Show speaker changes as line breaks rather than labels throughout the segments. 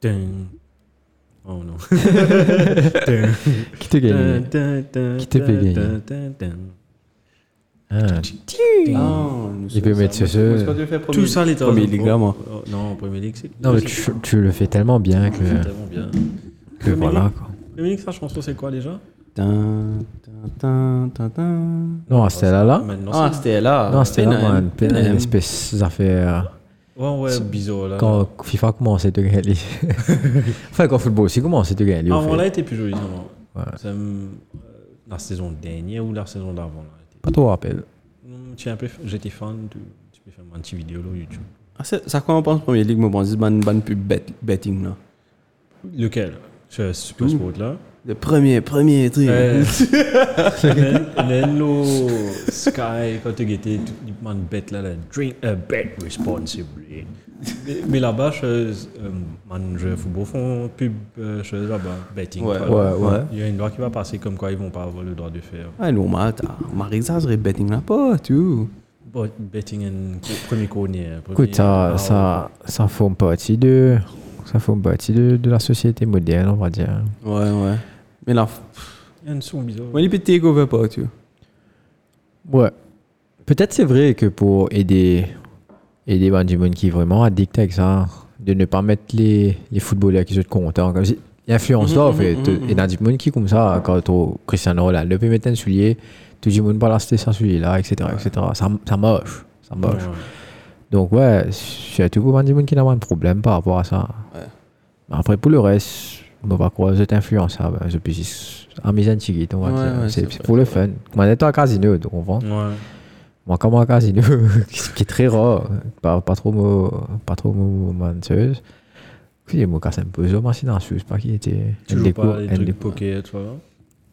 Dun. Oh non.
Qui t'a gagné
Qui
Qui t'a fait gagner Ah,
Il
peut mettre ce-
Tout ça, les
Premier League, là, moi.
Oh, Non, Premier League, c'est.
Non, mais
c'est-
tu, tu le fais tellement bien
c'est
que,
tellement bien.
que voilà. Quoi.
Premier League, sa chanson, c'est quoi déjà
Tin, tin, tin, tin.
Non, c'était là, là.
Maintenant,
Ah, c'était là.
Non, c'était là,
Pénal.
man. Une
Pénal.
espèce d'affaire.
c'est. Ouais, ouais, bizarre là. Ah,
Quand FIFA commence à te gagner. enfin, quand football aussi commence à te gagner. au
Avant,
fait.
là, était plus joli, non
Ouais.
Ça me- euh, La saison dernière ou la saison d'avant, là. était-
Pas trop rappel.
Hum, tu es un peu- J'étais fan de. Tu peux faire un petit vidéo là, YouTube.
Ah, c'est- Ça quoi on pense Premier League, mais bon, c'est une bonne pub bet- betting là.
Lequel C'est Super
Tout.
Sport là.
Le premier, premier truc.
Euh, Nello Sky, quand tu étais tout le monde bête là, là, drink a bet responsibly. Mais, mais là-bas, je euh, man, je football font pub euh, chose là-bas, betting.
Ouais,
voilà.
ouais, ouais.
Il y a une loi qui va passer comme quoi ils vont pas avoir le droit de faire
Ah, non, mais on m'a exagéré betting là pas, tout.
bo- betting en co- premier corner. premier-
Écoute, ça,
Ah,
ça, ça forme partie de. Ça forme partie de, de la société moderne, on va dire.
Ouais, ouais. Mais là,
Il y a une son bizarre.
on peut take over pas, tout.
Ouais. Peut-être c'est vrai que pour aider, aider ben, du monde qui est vraiment addict avec ça, de ne pas mettre les, les footballeurs qui sont contents, comme si. Influence là, en
Mhm,
fait.
mhm, mhm,
Il y en a du monde qui, comme ça, quand au Cristiano Ronaldo peut mettre un soulier, tout le monde balance sans soulier là, etc. etc. Ça, ça marche. Ça
Ouais, ouais.
marche. Donc, ouais, surtout pour ben, du monde qui n'a pas de problème par rapport à ça.
Ouais.
Mais Après, pour le reste, je ne pas croire, vous êtes influençable. hein. Je peux juste. À mes antiguilles, on va
Ouais,
dire.
ouais,
c'est
c'est
c'est
vrai,
pour le
c'est
fun. Comme on est au casino, donc on vend.
Ouais.
Moi, comme un casino, qui est très rare, pas, pas trop mo, pas trop mo, menteuse. Puis, moi, quand c'est un peu ça, moi, c'est dans Suisse, pas qui était.
Tu joues pas les trucs Ah poker, tu vois.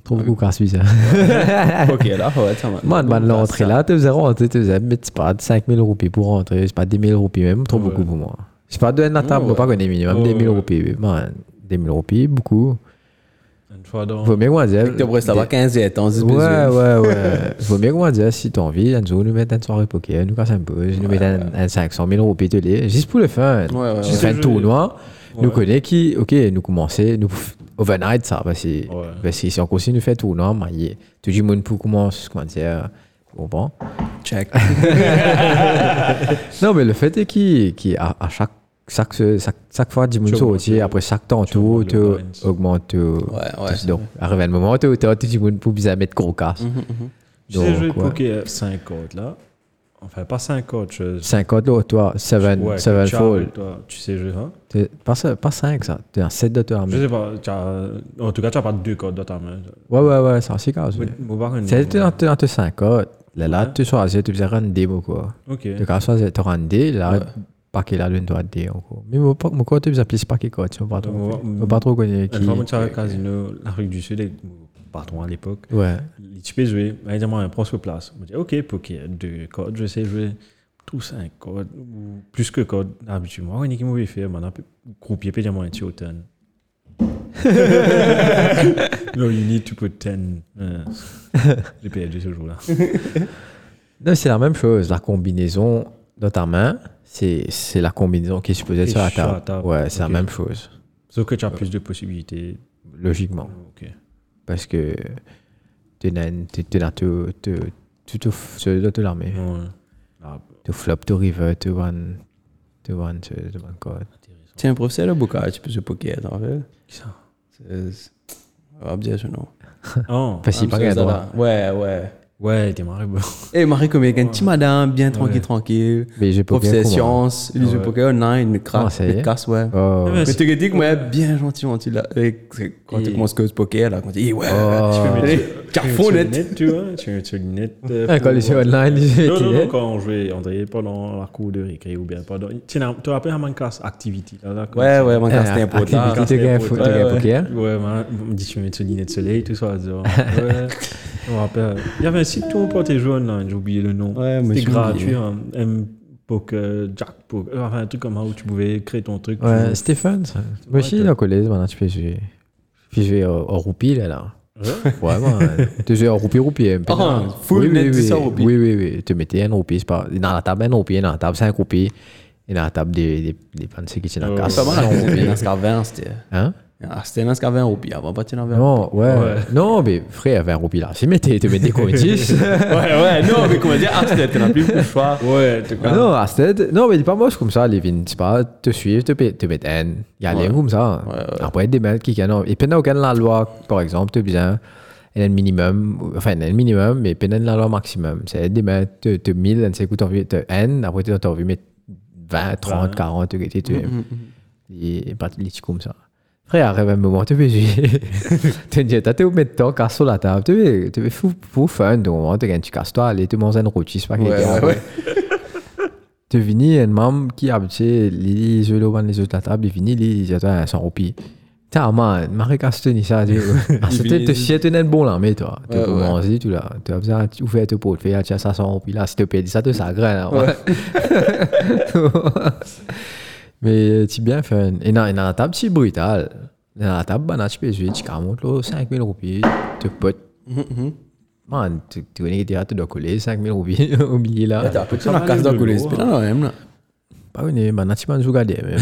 Trop beaucoup qu'en Suisse. hein.
Ok, là, ouais, ça va.
Man, man, l'entrée là, tu faisais rentrer, tu faisais, mais c'est pas 5000 roupies pour rentrer, c'est pas 10 000 roupies même, trop
Ouais.
beaucoup pour moi. C'est pas de la table,
Ouais,
moi, pas qu'on est minimum,
Ouais,
10 000
ouais.
roupies, man, 10 000 roupies, beaucoup.
Une fois dans.
Vaut mieux qu'on dise.
Tu pourrais savoir 15 et 11,
Ouais, ouais, ouais. Vaut mieux qu'on dise, si t'as envie, un jour, nous mettre une soirée poker, nous casse un peu, nous mettre un, un 500 000 roupies de lait, juste pour le fun.
Ouais, ouais,
Tu
ouais.
fais un
Je-
tournoi, nous
Ouais.
connaît qui, ok, nous commencer, nous f- overnight ça, parce que,
Ouais.
parce que si on continue de faire tournoi, man, y- tout le monde peut commencer, comment dire, tu comprends?
Check.
Non, mais le fait est qu'il, qu'il- à, à chaque, chaque, chaque, chaque fois, du monde
Tu
sorti,
augmentes le-
après chaque temps,
tu
tu
augmentes
tu
le balance.
augmentes.
Ouais, ouais.
donc, arrive un moment, tu as tout le monde pour bien mettre gros casse.
Tu sais, je
Donc,
jouais
ouais.
poker 5 codes là. Enfin, pas 5 codes, je
50 l'autre, toi, 7
Ouais,
seven
tu as avec
fold.
toi, Tu sais, je, hein?
T'es- Pas, ça- pas 5, ça. T'es un 7 de toi.
je
mais-
sais pas. tu as- En tout cas, tu n'as pas deux codes dans ta main.
Ouais, ouais, ouais, ça, c'est grave.
Moi, par contre,
C'est
non.
dans tes- dans tes 50. Là, là,
Ouais.
tu choisis, tu fais un démo, quoi.
Ok.
Tu as choisi ton rendez, là, paquet là, l'une doit dire, quoi. Mais mon co- mon co, tu fais plus paquet, quoi. Tu vas pas
Ouais,
trop-
ouais.
faut pas trop connaître
Une
qui.
fois, moi, tu as un casino, l'Afrique du Sud, et patron à l'époque.
Ouais.
Tu peux jouer. Évidemment, un proche place. Je me dis, ok, poker, deux codes, je sais jouer. Tout 5 codes, ou plus que codes, habituellement. Ouais, Niki Mouvé fait, maintenant, groupier, puis diamant, et tu au 10. No, you need to put 10. Euh, J'ai perdu ce jour-là.
Non, c'est la même chose. La combinaison dans ta main, c'est c'est la combinaison qui est supposée être
Qui
sur la
est sur la
table.
table.
Ouais, c'est
Ok.
la même chose,
Sauf que tu as plus de possibilités.
logiquement.
Ok.
Parce que tu n'as tu- tu n'as tout- tout- tout- tout- ce- dans toute l'armée.
Ouais. Ah,
bah.
Tu flop, tu river, tu one, tu one, tu tu one code.
intéressant.
Tiens, professeur, le bouquin, tu peux jouer poker, t'en rappelles?
Qui ça
C'est. Objection, non.
Oh, Ah,
Parce qu'il
Ah,
paraît à
ça,
droit.
là. Ouais, ouais.
ouais, t'es bah. marré, bon.
Eh, Marie, comme il y a un petit madame, bien tranquille, tranquille.
Mais j'ai pas bien
Professeur
compris.
science, il joue
Ouais.
poker online, il
Ah,
craque,
ça y est.
il casse, ouais.
Oh.
Ouais,
Mais
c'est-
tu te dis que moi, bien gentil, gentil, là. Et c'est Quand tu
Et-
commences cause poker, là, quand tu dis, ouais,
Oh.
tu peux
Tu-
mettre
Ah. tu mets
carrefour
tes
net.
lunettes, tu vois. Tu mets tes lunettes. euh,
Ah, Quand
pour-
les jeux online, ils étaient
Non, non,
là.
non, quand on jouait, on travaillait pendant la cour de récré ou bien pendant. Tiens, tu te rappelles à ma classe Activity là, là, quand
Ouais,
tu-
ouais, mon
Eh,
gars, c'était un pote, là.
activité de gain-
Ouais,
de gain
ouais.
poker.
Ouais, ma- on me dit tu mets tes lunettes de soleil, tout ça. genre. Ouais, je me rappelle. Il y avait un site tout pour tes jeux online, j'ai oublié le nom.
Ouais, mais
C'était
j'ai
gratuit,
oublié.
hein, M Poker, Jack Poker, enfin un truc comme ça où tu pouvais créer ton truc.
Ouais,
tu-
c'était fun ça. Moi aussi,
que-
dans le collège, maintenant, tu peux jouer. Puis je vais au au roupie là, là.
Ouais.
Vraiment. hein. Tu jouais en roupie, roupie. un peu, là.
Ah, full
oui,
net,
oui,
ça,
oui.
roupie.
Oui, oui, oui. Tu mettais un roupie, c'est pas. Dans la table, un roupie, dans la table, cinq roupies. Et dans la table des, des, des pannes qui tiennent en
Ouais,
casse.
C'est pas mal,
Non,
c'était
mais-
dans ce qu'avant, c'était.
Hein?
Ah, C'était dans ce qu'avant, au pire, avant, pas tirer envers.
Non, ouais. Non, mais frère, 20 roupies là. Si, mais t'es t'es mis des comédies.
Ouais, ouais, non, mais comment dire, ah, c'était t'en as plus le choix.
Ouais, t'es
Ah
quoi
Non, Asted, non, mais dis pas moche comme ça, Levin. Tu pas te suivre, te, paie- te mettre haine. Il y a les
Ouais.
comme ça.
Ouais, ouais.
Après, des mecs qui gagnent. Et pendant aucun la loi, par exemple, tu bien. Il y a un minimum, enfin, il y a un minimum, mais pendant la loi maximum. C'est des mecs, tu te mille, tu sais, tu envie de haine, après, tu as envie de mettre 20, 30, 40, tu sais, tu
Mm,
Et pas les petits comme ça. Frère, arrive un moment, tu veux jouer. Tu dis, t'as où mettre ton casse sur la table, tu veux, tu veux fou, fou fun, donc, moment, tu gagnes, tu casses toi, allez, tu manges un rôti, c'est pas
Ouais,
quelqu'un.
ouais, ouais.
Tu finis, un membre qui a habitué les jeux au banc les autres à la table, il finit, il dit Attends, 100 roupies. Tiens, man, Marie Castoni, ça, tu Ah, C'était
finit-
te chier, tu n'es bon là, mais toi. Tu
Ouais,
peux
ouais.
manger, tout là. Tu as besoin de ouvrir ton pot, tu ah, as 500 roupies là, si tu payes ça, tu ça graine. Mais tu bien fun. Et dans et dans la table, c'est brutal. Dans la table, ben, là, tu peux jouer, tu montes là, 5000 roupies, tu potes.
Mhm,
Man, tu tu connais que tu as tout de coller, 5000 roupies au milieu là.
T'as un peu de temps à casse d'un coup, les spéciales, là, même, là.
Pas une, Bah maintenant tu m'as joué gardé. même.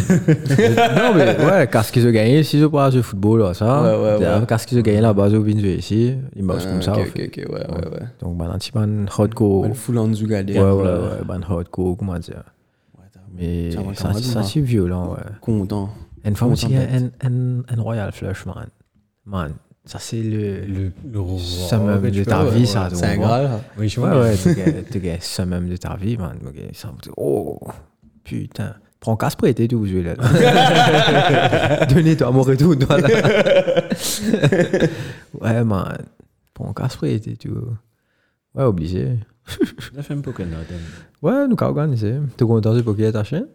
non, mais ouais, parce qu'ils ont gagné, si je parle de football, là, ça.
Ouais, ouais, ouais.
Parce qu'ils ont gagné la base au Binjou ici, ils marchent comme ça.
Ok,
au
Ah, ok,
fait.
ok, ouais, ouais, ouais.
Donc maintenant tu m'as hardcore.
Une foule en dessous,
Ouais, ouais, ouais, ben hardcore, comment dire. Mais
Ça va
ça,
quand même,
ça
hein.
c'est violent, ouais.
Content.
Une fois aussi, il y a
t'embête.
un, un, un Royal Flush, man. Man, ça c'est le.
Le, le
Ça me- de ta vie, ça.
C'est un
donc,
graal, là.
Oui, je
Ouais,
vois.
ouais, tu gagnes- tu gagnes ça même de ta vie, man. Tu gagnes ça, tu- Oh, putain. Prends casse prêté, tout, je vais là. Donnez-toi mon retour, toi, là. ouais, man. Prends casse prêté, tout. Ouais, obligé.
La femme poker, là, t'aimes.
Ouais, nous avons organisé. T'es content de poker ta chaîne?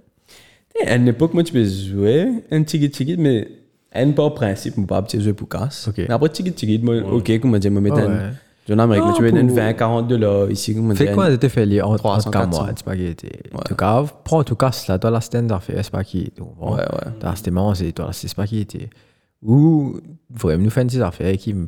Eh, À une époque, moi, tu peux jouer un tigit tigit, mais un pas au principe, mais pas un petit jeu pour casse.
Ok. Ah
Mais après, tigit tigit, moi, ok, comment dire, moi, mettre
Ouais,
un.
ouais.
Jeune Amérique, moi, tu
Non,
veux une
pour-
20, 40 dollars ici, comment dire.
Fais quoi de te faire lire en 300
300, 400.
mois, tu pas guetté. Tu caves, prends, tu casses là, toi la stand d'affaires, c'est pas qui. tu comprends?
Ouais, ouais.
T'as Ah, c'était marrant, c'est toi là, c'est pas qui était. Ou vraiment nous faire des affaires qui le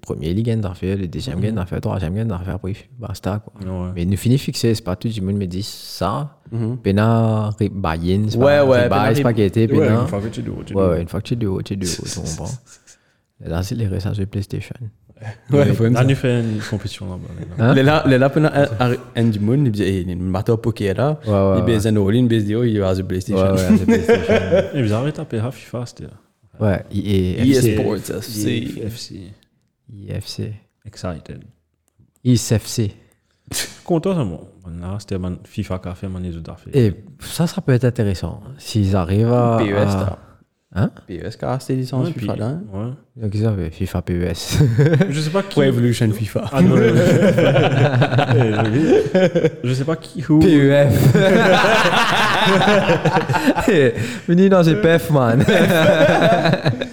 premier il gagne d'affaires, le deuxième gagne d'affaires, le troisième gagne d'affaires, après basta quoi.
Non, ouais.
Mais nous finissons fixés, c'est pas tout le monde me dit ça. Pena ri- buy-in, c'est
Ouais,
pas
ouais,
ri-
pena
buy, c'est pas
ri-
qui était,
Ouais,
pena.
une fois que tu dois, tu
Ouais,
dois.
ouais, une fois que tu es haut, tu es tu comprends. Et Là, c'est les récents jeux PlayStation.
Ouais, faut
Là, on fait une compétition là-bas.
Hein?
Les là, les là, pendant un- un- un du monde, il dit, eh, il m'a au poker là.
Ouais, ouais,
Il baise un Oli, il baise des hauts, il va à The
Ouais,
PlayStation.
ouais, c'est PlayStation.
Et vous arrêtez à PH FIFA, c'était là.
Ouais, et
EA
FC.
Sports, FC.
FC.
IFC.
Excited.
ISFC.
Content, ça, moi. Là, c'était man- FIFA qui a fait man, les autres affaires.
Et ça, ça peut être intéressant. S'ils arrivent à.
PES,
à-
là.
Hein
PES, car c'est licence
Ouais, puis-
FIFA là. hein.
ouais.
Donc ils avaient FIFA E PES.
Je sais pas qui.
Pro Evolution FIFA.
Ah non, non, non. Eh, je- Je sais pas qui. Who...
PEF. Venu dans les PEF, man.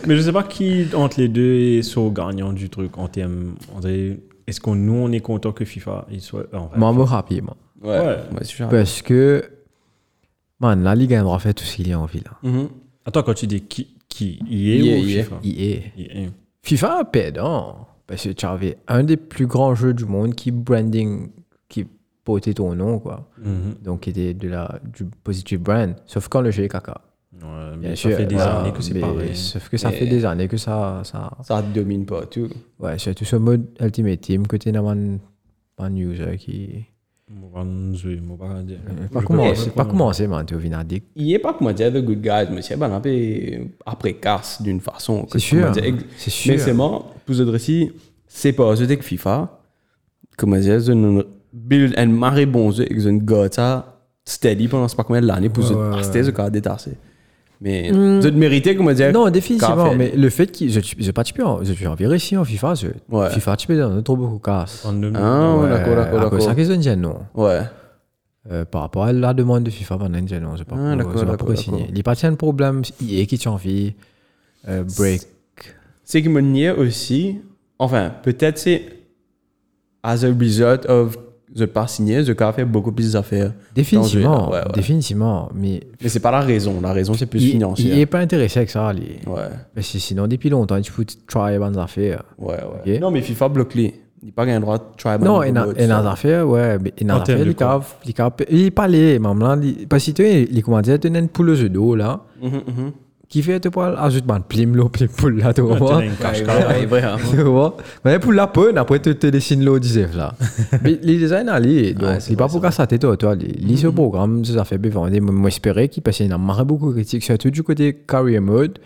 Mais je sais pas qui entre les deux est sur gagnant du truc en termes. en termes- Est-ce qu'on nous on est content que FIFA il soit euh, en fait,
Moi, je suis happy, man.
Ouais,
Ouais.
ouais, c'est sûr.
Parce que, man, la Ligue a droit fait tout ce qu'il y a hein. envie, là.
Mhm.
Attends quand tu dis qui qui y est
Yeah,
ou
yeah.
FIFA.
Il est.
Yeah.
FIFA a pédant. Parce que tu avais un des plus grands jeux du monde qui branding, qui portait ton nom, quoi.
Mhm.
Donc, qui était de la, du positive brand. Sauf quand le jeu est caca.
Ouais, mais
Bien
ça
sûr,
fait des
ouais,
années que c'est
mais
pareil.
Sauf que ça
Mais-
fait des années que ça. ça...
Ça domine pas tout.
Ouais, surtout sur mode Ultimate Team, côté d'un man- man user qui.
On va nous jouer, on va dire.
Euh, Pas
Je
comment,
comprends
c'est pas commencé, man, t'es au vinadique.
Il n'est pas, comment dire, the good guys, mais c'est ben un peu après casse d'une façon. que-
C'est sûr,
comment dire, ex-
c'est sûr.
Mais c'est mort, pour vous ici, c'est pas, je dis que FIFA, comment dire, c'est une build un marée bon jeu, et une gata steady pendant je sais pas combien d'années pour
Ouais, ouais,
se rester, ce cas détaché. Mais vous méritez, comment dire,
Non, définitivement,
Café.
mais le fait que je, je pas typé en, je suis en viré ici en FIFA, je,
Ouais.
FIFA typé dans notre beaucoup casse.
En deux minutes.
Ah,
Euh,
d'accord, d'accord,
à cause
d'accord.
ça qu'ils ont dit non.
Ouais.
Euh, par rapport à la demande de FIFA pendant une non, je pas
Ah, d'accord,
pour, j'ai pas
d'accord,
pour signer.
d'accord.
Il n'y a pas de problème, il est qui tu as envie, euh, break.
C'est qui me niait aussi, enfin, peut-être c'est as a result of the pas signé, the cas fait beaucoup plus d'affaires.
Définitivement,
ouais, ouais.
définitivement, mais
Mais c'est pas la raison, la raison c'est plus
il,
financier.
il est pas intéressé avec ça, les.
Ouais,
Mais si- sinon, depuis longtemps, tu peux try bonnes affaires.
ouais, ouais.
Ok.
Non, mais FIFA bloque les. Il pas un droit de tribal.
Non,
ou
il y en a-
autre,
il y en
ça.
a affaire, ouais. mais Il y en
En
a affaire,
termes de
les caves. Les caves. Il parlait, maman. il- Parce que tu sais, les commanditaires tenaient une pouleuse d'eau, là.
Mhm, mhm.
Qui fait, tu parles, ah, juste, man, plime l'eau, plime poule, là, tu vois.
tenais une
Ouais,
cache-cache.
ouais, ouais, vraiment.
Tu vois. Mais pour la peine, après, tu te dessines l'eau, disais, là. Mais les designs, allez, donc,
Ouais, c'est
c'est pas
vrai,
pour casser la tête, toi, toi. Lis ce programme, ça ça fait bévant. Et ben, Moi, moi, j'espérais qu'il passait une marre beaucoup de critiques, surtout du côté career mode.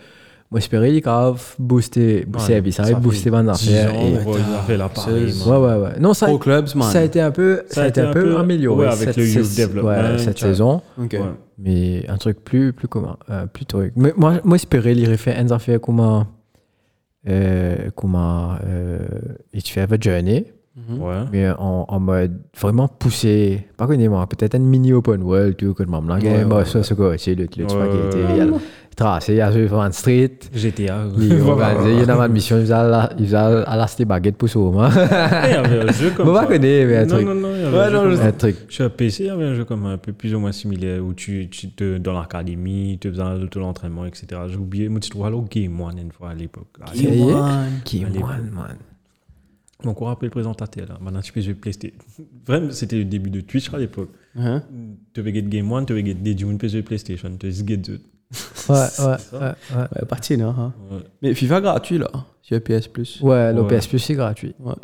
Moi, j'espérais qu'il caves booster,
Ouais,
service, ça
ça
va booster
fait
bande
10
d'affaires.
ans,
et-
ouais, ils ont fait la pareille,
Ouais,
man.
ouais, ouais. Non, ça,
Pro clubs, man.
ça a été un peu, ça a été un peu amélioré
ouais, avec
cette,
le youth
cette-
development,
ouais, cette
ça-
saison,
Ok.
Ouais.
mais un truc plus, plus commun, euh, plus truc. Mais moi, moi, j'espérais les refaire un affaire comme un, euh, comme un, euh, It Forever Journey,
Mhm.
Ouais.
mais en, en mode vraiment poussé. Pas connu, moi, peut-être un mini open world, tout comme maman
Ouais, ouais,
moi, ça, c'est quoi, c'est le, le
Ouais,
spaghetti,
ouais,
il y a le tracé, il y a le Van Street.
GTA. ouais.
Il y a ma mission, il faisait à la- il faisait à la des baguettes pour sauver. moi.
Eh, Il y avait un jeu comme
Moi,
ça.
pas connu, mais un
non,
truc.
non, non, il y avait
Ouais,
un jeu
non,
comme
je
ça.
Un truc.
Sur PC, il y avait un jeu comme un peu plus ou moins similaire où tu, tu te, dans l'académie, tu faisais un- tout l'entraînement, etc. J'ai oublié, mais tu trouvais alors Game One une fois à l'époque. Ah,
Game
c'est-
One. Game
Allez,
One, man.
Mon cours appelé le présentateur là. Maintenant, tu peux jouer PlayStation. Vraiment, c'était le début de Twitch à l'époque.
Mhm.
Tu veux get Game One, tu veux get Digimon, tu peux jouer PlayStation, tu veux get deux.
Ouais,
ça.
ouais, ouais, ouais.
Ouais, parti, non, hein.
Ouais.
Mais FIFA gratuit, là, sur PS Plus.
Ouais, le
Ouais.
PS Plus, c'est gratuit.
Ouais.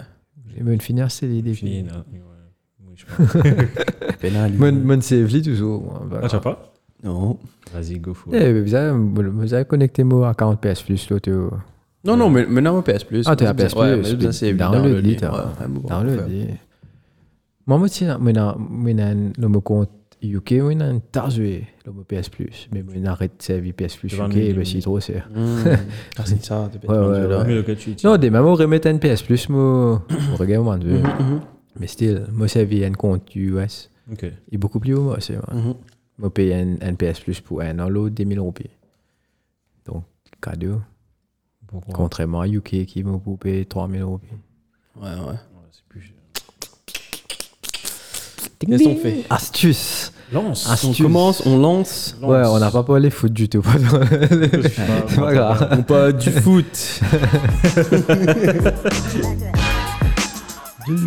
Et même finir, c'est des
Fini,
défis.
là. Ouais. Oui, je pense.
Pénal.
Mon, mon CFL, toujours. moi, bah,
Ah, tu as pas
Non.
Vas-y, go for it.
Eh, mais vous avez, vous avez connecté moi à 40 PS Plus, euh, là, tu
Non, non, mais maintenant, mon PS Plus.
Ah, t'es à PS Plus,
Ouais, mais
puis
ça, c'est
download
downloadé.
it, hein.
Ouais, ouais, bon,
Dans le
ouais.
dit. Moi, moi, tiens, moi, na- moi, na- le mot compte UK, moi, na- un tas joué, le mot PS Plus. Mais moi, n'arrête de servir PS Plus
Devant
UK,
le
mais
mini.
c'est trop, c'est.
Mhm. Ah, c'est ça, t'es
Ouais, ouais, ouais.
Mais le cas, tu tu-
Non, des mamans remettent un PS Plus, moi, au regard, moi, de-
Mm-hmm.
Mhm,
Mais still, moi, servir un compte US.
Ok.
Il est beaucoup plus haut, moi, c'est. moi.
mhm,
Je paye un, un PS Plus pour un an, l'autre 2000 roupies. Donc, cadeau.
Pourquoi
Contrairement à UK qui m'a coupé 3000 roupies.
Ouais, ouais.
Ouais, c'est plus cher.
Qu'est-ce qu'on fait
Astuce
Lance
Ah,
On
Astuce.
commence, on lance.
Lance.
Ouais, on n'a pas parlé foot du tout.
C'est
C'est pas grave.
On parle du foot.
Et t'as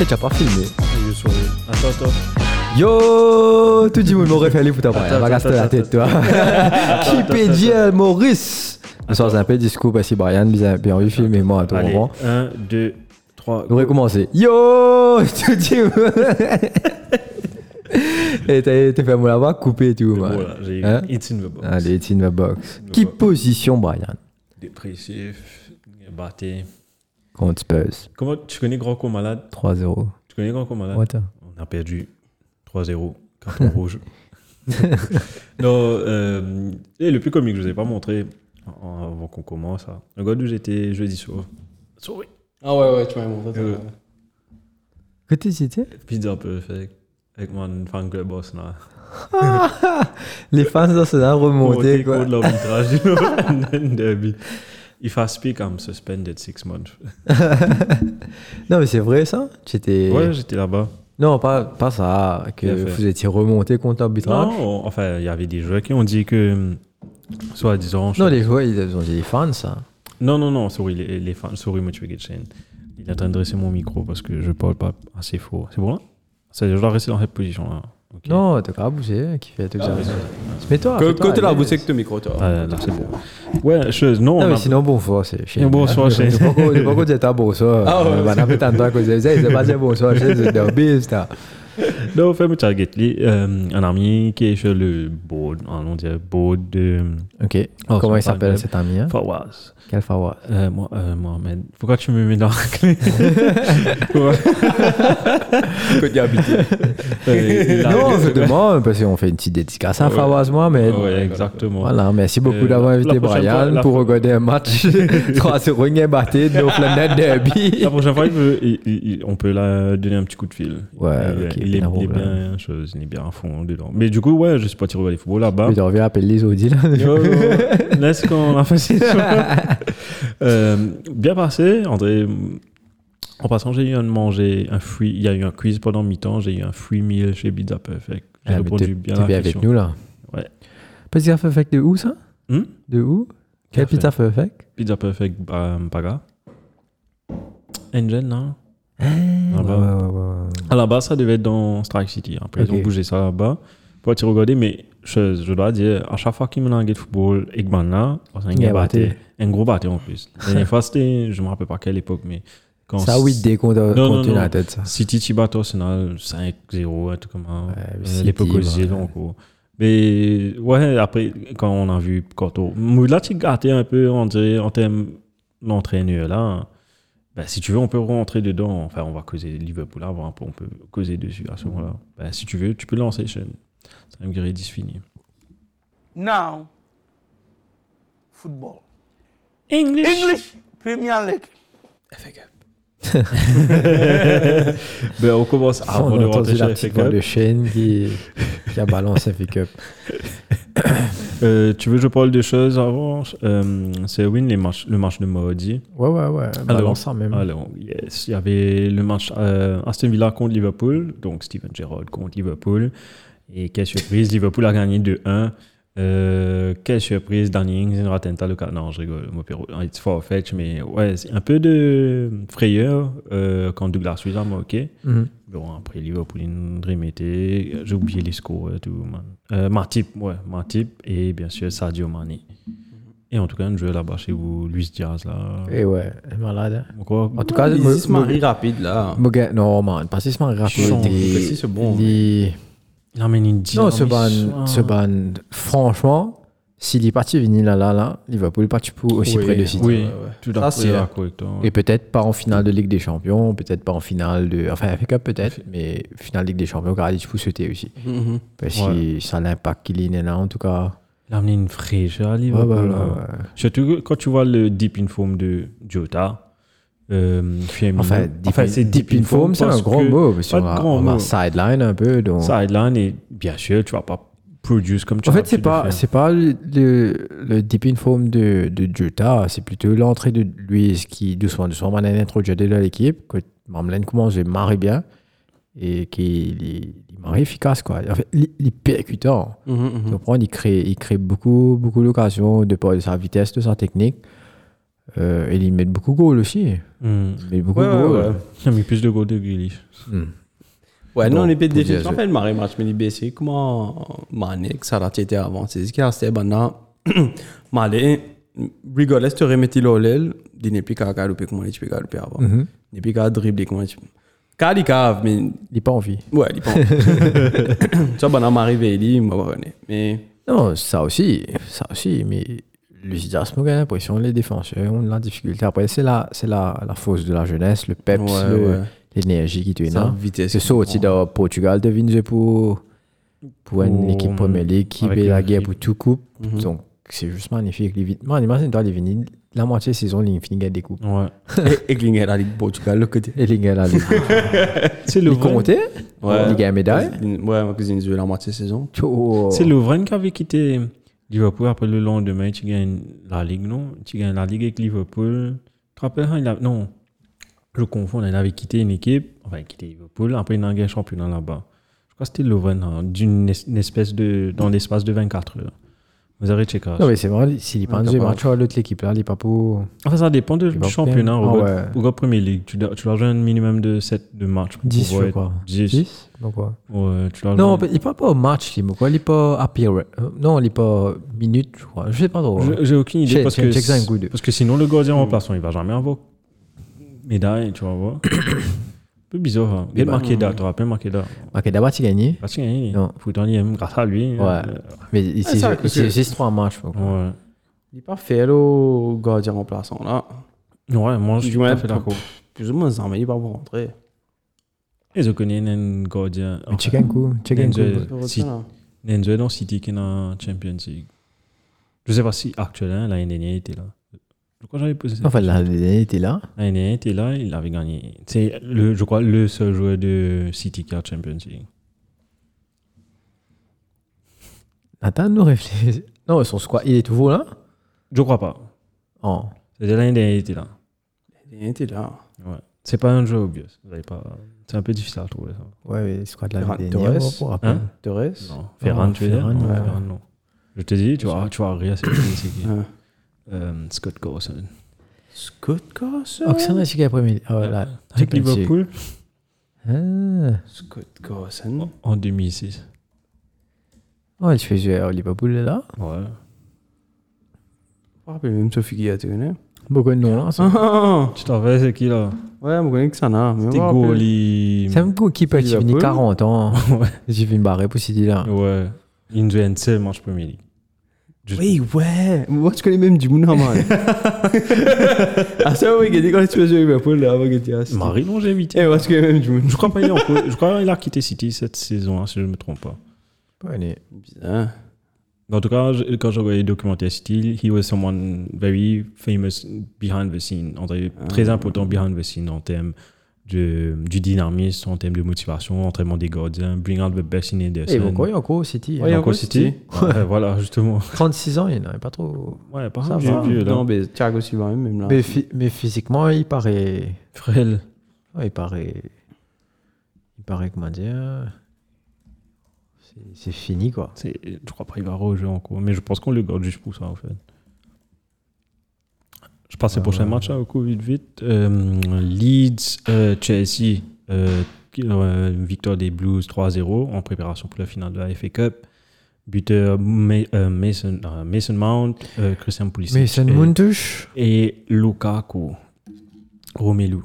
Eh, pas filmé.
Je suis- Attends, attends.
Yo, tout le monde m'aurait fallu pour t'apprendre.
Attends,
hein, Va
attends,
gasser la
attends,
tête, toi. Qui peut dire Maurice Nous sommes un peu discours parce que Brian bien bien envie de filmer moi à tout
Allez,
moment.
1, 2, 3.
On va recommencer. Yo, tout le monde. Et t'as t'as fait mon là-bas, coupé et tout. man.
Voilà, j'ai
Hein
It's in the box.
Allez, it's in the box. Qui
box.
position, Brian
Dépressif, batté.
Contre Spurs.
Comment tu connais Grand Co Malade
3-0.
Tu connais Grand Co Malade
What the-
On a perdu 3-0, carton rouge. non, euh, et le plus comique, je ne vous ai pas montré en- avant qu'on commence. hein. Le gars d'où j'étais jeudi soir. Souris.
Ah ouais, ouais, tu m'as montré.
Euh.
Ah, Que t'es cité
Pizza perfect. Avec mon fan club boss là.
Les fans de Arsenal remontés,
Monté
quoi.
contre l'arbitrage du London Derby. If I speak, I'm suspended six months.
Non, mais c'est vrai, ça J'étais...
Ouais, j'étais là-bas.
Non, pas, pas ça, que
Bien fait.
vous étiez remonté contre l'arbitrage. Non,
Non, on- enfin, il y avait des joueurs qui ont dit que, hum, soi-disant. je-
les joueurs, ils ont dit les fans, ça.
non, non, non, sorry, les, les fans, sorry, Mathieu Getchen. Il est en train de dresser mon micro parce que je parle pas assez fort. C'est bon là Ça, Je dois rester dans cette position là. Ok.
Non, t'as qu'à bouger, qui fait tout ça. Mets-toi. fais-toi
Côté la
aller.
boutique de micro, toi.
Ah, là, là, c'est bon. Ouais, chose, non, on
Non, mais
a-
Ah sinon, bonsoir, c'est chez
Bonsoir, chez-
nous. Je pas dire t'as bonsoir.
Ah, ouais,
Euh, bah, n'a pas tant de temps à cause de ça, ils ont pas dit bonsoir chez le derby, ça.
Non, fait, Mathieu Getli, euh, un ami qui est sur le board, hein, on dirait board de
Ok.
Oh,
Comment il
c'est pas
s'appelle
grave.
cet ami hein
Fawaz.
Quel fawa
Euh, moi, euh, Mohamed, pourquoi tu me mets dans la clé
Côté habité.
Non, je demande, parce qu'on fait une petite dédicace à
Ouais.
Fawaz, moi, mais.
Ouais, exactement.
Voilà, merci beaucoup
Euh,
d'avoir
la-
invité
la prochaine fois-
Brian
la-
pour regarder un match 3-0 gain batté de Planet Derby.
La prochaine fois, il veut- il- il- il- on peut la donner un petit coup de fil.
Ouais,
Euh,
ok,
il, est,
bien,
il est
bon,
bien, chose, il est bien à fond hein, dedans. Mais du coup, ouais, je sais pas tirer les football là-bas.
Mais t'en reviens appeler les Audi là.
Yo, laisse qu'on a fait ça. Euh, bien passé, André. En passant, j'ai eu un manger, un free. Il y a eu un quiz pendant mi-temps. J'ai eu un free meal chez Pizza Perfect. J'ai
Ah, mais
répondu
t'es-
bien. à
t'es
la
bien
question.
avec nous là.
Ouais.
Pizza Perfect de où ça
Hmm?
De où Quel
Parfait.
Pizza Perfect
Pizza Perfect, bah, Mpaga. Engine, non
Ah, Ouais,
bah.
ouais, ouais, ouais, ouais.
À la base, ça devait être dans Strike City. Après, ils ont
Ok.
bougé ça là-bas. Pour te regarder, mais je, je dois dire, à chaque fois qu'il me langue de football, et que là, oh, c'est un
Il a
gars batté.
batté.
Un gros batté en plus. La dernière fois, c'était, je me rappelle pas quelle époque, mais quand
Ça, oui, dès qu'on doit
non,
continuer
non.
la tête, ça.
City Tibato Arsenal 5-0, un truc comme ça.
mais
Euh,
City,
L'époque
bah,
aussi, donc. oh. Mais ouais, après, quand on a vu Koto, Moula, tu gâté un peu, on dirait, en termes d'entraîneur, là. Ben, si tu veux, on peut rentrer dedans. Enfin, on va causer Liverpool avant, après, on peut causer dessus à ce moment-là.
Mm-hmm.
Ben, si tu veux, tu peux lancer chaîne. Ça me guérit 10 fini.
Now, football.
English!
English Premier League.
Ben, on commence
Ah,
avant
on
de
a entendu
rentrer chez
l'article
FA Cup.
de Shane qui, qui a balancé Fake Up.
Euh, tu veux que je parle des choses avant Euh, C'est Win les matchs, le match de Maudit.
Ouais, ouais, ouais. Balance ça même.
Alors, Ah, yes, il y avait le match euh, Aston Villa contre Liverpool, donc Steven Gerrard contre Liverpool. Et quelle surprise, Liverpool a gagné 2-1. Euh, quelle surprise, Danny Ings, Ratenta, le cas. Non, je rigole, mon Pierrot, it's far-fetched, mais ouais, c'est un peu de frayeur euh, quand Douglas Luiz a marqué.
Mhm.
Bon, après Liverpool, ils remettaient. J'ai oublié les scores et tout, man. Euh, Matip, ouais, Matip et bien sûr Sadio Mane.
Mhm.
Et en tout cas, un joueur là-bas chez vous, Luis Diaz, là.
Et Eh ouais, malade. hein.
Encore,
En tout cas,
Ils
me-
se marient rapide, là.
me- me ga- non, man, pas si smart
Je suis en
rapide. il-
précis, c'est bon,
il-
Il emmène une dynamique.
Non, ce
hein.
ban, ce ban, franchement, s'il est parti venir là, là, là, Liverpool est parti pour aussi
Oui,
près de City.
Oui,
Ouais, ouais.
tout
Ah,
Ça,
à
c'est-
fait d'accord avec toi.
Et peut-être pas en finale de Ligue des Champions, peut-être pas en finale de. Enfin, FA Cup peut-être, mais finale Ligue des Champions, Gradis pour sauter aussi.
Mhm.
Parce
Ouais.
que ça a l'impact qu'il a là, en tout cas.
Il a amené une fraîcheur à
Ouais, ouais,
Liverpool.
ouais.
là. Surtout que quand tu vois le deep in form de Jota, euh, Firmino.
Enfin, deep, in-
c'est
deep in form, c'est un
parce
grand
que-
mot. Parce
pas
qu'on
de
a,
grand
on a
mot.
sideline un peu. Donc...
Sideline, et bien sûr, tu vas pas produce comme tu
en
as
fait, c'est
l'habitude de
pas,
faire.
c'est pas le, le, le deep in form de, de Jota, c'est plutôt l'entrée de Luis qui, doucement, doucement, m'a introduit dans l'équipe. Que Mamelaine commence à marrer bien et qu'il est, il est marré efficace. Quoi. En fait, il, il est
Mm.
percutant.
Mhm, mhm.
Tu comprends, il crée, il crée beaucoup, beaucoup d'occasions de par sa vitesse, de sa technique. Euh, et il met beaucoup de goals aussi.
Hmm.
Il met beaucoup
Ouais,
de
ouais,
goals.
ouais.
Il a mis plus de goals de Grealish.
Hmm.
Ouais,
Bon,
non, les
pour dire,
définition
je-
en fait le marais match, mais les BC, ben, comment Manek, ça l'a été avant, c'est ce qu'il a c'était hein. maintenant. Malé, rigolais, tu remettais l'olel, il n'est plus qu'à galoper comment tu peux galoper avant.
Mhm.
Il n'est plus qu'à dribbler comment tu peux. Car il cave, mais
Il n'est pas envie.
ouais, il est pas. Ça, maintenant, Marie Veili, il m'a reconnu. Mais
Non, ça aussi, ça aussi, mais Lucidas a l'impression les défenseurs ont de la difficulté. Après, c'est la, c'est la, la fausse de la jeunesse, le peps,
Ouais,
le-
ouais.
l'énergie qui te
ça,
vient.
vitesse.
C'est sorti de Portugal, devine pour, pour une
Pour-
équipe Premier League qui
avec
fait
le-
la guerre pour tout coupe.
Mhm.
Donc, c'est juste magnifique. Les vit- Man, imagine-toi, les vini- la moitié de saison, les vini gagnent des coupes.
Ouais.
Et Klinger, la Ligue Portugal, le côté.
Et les gars, là, les-
C'est
les
Lovren.
comptaient, les gars, médaille.
Ouais, ma cousine, je la moitié saison.
Oh.
C'est Lovren qui avait quitté Liverpool après le lendemain. Tu gagnes la Ligue, non Tu gagnes la Ligue avec Liverpool. Tu te rappelles, hein, il a- non, je confonds, il avait quitté une équipe, enfin, il a quitté Liverpool, après il a gagné le championnat là-bas. Je crois que c'était Lovren, hein, d'une es- une espèce de, dans l'espace de 24 heures. Vous avez checké.
Non, mais c'est vrai, s'il est pas
Ah,
en
t'as
deux
pas-
matchs, oh, l'autre l'équipe, là, il n'est pas pour.
Enfin, ça dépend de- du
Liverpool.
championnat.
Ah
Regarde,
ouais.
regarde Premier League, tu dois, tu dois jouer un minimum de 7 de matchs. pour
10,
pouvoir
je
être-
crois.
10.
10 Donc, ouais.
Ouais, tu dois
Non,
jouer-
il parle pas au match, Timo, quoi. Il est pas appearance. Euh, Non, il est pas minute, je crois. Je sais pas trop. hein.
Je- J'ai aucune idée
Check-
parce,
check-
que
check ça un coup de-
parce que sinon le gardien remplaçant il va jamais avoir médaille, tu vas voir. un peu bizarre. Hein. Il
bah.
marqué tu te rappelles marqué là.
Ok, d'abord, tu gagné.
Parce hein, qu'il y a
Non.
faut t'en dire, même grâce à lui.
Ouais.
euh,
Mais il
Ah, ça,
s'est- il
parce que-
s'est juste trois matchs. quoi.
ouais.
Il n'est pas fait, le gardien remplaçant, là.
Ouais, moi je suis tout
Ouais,
à fait d'accord.
Plus ou moins, ça il va pas rentrer.
Et je connais un gardien.
Mais Check un coup. Check un
Denzel.
coup.
Si- Un joueur dans City qui est dans Champions League. Je sais pas si actuellement l'année dernière il était là. Je crois que j'avais posé ça.
Enfin, là, il était là.
L'année dernière il était là, il avait gagné. C'est le, je crois le seul joueur de City qui a Champions League.
Attends, nous réfléchissons. Non, son squad, il est toujours là
Je crois pas.
Oh.
C'était l'année dernière il était là.
Il était là.
Ouais. C'est pas un jeu obvious. Vous avez pas... C'est un peu difficile à trouver ça.
Ouais, mais squad
Ferran
la vie
Torres.
dernière. pour rappel.
Hein
Torres
Non, Ferran, tu veux dire
Ferran,
Non,
ouais.
Ferran, non. Je te dis, tu vas, tu vas rire, c'est qui, c'est qui
Ouais.
Euh, Scott Carson.
Scott Carson
Ah.
Oksana Chica après-midi. Oh là.
Avec Liverpool
Ah.
Scott Carson.
en 2006.
Oh, elle se fait jouer à Liverpool là.
Ouais.
Je me rappelle même Sophie qui a tourné.
Beaucoup de noms là.
Ah,
ça.
ah,
Tu t'en rappelles, c'est qui là
ah. Ouais, je connais que ça n'a.
C'était Goli.
C'est un coup qui peut être fini
Liverpool.
40 ans. J'ai fait une barre pour City là.
Ouais. Il nous a un seul match Premier League. Juste
Oui, ouais. Moi, je connais même du Mouna, man. Ah, ça, oui, il dit quand tu fais jouer Liverpool, là, avant que tu as.
pour- Marie longévité.
Eh, moi, je connais même du Mouna.
Je crois pas il est en pro- Je crois qu'il a quitté City cette saison, hein, si je ne me trompe pas.
Allez.
Putain.
En tout cas, je- quand j'ai regardé le documentaire Steel, he was someone very famous behind the scene, en vrai, très important behind the scene en termes de, du dynamisme, en termes de motivation, entraînement des gardiens, bring out the best in
Et
Anderson.
pourquoi il y a encore City
Ouais,
Donc,
il y a
au
encore
City. Ouais, voilà, justement.
36 ans, il n'en a pas trop.
Ouais, par
Ça
contre,
va.
j'ai vu là.
Non, mais Thiago Silva, même là.
Ah.
Mais, phy- mais physiquement, il paraît.
Frêle.
ouais, il paraît. Il paraît, comment dire. c'est- C'est fini, quoi.
C'est- Je crois pas qu'il va rejouer encore. Mais je pense qu'on le garde juste pour ça, en fait. Je passe au prochain match, là, au coup, vite, vite. Euh, Leeds, euh, Chelsea, euh, qui- euh, victoire des Blues 3-0 en préparation pour la finale de la FA Cup. Buteur Ma- euh, Mason, euh, Mason Mount, euh, Christian Pulisic.
Mais c'est
et-
une Mundouche.
et Lukaku, Romelu,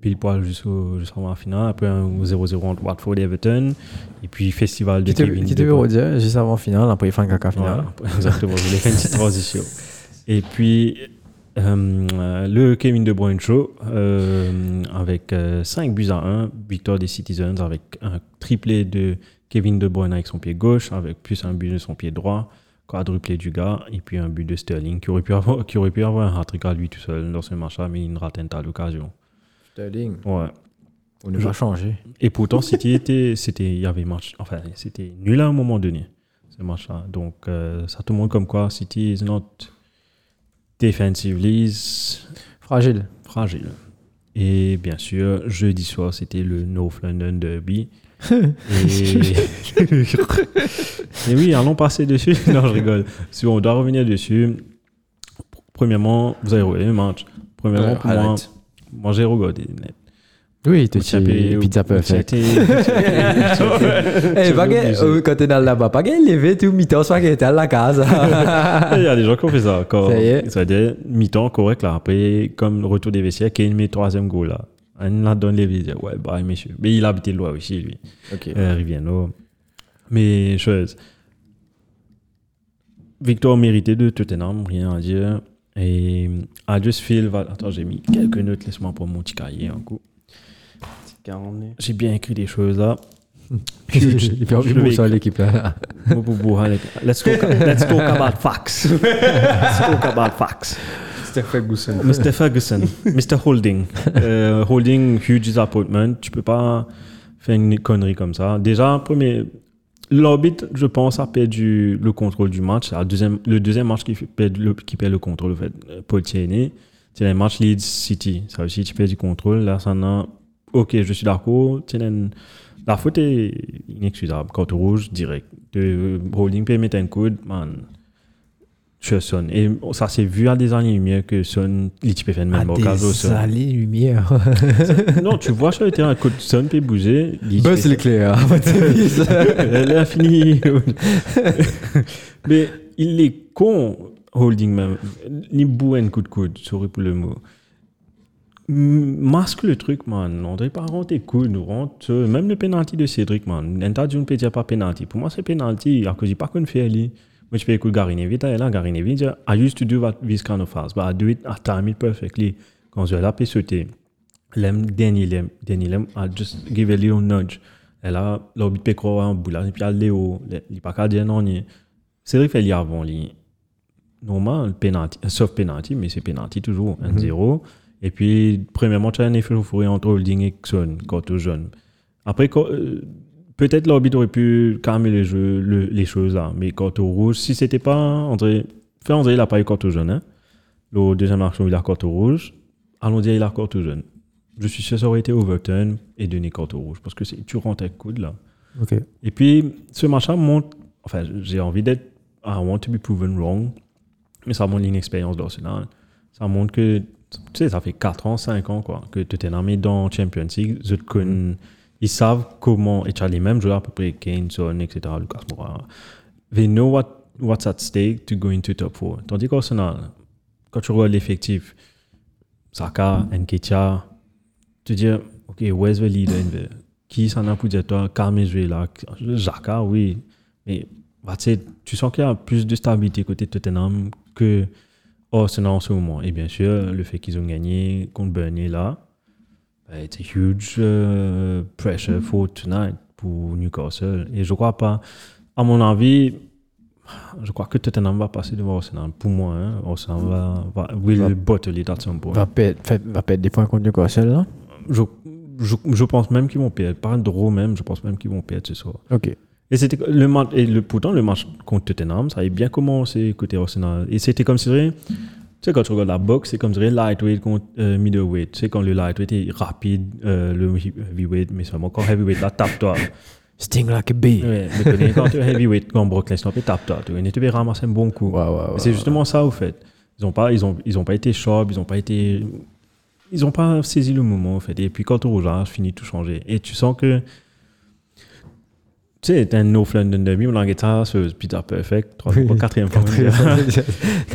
pile poil jusqu'au- jusqu'en finale, après un 0-0 entre Watford et Everton, et puis festival de
Qui te
Kevin
qui te
De
veut
Bruyne.
redire juste avant finale, après il fait un caca
Voilà,
final.
exactement, je voulais faire une petite transition. Et puis, euh, euh, le Kevin De Bruyne Show, euh, avec 5 buts à 1, victoire des Citizens, avec un triplé de Kevin De Bruyne avec son pied gauche, avec plus un but de son pied droit, quadruplé du gars, et puis un but de Sterling, qui aurait pu avoir, qui aurait pu avoir un hat-trick à lui tout seul dans ce match-là, mais il ne rate à l'occasion.
Sterling,
Ouais.
on Mm. ne va changer.
Et pourtant, City était, c'était, il y avait match, enfin, c'était nul à un moment donné, ce match-là. Donc, euh, ça te montre comme quoi City is not defensively
Fragile.
fragile. Et bien sûr, jeudi soir, c'était le North London Derby. Et... Et oui, allons passer dessus. Non, je rigole. Si on doit revenir dessus, pr- premièrement, vous avez regardé le match. Premièrement,
Ouais,
pour moi,
highlight.
moi j'ai regardé. net.
Oui, il te
Moi, j'ai
tient
appelé-
pizza
j'ai
perfect.
été-
Eh,
pas que- euh,
quand t'es dans la bas, pas levé, tout mi-temps, soit que t'es à la case.
Il y a des gens qui ont fait ça encore.
Ça y est.
C'est-à-dire, mi-temps, correct, là. Après, comme retour des vestiaires, Kane met troisième goal, là. On la donne les vestiaires. Ouais, bah, messieurs. Mais il habitait loin aussi, lui.
Ok.
Euh, Riviano. Mais, chose. Victoire méritée de Tottenham, rien à dire. Et I just feel... va- Attends, j'ai mis quelques notes. Laisse-moi prendre mon petit cahier, un coup.
Petit carnet.
J'ai bien écrit des choses, là.
Il fait
Je
un
vais
bon ça, l'équipe là.
Mot pour bout, allez. Let's talk, let's talk about facts. Let's talk about facts.
C'était fait Gousson.
Mr. Ferguson, Mr. Holding. Euh, holding, huge disappointment. Tu peux pas faire une connerie comme ça. Déjà, premier, l'arbitre, je pense, a perdu le contrôle du match. La deuxième, le deuxième match qui fait- perd le, qui perd le contrôle, en fait, euh, Paul Tierney, c'est le match Leeds City. Ça aussi, tu perds du contrôle. Là, ça n'a. Ok, je suis d'accord. Tierney, La faute est inexcusable. Carte rouge, direct. De euh, holding, peut mettre un coude, man. Je sonne. Et ça s'est vu à des années-lumière que Son, l'ITP fait le même au cas où Son.
allées Ah, lumière.
Non, tu vois sur le terrain, quand Son peut bouger. Leeds peut-
Buzz l'éclair.
Elle a fini. Mais il est con, holding même. Ni boue un coup de coude, sorry pour le mot. M- Masque le truc, man. On devrait pas rentrer coude, rentre. euh, Même le penalty de Cédric, man. L'interdiction ne peut dire pas penalty. Pour moi, c'est penalty. Alors que je dis pas qu'on fait lui. Moi, je peux écouter Gary Neville. Et là, Gary Neville dit I used to do what this kind of fast, but I do it, I time it perfectly. Quand je l'ai appelé sauter, l'aime, dernier l'aime, dernier l'aime, I just give a little nudge. Et là, l'orbite peut croire en boulard, et puis à Léo, il pas qu'à dire non, ni. Cédric fait lire avant, lui. Normal, penalty, euh, sauf penalty, mais c'est penalty toujours, 1-0. Et puis, premièrement, tu as un effet fourré entre Holding et Xon, quand au jeune. Après, quand, euh, peut-être l'orbite aurait pu calmer les, jeux, le- les choses là, mais quand au rouge, si c'était pas André, fait André, il a pas eu quand au jeune, hein. Le deuxième action, il a quand au rouge. Allons dire, il a quand au jeune. je suis sûr que ça aurait été Overton et donné carton rouge parce que c'est- tu rentres avec coude là.
Ok.
Et puis, ce machin montre. Enfin, j'ai envie d'être. I want to be proven wrong. Mais ça montre l'inexpérience d'Arsenal. Ça montre que. Tu sais, ça fait 4 ans, 5 ans, quoi, que Tottenham est dans Champions League. Ils te connent- Ils savent comment. Et tu as les mêmes joueurs, à peu près Kane, Son, etc., Lucas Moura. They know what, what's at stake to go into top 4. Tandis qu'Arsenal, quand tu regardes l'effectif, Saka, Nketiah, te dire, OK, where's the leader in there? Qui s'en a pour dire toi? Carmezuela, Jaka, ah oui. Mais bah, tu sais, tu sens qu'il y a plus de stabilité côté Tottenham que oh, Arsenal en ce moment. Et bien sûr, le fait qu'ils ont gagné contre Burnley là, bah, it's a huge euh, pressure for tonight pour Newcastle. Et je crois pas, à mon avis, je crois que Tottenham va passer devant Arsenal. Pour moi, hein, Arsenal va, va, will
Va-
bottle it at some point.
Va, perdre, fait- va perdre des points contre Newcastle, hein. là
Je, je, je pense même qu'ils vont perdre. Par un draw même, je pense même qu'ils vont perdre ce soir.
Ok.
Et, c'était le match, et le, pourtant, le match contre Tottenham, ça avait bien commencé côté Arsenal. Et c'était comme si, tu sais, quand tu regardes la boxe, c'est comme si lightweight contre euh, middleweight. Tu sais, quand le lightweight est rapide, euh, le heavyweight, mais seulement quand heavyweight, là, tape-toi.
Sting like a bee.
ouais, mais connais, quand tu es heavyweight, quand Brock Lesnar, puis tape-toi. Tu connais, tu vas ramasser un bon coup.
Ouais, ouais, ouais.
Ah C'est justement ça, au fait. Ils n'ont pas, ils ont, ils ont pas été sharp, ils n'ont pas été. Ils ont pas saisi le moment, au fait. Et puis, quand au rouge, finit tout changer. Et tu sens que. Tu sais, t'es un North London Derby, on a ça, ce Pizza Perfect, troisième,
Oui.
quatrième fois.
Quatrième fois.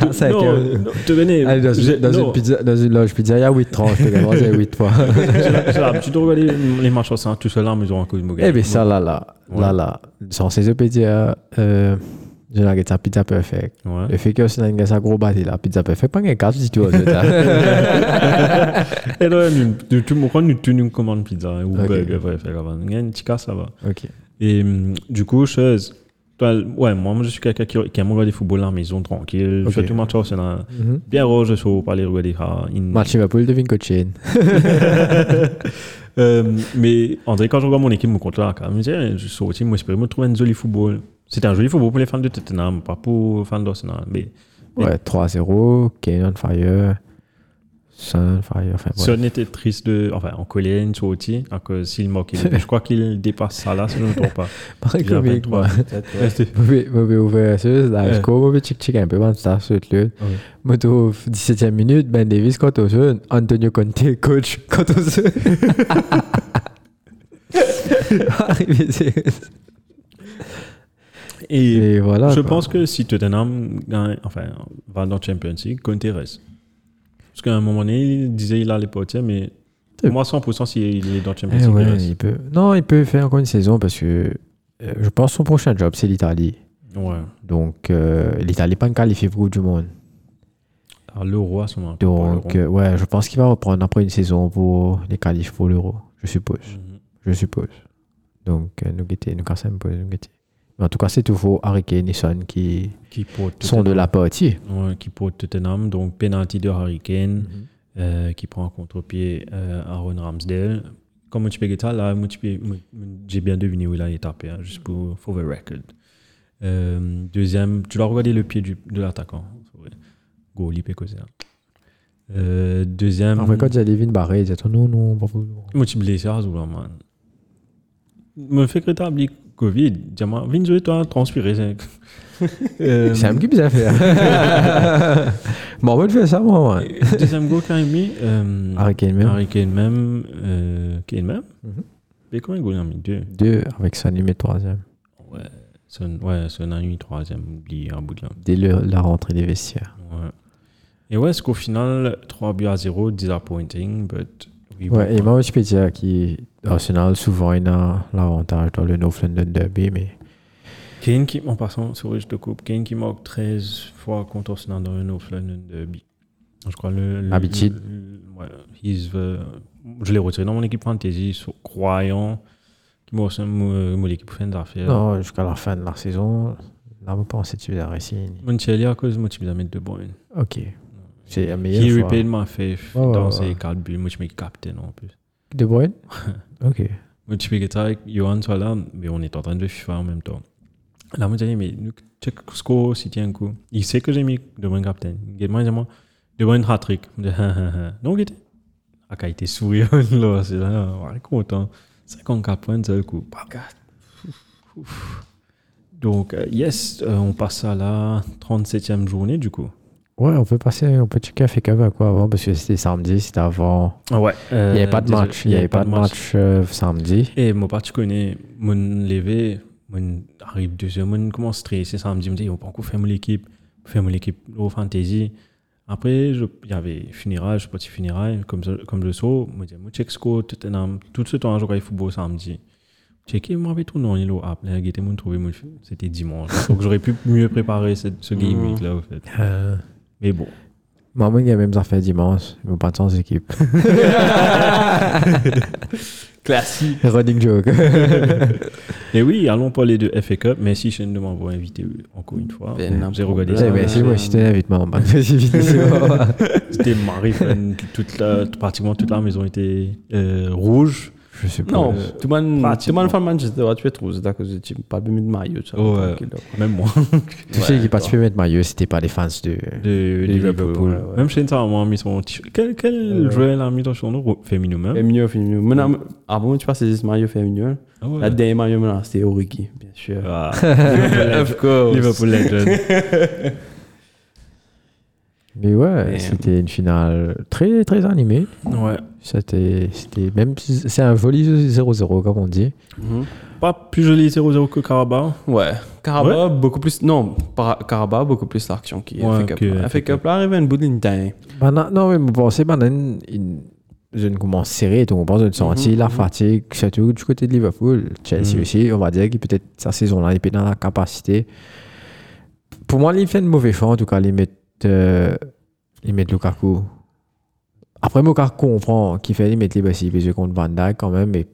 Dans cinq,
Non,
euh,
non, te venez.
Allez, dans,
j'ai-
une, dans,
non,
une pizza, dans une loge pizzeria, 8 tranches, je te garantis, c'est 8 fois.
j'ai- j'ai l'habitude de regarder les matchs au sein, tout seul à la maison à cause de Moga.
Eh bien, ça, là, là, là,
Ouais.
là, sans ces pizza, euh, je n'ai pas pizza perfect.
Ouais.
Le fait que c'est un gars, ça gros bâti, là, pizza perfect, pas un gars, si tu veux.
Et là, nous, nous, tout le monde, nous, tout nous commande pizza ou
Ok.
burger, bref, avant. Il y a une petite casse, ça va.
Ok.
Et hum, du coup, chose. Toi, ouais, moi, je suis quelqu'un qui, qui aime regarder le football à la maison, tranquille.
Ok.
Surtout match Arsenal. Bien rouge, je suis parler regarder ça. in-
Mhm. Match Liverpool devine coaching.
Euh, mais André, quand je regarde mon équipe, mon compte là, quand même, je dis, eh, je suis sorti, moi, j'espère me trouver un joli football. C'était un joli football pour les fans de Tottenham, pas pour les fans d'Arsenal. Mais
Ouais, 3-0, Kane on fire, Sun on fire, enfin
si
bref.
on était triste de. Enfin, en colère, une sortie, alors que s'il moque, il- je crois qu'il dépasse ça là, si je ne me trompe pas.
Pareil
Il a
que Mick,
23,
moi.
peut-être, ouais.
Mauvais mauvais ouverture, là,
Ouais.
je cours, mauvais chick-chick un peu, bon, ça, saute le.
Ouais.
Moto 17 e minute, Ben Davis, quand au jeu, Antonio Conte, coach, quand au jeu. Arrivé, c'est-
Et,
Et voilà.
je
quoi.
pense que si Tottenham gagne- enfin, va dans Champions League, Conte reste. Parce qu'à un moment donné, il disait il allait partir, mais pour moi, 100% s'il est dans Champions
Eh
League, il
ouais,
reste.
il peut. Non, il peut faire encore une saison parce que euh, je pense son prochain job, c'est l'Italie.
Ouais.
Donc, euh, l'Italie n'est pas qualifiée pour la Coupe du Monde.
Alors, l'euro à ce moment
Donc, euh, ouais, je pense qu'il va reprendre après une saison pour les qualifs pour l'Euro, je suppose.
Mhm.
Je suppose. Donc, euh, nous guetter, nous casser un peu, nous guetter. Mais en tout cas, c'est tout faux. Harry Kane et Son qui
qui porte
sont de la partie.
Tottenham. Ouais, qui porte Tottenham. Donc, penalty de Harry Kane, euh, qui prend en contre-pied euh, Aaron Ramsdale. Comme tu peux dire, ça, là, moi, tu peux- moi, moi, j'ai bien deviné où il a tapé, hein, juste pour for the record. Euh, deuxième, tu dois regarder le pied du, de l'attaquant. Goalie, Pécosé. Euh, deuxième.
Après, quand il y a Levin Barré, il dit non, non, pas vous.
Moi, tu blessé à Zoula, man. Me fait que t'as oublié Covid. Diamant, viens jouer, toi, transpirer. c'est- Euh,
C'est un qui bizarre faire. Bon, on va le faire ça, moi. ouais.
Deuxième goal quand même. Euh,
Harry Kane même.
Mm-hmm. Harry Kane même. Euh, Kane même.
Mhm.
Mais combien de goals il a mis Deux.
Deux avec Son, il met troisième.
Ouais, Son, ouais, Son a mis troisième. Oublié un bout de là.
Dès le- la rentrée des vestiaires.
Ouais. Et ouais, ce qu'au final, 3 buts à 0, disappointing, but. we
Ouais,
won.
et moi, je peux dire qu'Arsenal, souvent, il a l'avantage dans le North London Derby, mais.
Kane qui, en passant sur je te coupe, Kane qui marque 13 fois contre Arsenal dans le North London Derby. Je crois le. le-
Habitude.
le- le- ouais, he's the- je l'ai retiré dans mon équipe fantasy, sur- croyant que moi, c'est mon mon équipe fait des affaires.
Non, jusqu'à la fin de la saison, là, vous pensez que tu vas réussir.
Montiel, à cause de moi, tu me mets de bonnes.
Ok. C'est la meilleure.
He
fois.
repaid my faith
Ouais, ouais,
dans
ouais.
ses 4 buts. Moi, je mets captain en plus.
De Bruyne Ok.
Moi, tu fais que ça avec Johan, soit là, mais on est en train de FIFA en même temps. Là, moi, j'ai dit, mais nous, check score si tiens un coup. Il sait que j'ai mis De Bruyne captain. Il m'a dit, moi, De Bruyne hat-trick. Je me dis, Ah, ah, ah. Non, il était. a qu'à été sourire là, c'est là, on est content. 54 points d'un seul coup. Bah, ouf. Donc, euh, yes, euh, on passe à la 37e journée du coup.
Ouais, on peut passer, on peut checker à Fekava quoi avant, parce que c'était samedi, c'était avant.
Ouais.
Il n'y avait pas de match, il n'y avait pas de match euh, samedi.
Et moi, pas, Eh, tu connais, mon levé, mon arrive deux heures, mon commence stressé samedi, me dit, oh, on peut encore faire mon équipe, faire mon équipe au fantasy. Après, je- il y avait funérailles, je suis parti funérailles, comme, ça- comme le saut, je me disais, moi, check score, Tottenham, tout ce temps, je regardais football samedi. Checké, moi, avec tout le nom, il est au app, là, il était mon trouvé, mon- c'était dimanche. Donc, j'aurais pu mieux préparer cette- ce game
Mm.
week là, en fait.
Euh.
Mais bon.
Moi, moi, il y a même affaires dimanche, ils n'ont pas de sens d'équipe.
Classique.
Running joke.
Et oui, allons parler de FA Cup. Merci, chaîne de m'avoir invité encore une fois.
Ben, n'importe
J'ai regardé
quoi.
ça.
Eh,
Ouais,
mais si, moi, si tu invites, moi, on va faire
C'était marré. fan. toute la, pratiquement toute la maison était euh, rouge.
Je sais pas.
Non,
Euh,
tout le monde tout le
pratiquement.
monde fait Manchester, ouais, tu es trop, c'est à cause de tu pas bien mis de maillot, ça.
Ouais.
tranquille, là.
Même moi.
Tous ceux qui participent mettre Mario, c'était pas les fans de.
De Liverpool.
Liverpool, ouais, ouais.
Même Shane Sarah a mis son t-shirt. Quel, quel joueur a mis son nom Féminin même.
Féminin, féminin. Maintenant, avant, tu passes les maillots féminins.
Ah ouais.
La dernière maillot, maintenant,
e
c'était Origi, bien sûr.
Ah,
Of course.
Liverpool Legend.
Mais euh, ouais,
Mais,
c'était une finale très, très animée.
ouais.
C'était. c'était Même si c'est un joli 0-0, comme on dit.
Mhm.
Pas plus joli 0-0 que Carabao.
Ouais. Caraba, beaucoup plus. Non, Caraba, beaucoup plus l'action qui
Ouais,
FA Cup.
que
FA
FA
Cup, là, arrive un bout d'une dingue.
Bana- Bah, non, mais vous pensez, Banane, une- une commence serrée, donc on pense une sortie, la fatigue, surtout du côté de Liverpool, Chelsea aussi, on va dire que peut-être sa saison-là, il est dans la capacité. Pour moi, il fait une mauvais choix, en tout cas, il met, euh, il met Lukaku. Après, Lukaku, on prend qu'il fait, il met les bassines, les yeux contre Van Dijk quand même, mais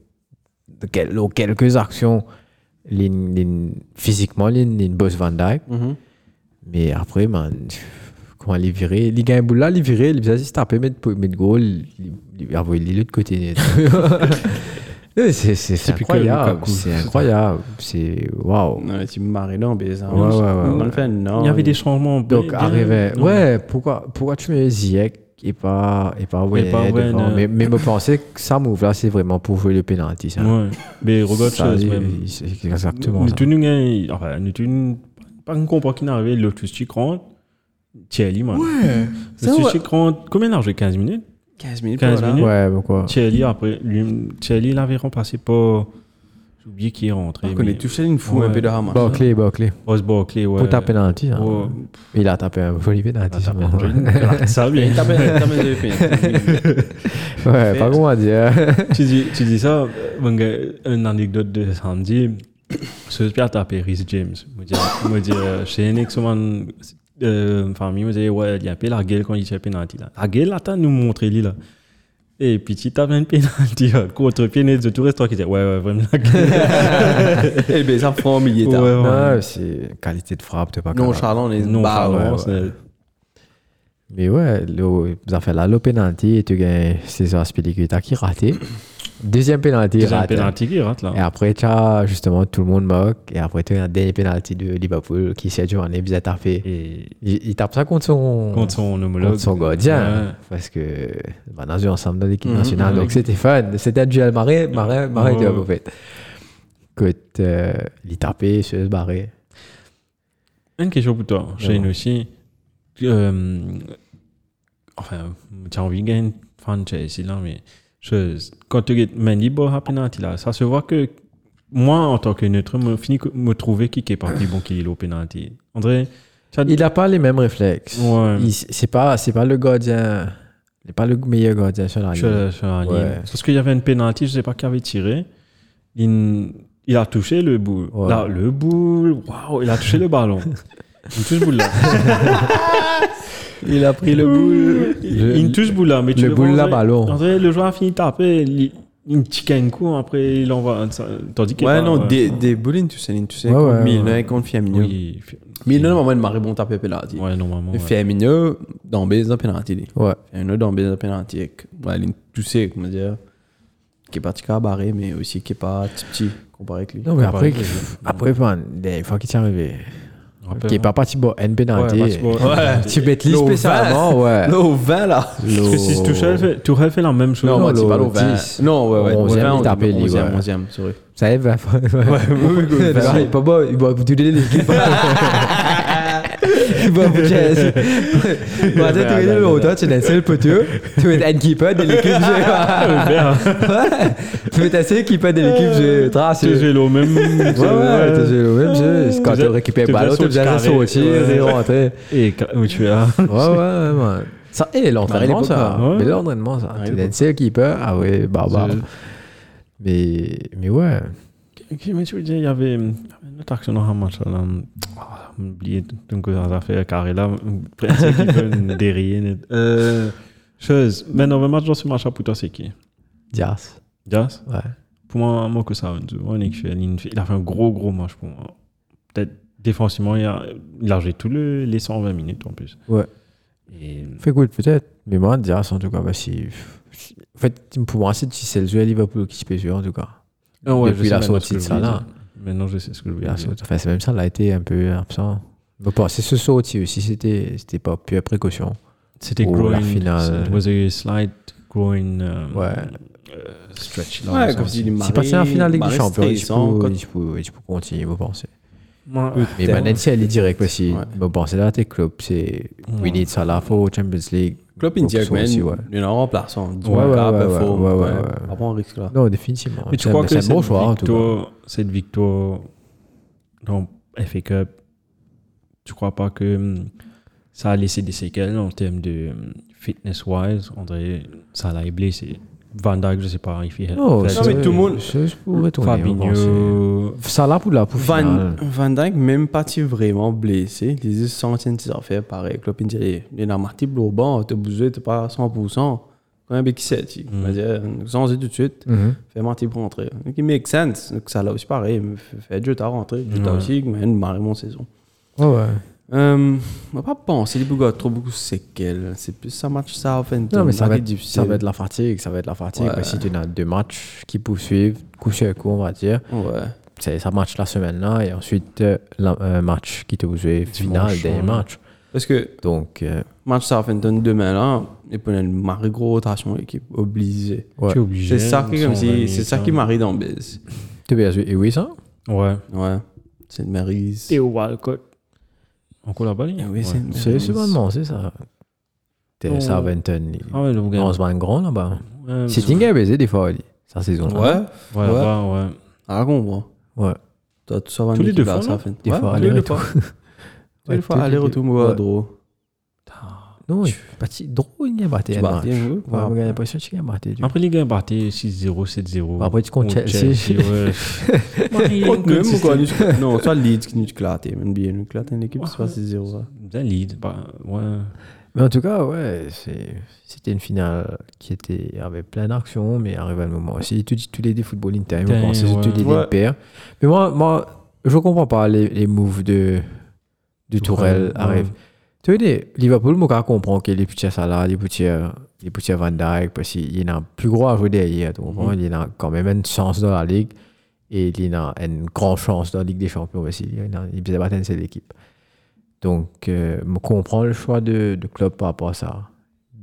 de quel- dans quelques actions, l'in- l'in- physiquement, il bosse Van Dijk.
Mhm.
Mais après, man, comment il est viré Il gagne un bout là, il est viré, il faisait juste taper, mettre, mettre goal, il il a envoyé l'île de côté. C'est- c'est- C'est
Typical
incroyable,
Lukaku.
c'est incroyable, c'est waouh.
Non, mais tu me maries dans bizarre.
Ouais, ouais, ouais,
hein. On
Ah, ouais.
le fait, non.
Il y avait des changements.
Donc,
bien-
arrivé,
bien-
ouais, pourquoi, pourquoi tu mets Ziyech et pas, et pas Wayne,
pas Wayne,
devant
euh.
Mais, mais me penser que ça move là, c'est vraiment pour jouer le penalty. Ça.
Ouais. Mais regarde,
Ça,
chose
il-
même.
il- c'est Exactement.
Nous
ça.
tenons un- enfin, nous tenons pas un compas qui n'arrivait, Lotus Chic rentre, Thierry, man.
C'est
Lotus
vrai.
Chic rentre, combien d'argent 15 minutes
15 minutes.
15
voilà.
minutes.
Ouais, pourquoi
Thierry, après, lui, Thierry l'avait remplacé par. J'ai oublié qui est rentré.
Je connais
mais-
touché une fou un
Ouais. Bah,
peu de Hamas.
Barclay, Barclay.
Ross Barkley, ouais.
Pour taper penalty. hein.
Ouais.
Il a tapé un joli penalty. ce moment.
Ça bien.
Il tapait il tapait des fins.
Ouais, pas comment dire.
tu, dis, tu dis ça, euh, mon gars, une anecdote de samedi. Ce pire tapé Rhys James. Je me dis- je me dis, euh, chez un ex-man, euh, famille, me dit, ouais, il y a un peu la gueule quand il fait penalty là. La gueule, là, t'as nous montré, lui, là. Et puis, tu tapes un penalty, là, contre-pied, net de tout reste, toi qui dis, ouais, ouais, vraiment la gueule.
Et bizarre, prend au milieu.
Ouais, ouais.
Non, c'est qualité de frappe, t'es pas
Non,
capable.
Charlon, on est
Non,
bah,
pardon,
ouais,
c'est-
Mais ouais, le, ça fait là, le penalty, et tu gagnes César Spilicueta qui raté. Deuxième penalty,
c'est un
raté.
penalty qui rate, là.
Et après, tu as justement tout le monde moque. Et après, tu as un dernier penalty de Liverpool qui s'est dû en bien tapé.
Et
Il, il tape ça contre son,
contre son homologue.
contre son gardien.
Ouais.
Parce que bah, dans un ensemble de l'équipe
Mhm,
nationale, donc c'était fun. C'était un duel marais, marais, marais
Ouais.
de en fait. Écoute, euh, il tapait, se barrer.
Une question pour toi, Shane
Ouais.
aussi. Euh, enfin, tu as envie de gagner fan de Chelsea là, mais chose, quand tu gagnes Mandy Ball à penalty là, ça se voit que moi, en tant que neutre, me fini que- me trouver qui est parti bon qui est au penalty. André, tu as
Il n'a pas les mêmes réflexes.
Ouais.
Il- C'est pas, c'est pas le gardien. Il n'est pas le meilleur gardien sur la
Je,
ligne.
je- je-
Ouais.
Parce qu'il y avait une pénalité, je ne sais pas qui avait tiré. Il, il a touché le boule.
Ouais.
Là, le boule, waouh, il a touché le ballon. Il touche boule là. il a pris le boule.
Le-
Il, il touche boule là, mais tu
le boule là,
André-
ballon.
André, le joueur a fini de taper. Il, il tique un coup, après il envoie. un- ça- Tandis qu'il
Ouais,
parle,
non, des, des boulines, tu sais, tu sais,
Ouais,
contre
ouais,
Milner et contre Firmino.
Oui,
Milner, normalement, il marie bon tapé penalty.
ouais, normalement. ouais.
Firmino, dans bizarre penalty. lui.
Ouais.
Firmino, dans bizarre penalty. avec- Ouais, il toussé, comment dire. Qui est pas tika barré, mais aussi qui est pas petit petit comparé avec lui.
Non, mais
Comparé avec
après,
les
pff, après, man, des fois qu'il t'est arrivé. Qui est pas parti pour N
Ouais,
penalty.
parti pour-
Ouais.
Tu bêtes lui
L'eau
spécialement, ouais.
L'eau 20 là.
Parce que si Tuchel fait, Tuchel fait la même chose.
Non,
Non,
l'eau
c'est pas l'eau
10.
20. Non, ouais, ouais.
Onzième,
Vingt,
il tapait, lui,
11e,
ouais.
11e, c'est vrai.
Ça aide, va. Il va-
oui, oui, oui.
il est bah, pas bon, il va vous donner les équipes. Il va vous casser. Bon, attends, tu es longtemps, tu es un seul poteau, tu es un keeper de l'équipe G. Ouais, Tu es un seul keeper de l'équipe G. Trace.
C'est
Ouais,
le même.
ouais, tu es le même jeu. Quand
Tu
tu
faisais-
récupères
tu
le ballon,
faisais
tu faisais
sauter
sortir
carré.
et rentrer.
Et cla- où tu es hein. là.
Ouais, ouais, ouais, Bah, man. Ça, et l'entraînement,
L'entraînement,
ça.
quoi, ouais.
Mais l'entraînement, ça.
Ouais,
Tu es un seul keeper. Ah ouais, barbare. Mais, mais ouais.
Ok, mais tu veux dire, il y avait hum, il y avait une autre action dans un match. là, là, hum, ah, J'ai oublié donc dans affaire carré là. hum, Prince qui peut nous dérailler. net. Euh, Chose, mais dans le match dans ce match là pour toi c'est qui
Dias.
Jazz
Ouais.
Pour moi, moi que ça, on est que je- il a fait un gros gros match pour moi. Peut-être défensivement, il a, il a joué tous le, les 120 minutes en plus.
Ouais.
Et
Fait écoute, peut-être. Mais moi, Dias, en tout cas, bah, si. En fait, pour moi, c'est c'est le jeu à Liverpool qui se peut jouer, en tout cas. Ah ouais, je sais
la
maintenant ce
sortie
que
de
je
ça
voulais
là.
dire.
Maintenant, je sais ce que je voulais
Dias,
dire.
enfin, c'est même ça, il a été un peu absent. Bon, bon, c'est ce saut aussi, si c'était c'était pas pure précaution.
C'était
Oh,
growing.
la finale.
It was a slight growing um,
Ouais.
euh, stretch là.
Ouais,
ça
comme
aussi.
si il
C'est passé en finale Ligue des
Marais,
Champions. Tu
c'était sans-
peux,
quand-
tu peux, tu peux continuer, vous pensez.
Moi,
Mais
Tellement.
Valencia, elle est directe aussi.
Ouais.
Bon, pensez là, tes clubs, c'est. We need Salah for Champions League.
Klopp
Beaucoup
indirectement,
sont aussi, ouais.
il en remplace. hein. Du
Ouais,
moins,
ouais,
cap,
ouais, ouais,
forme,
ouais, ouais,
ouais.
ouais.
Pas bon risque, là.
Non, définitivement.
mais tu
C'est-
crois
mais
que
c'est un
cette,
bon choix, en tout cas.
victoire, cette victoire dans FA Cup, tu crois pas que hum, ça a laissé des séquelles en termes de hum, fitness-wise André Salah est blessé. Van Dijk, je sais pas, il fait.
Non,
fait-
Oh, c'est-
mais tout le monde-
Je je pourrais tourner. vous pensez.
Fabinho.
Salah pour la pour
Van,
finale.
Van Dijk, même pas tu vraiment blessé. Les yeux centaines de ses affaires, pareil. Klopp, il dit, eh, il a marqué le banc, t'as bougé, t'es pas à 100%. Quand même, qui sait, tu
Mm.
vas dire, sans tout de suite,
Mhm.
fais marquer pour rentrer. Donc, il make sense. Donc, ça là aussi, pareil, mais f- fait Dieu t'a rentré, Dieu t'a
Ouais.
aussi, mais il marre mon saison.
Ouais, ouais.
Euh, on va pas penser, les Bougas, trop beaucoup de séquelles. C'est plus ça match Southampton.
Non, mais ça va,
marqué
être,
difficile.
ça va être la fatigue, ça va être la fatigue.
Ouais.
Parce que Si tu as deux matchs qui poursuivent, coup sur coup, on va dire,
Ouais.
c'est ça match la semaine-là et ensuite euh, la- un match qui te poursuit, final,
Dimanche,
dernier
ouais.
match.
Parce que
Donc, euh,
match Southampton demain, là, il peut y avoir une marée grosse rotation, l'équipe obligée.
ouais.
Tu es obligé.
C'est ça qui,
120
comme si- c'est ça
minutes,
qui
hein.
m'arrive dans le biz.
tu bien joué. Et oui, ça
Ouais.
Ouais. C'est une marise.
Théo Walcott. Encore la balle
Eh
hein?
oui, c'est une
C'est
marise.
seulement, c'est ça. T'es
Oh.
Southampton,
Ah ouais, le gars.
on se bat grand là-bas.
Ouais,
C'est Tinga baisé des fois, lui, sa saison.
Ouais.
Ouais,
Ouais.
bah, ouais.
Ah, comprends.
Ouais.
Toi, tout ça va
Tous les deux fois, là
Southampton.
Des
Ouais,
fois,
tous les deux
aller-retour.
fois. Tous les fois, aller-retour, moi,
Ouais.
à Dro.
Non, je suis parti drôle, il a battu
Tu
un
vas
match.
bien,
Ouais,
ouais.
j'ai l'impression qu'il a battu. du coup.
Après, les gars partaient 6-0, 7-0.
Bah, Après, tu comptes
Ou
Chelsea.
ouais. Ouais, il y a une
Contre même ou quoi,
consistance.
nous- Non, soit Leeds qui nous éclate, même bien nous éclate une équipe, c'est pas 6-0. ouais.
Un lead, bah, ouais.
Mais en tout cas, ouais, c'est- c'était une finale qui était avec plein d'actions, mais arrivé à un moment aussi. Tu dis tous les football inter,
Putain,
je pense,
ouais.
tous les
Ouais.
paires. Mais moi, moi, je comprends pas les, les moves de, de
Tourelle,
Tourelle arrive.
ouais.
Tu vois, les- Liverpool, moi, je comprends que les petits Salah, les petits, euh, les petits Van Dijk, parce qu'il y en a un plus gros à jouer derrière. tu comprends? Il y en a quand même une chance dans la Ligue et il y en a une grande chance dans la Ligue des Champions parce qu'il y en a il peut battre une seule équipe. Donc, euh, je comprends le choix de, de club par rapport à ça.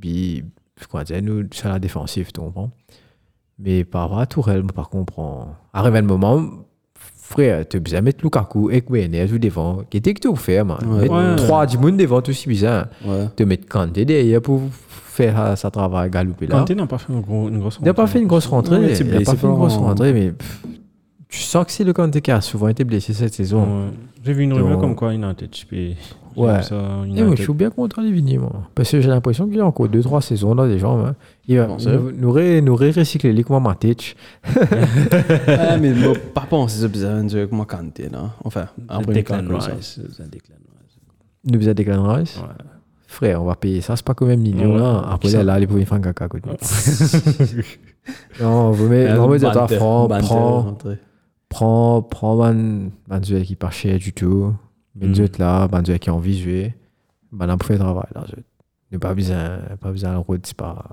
Puis, je crois dire, nous, sur la défensive, tu comprends? Mais par rapport à Tourelle, moi, par contre, on- arrive un moment, frère, tu as besoin de mettre Lukaku et Kwener tout devant. Qu'est-ce que tu fais, man?
Ouais.
Mettre
Ouais.
trois du monde devant, tout si bizarre.
Ouais.
Tu mettre Kanté derrière pour faire euh, sa travail galoper là.
Kanté n'a pas fait un gros- une grosse
Il n'a pas
rentrée.
fait une grosse rentrée.
Non, mais c'est
il n'a
blessé
pas fait une
pas
grosse
en-
rentrée, mais pff, tu sens que c'est le Kanté qui a souvent été blessé cette saison.
Ouais. J'ai vu une rumeur
Donc-
comme quoi United, je peux.
Ouais.
Ça,
Et moi, je
United.
suis bien content de Vini, moi. Parce que j'ai l'impression qu'il a encore 2-3 saisons là, des gens. hein. Il va
Bon, c'est
nous, nous, ré, nous ré- recycler les comme Matic.
Ah, mais moi, par contre, c'est ça, bizarre, on dirait que moi, Kanté, là. Enfin, après, il
Declan
éclate comme ça.
Rice. c'est un Declan Rice.
Nous faisons des Declan Rice.
Ouais.
Frère, on va payer ça, c'est pas quand même million
Ouais.
là. Après, là, là, les pauvres, ils font un caca. quoi. non, vous mettez
Euh,
non, vous dites, attends,
Banter,
prends,
Banter,
prends,
rentrée.
prends, prends Van, Van Zuel qui part chez du tout. Van
Mm.
Zuel là, Van Zuel qui est en visuel. Ben, là, on fait le travail, là, je. N'est pas besoin, pas besoin de route, c'est pas.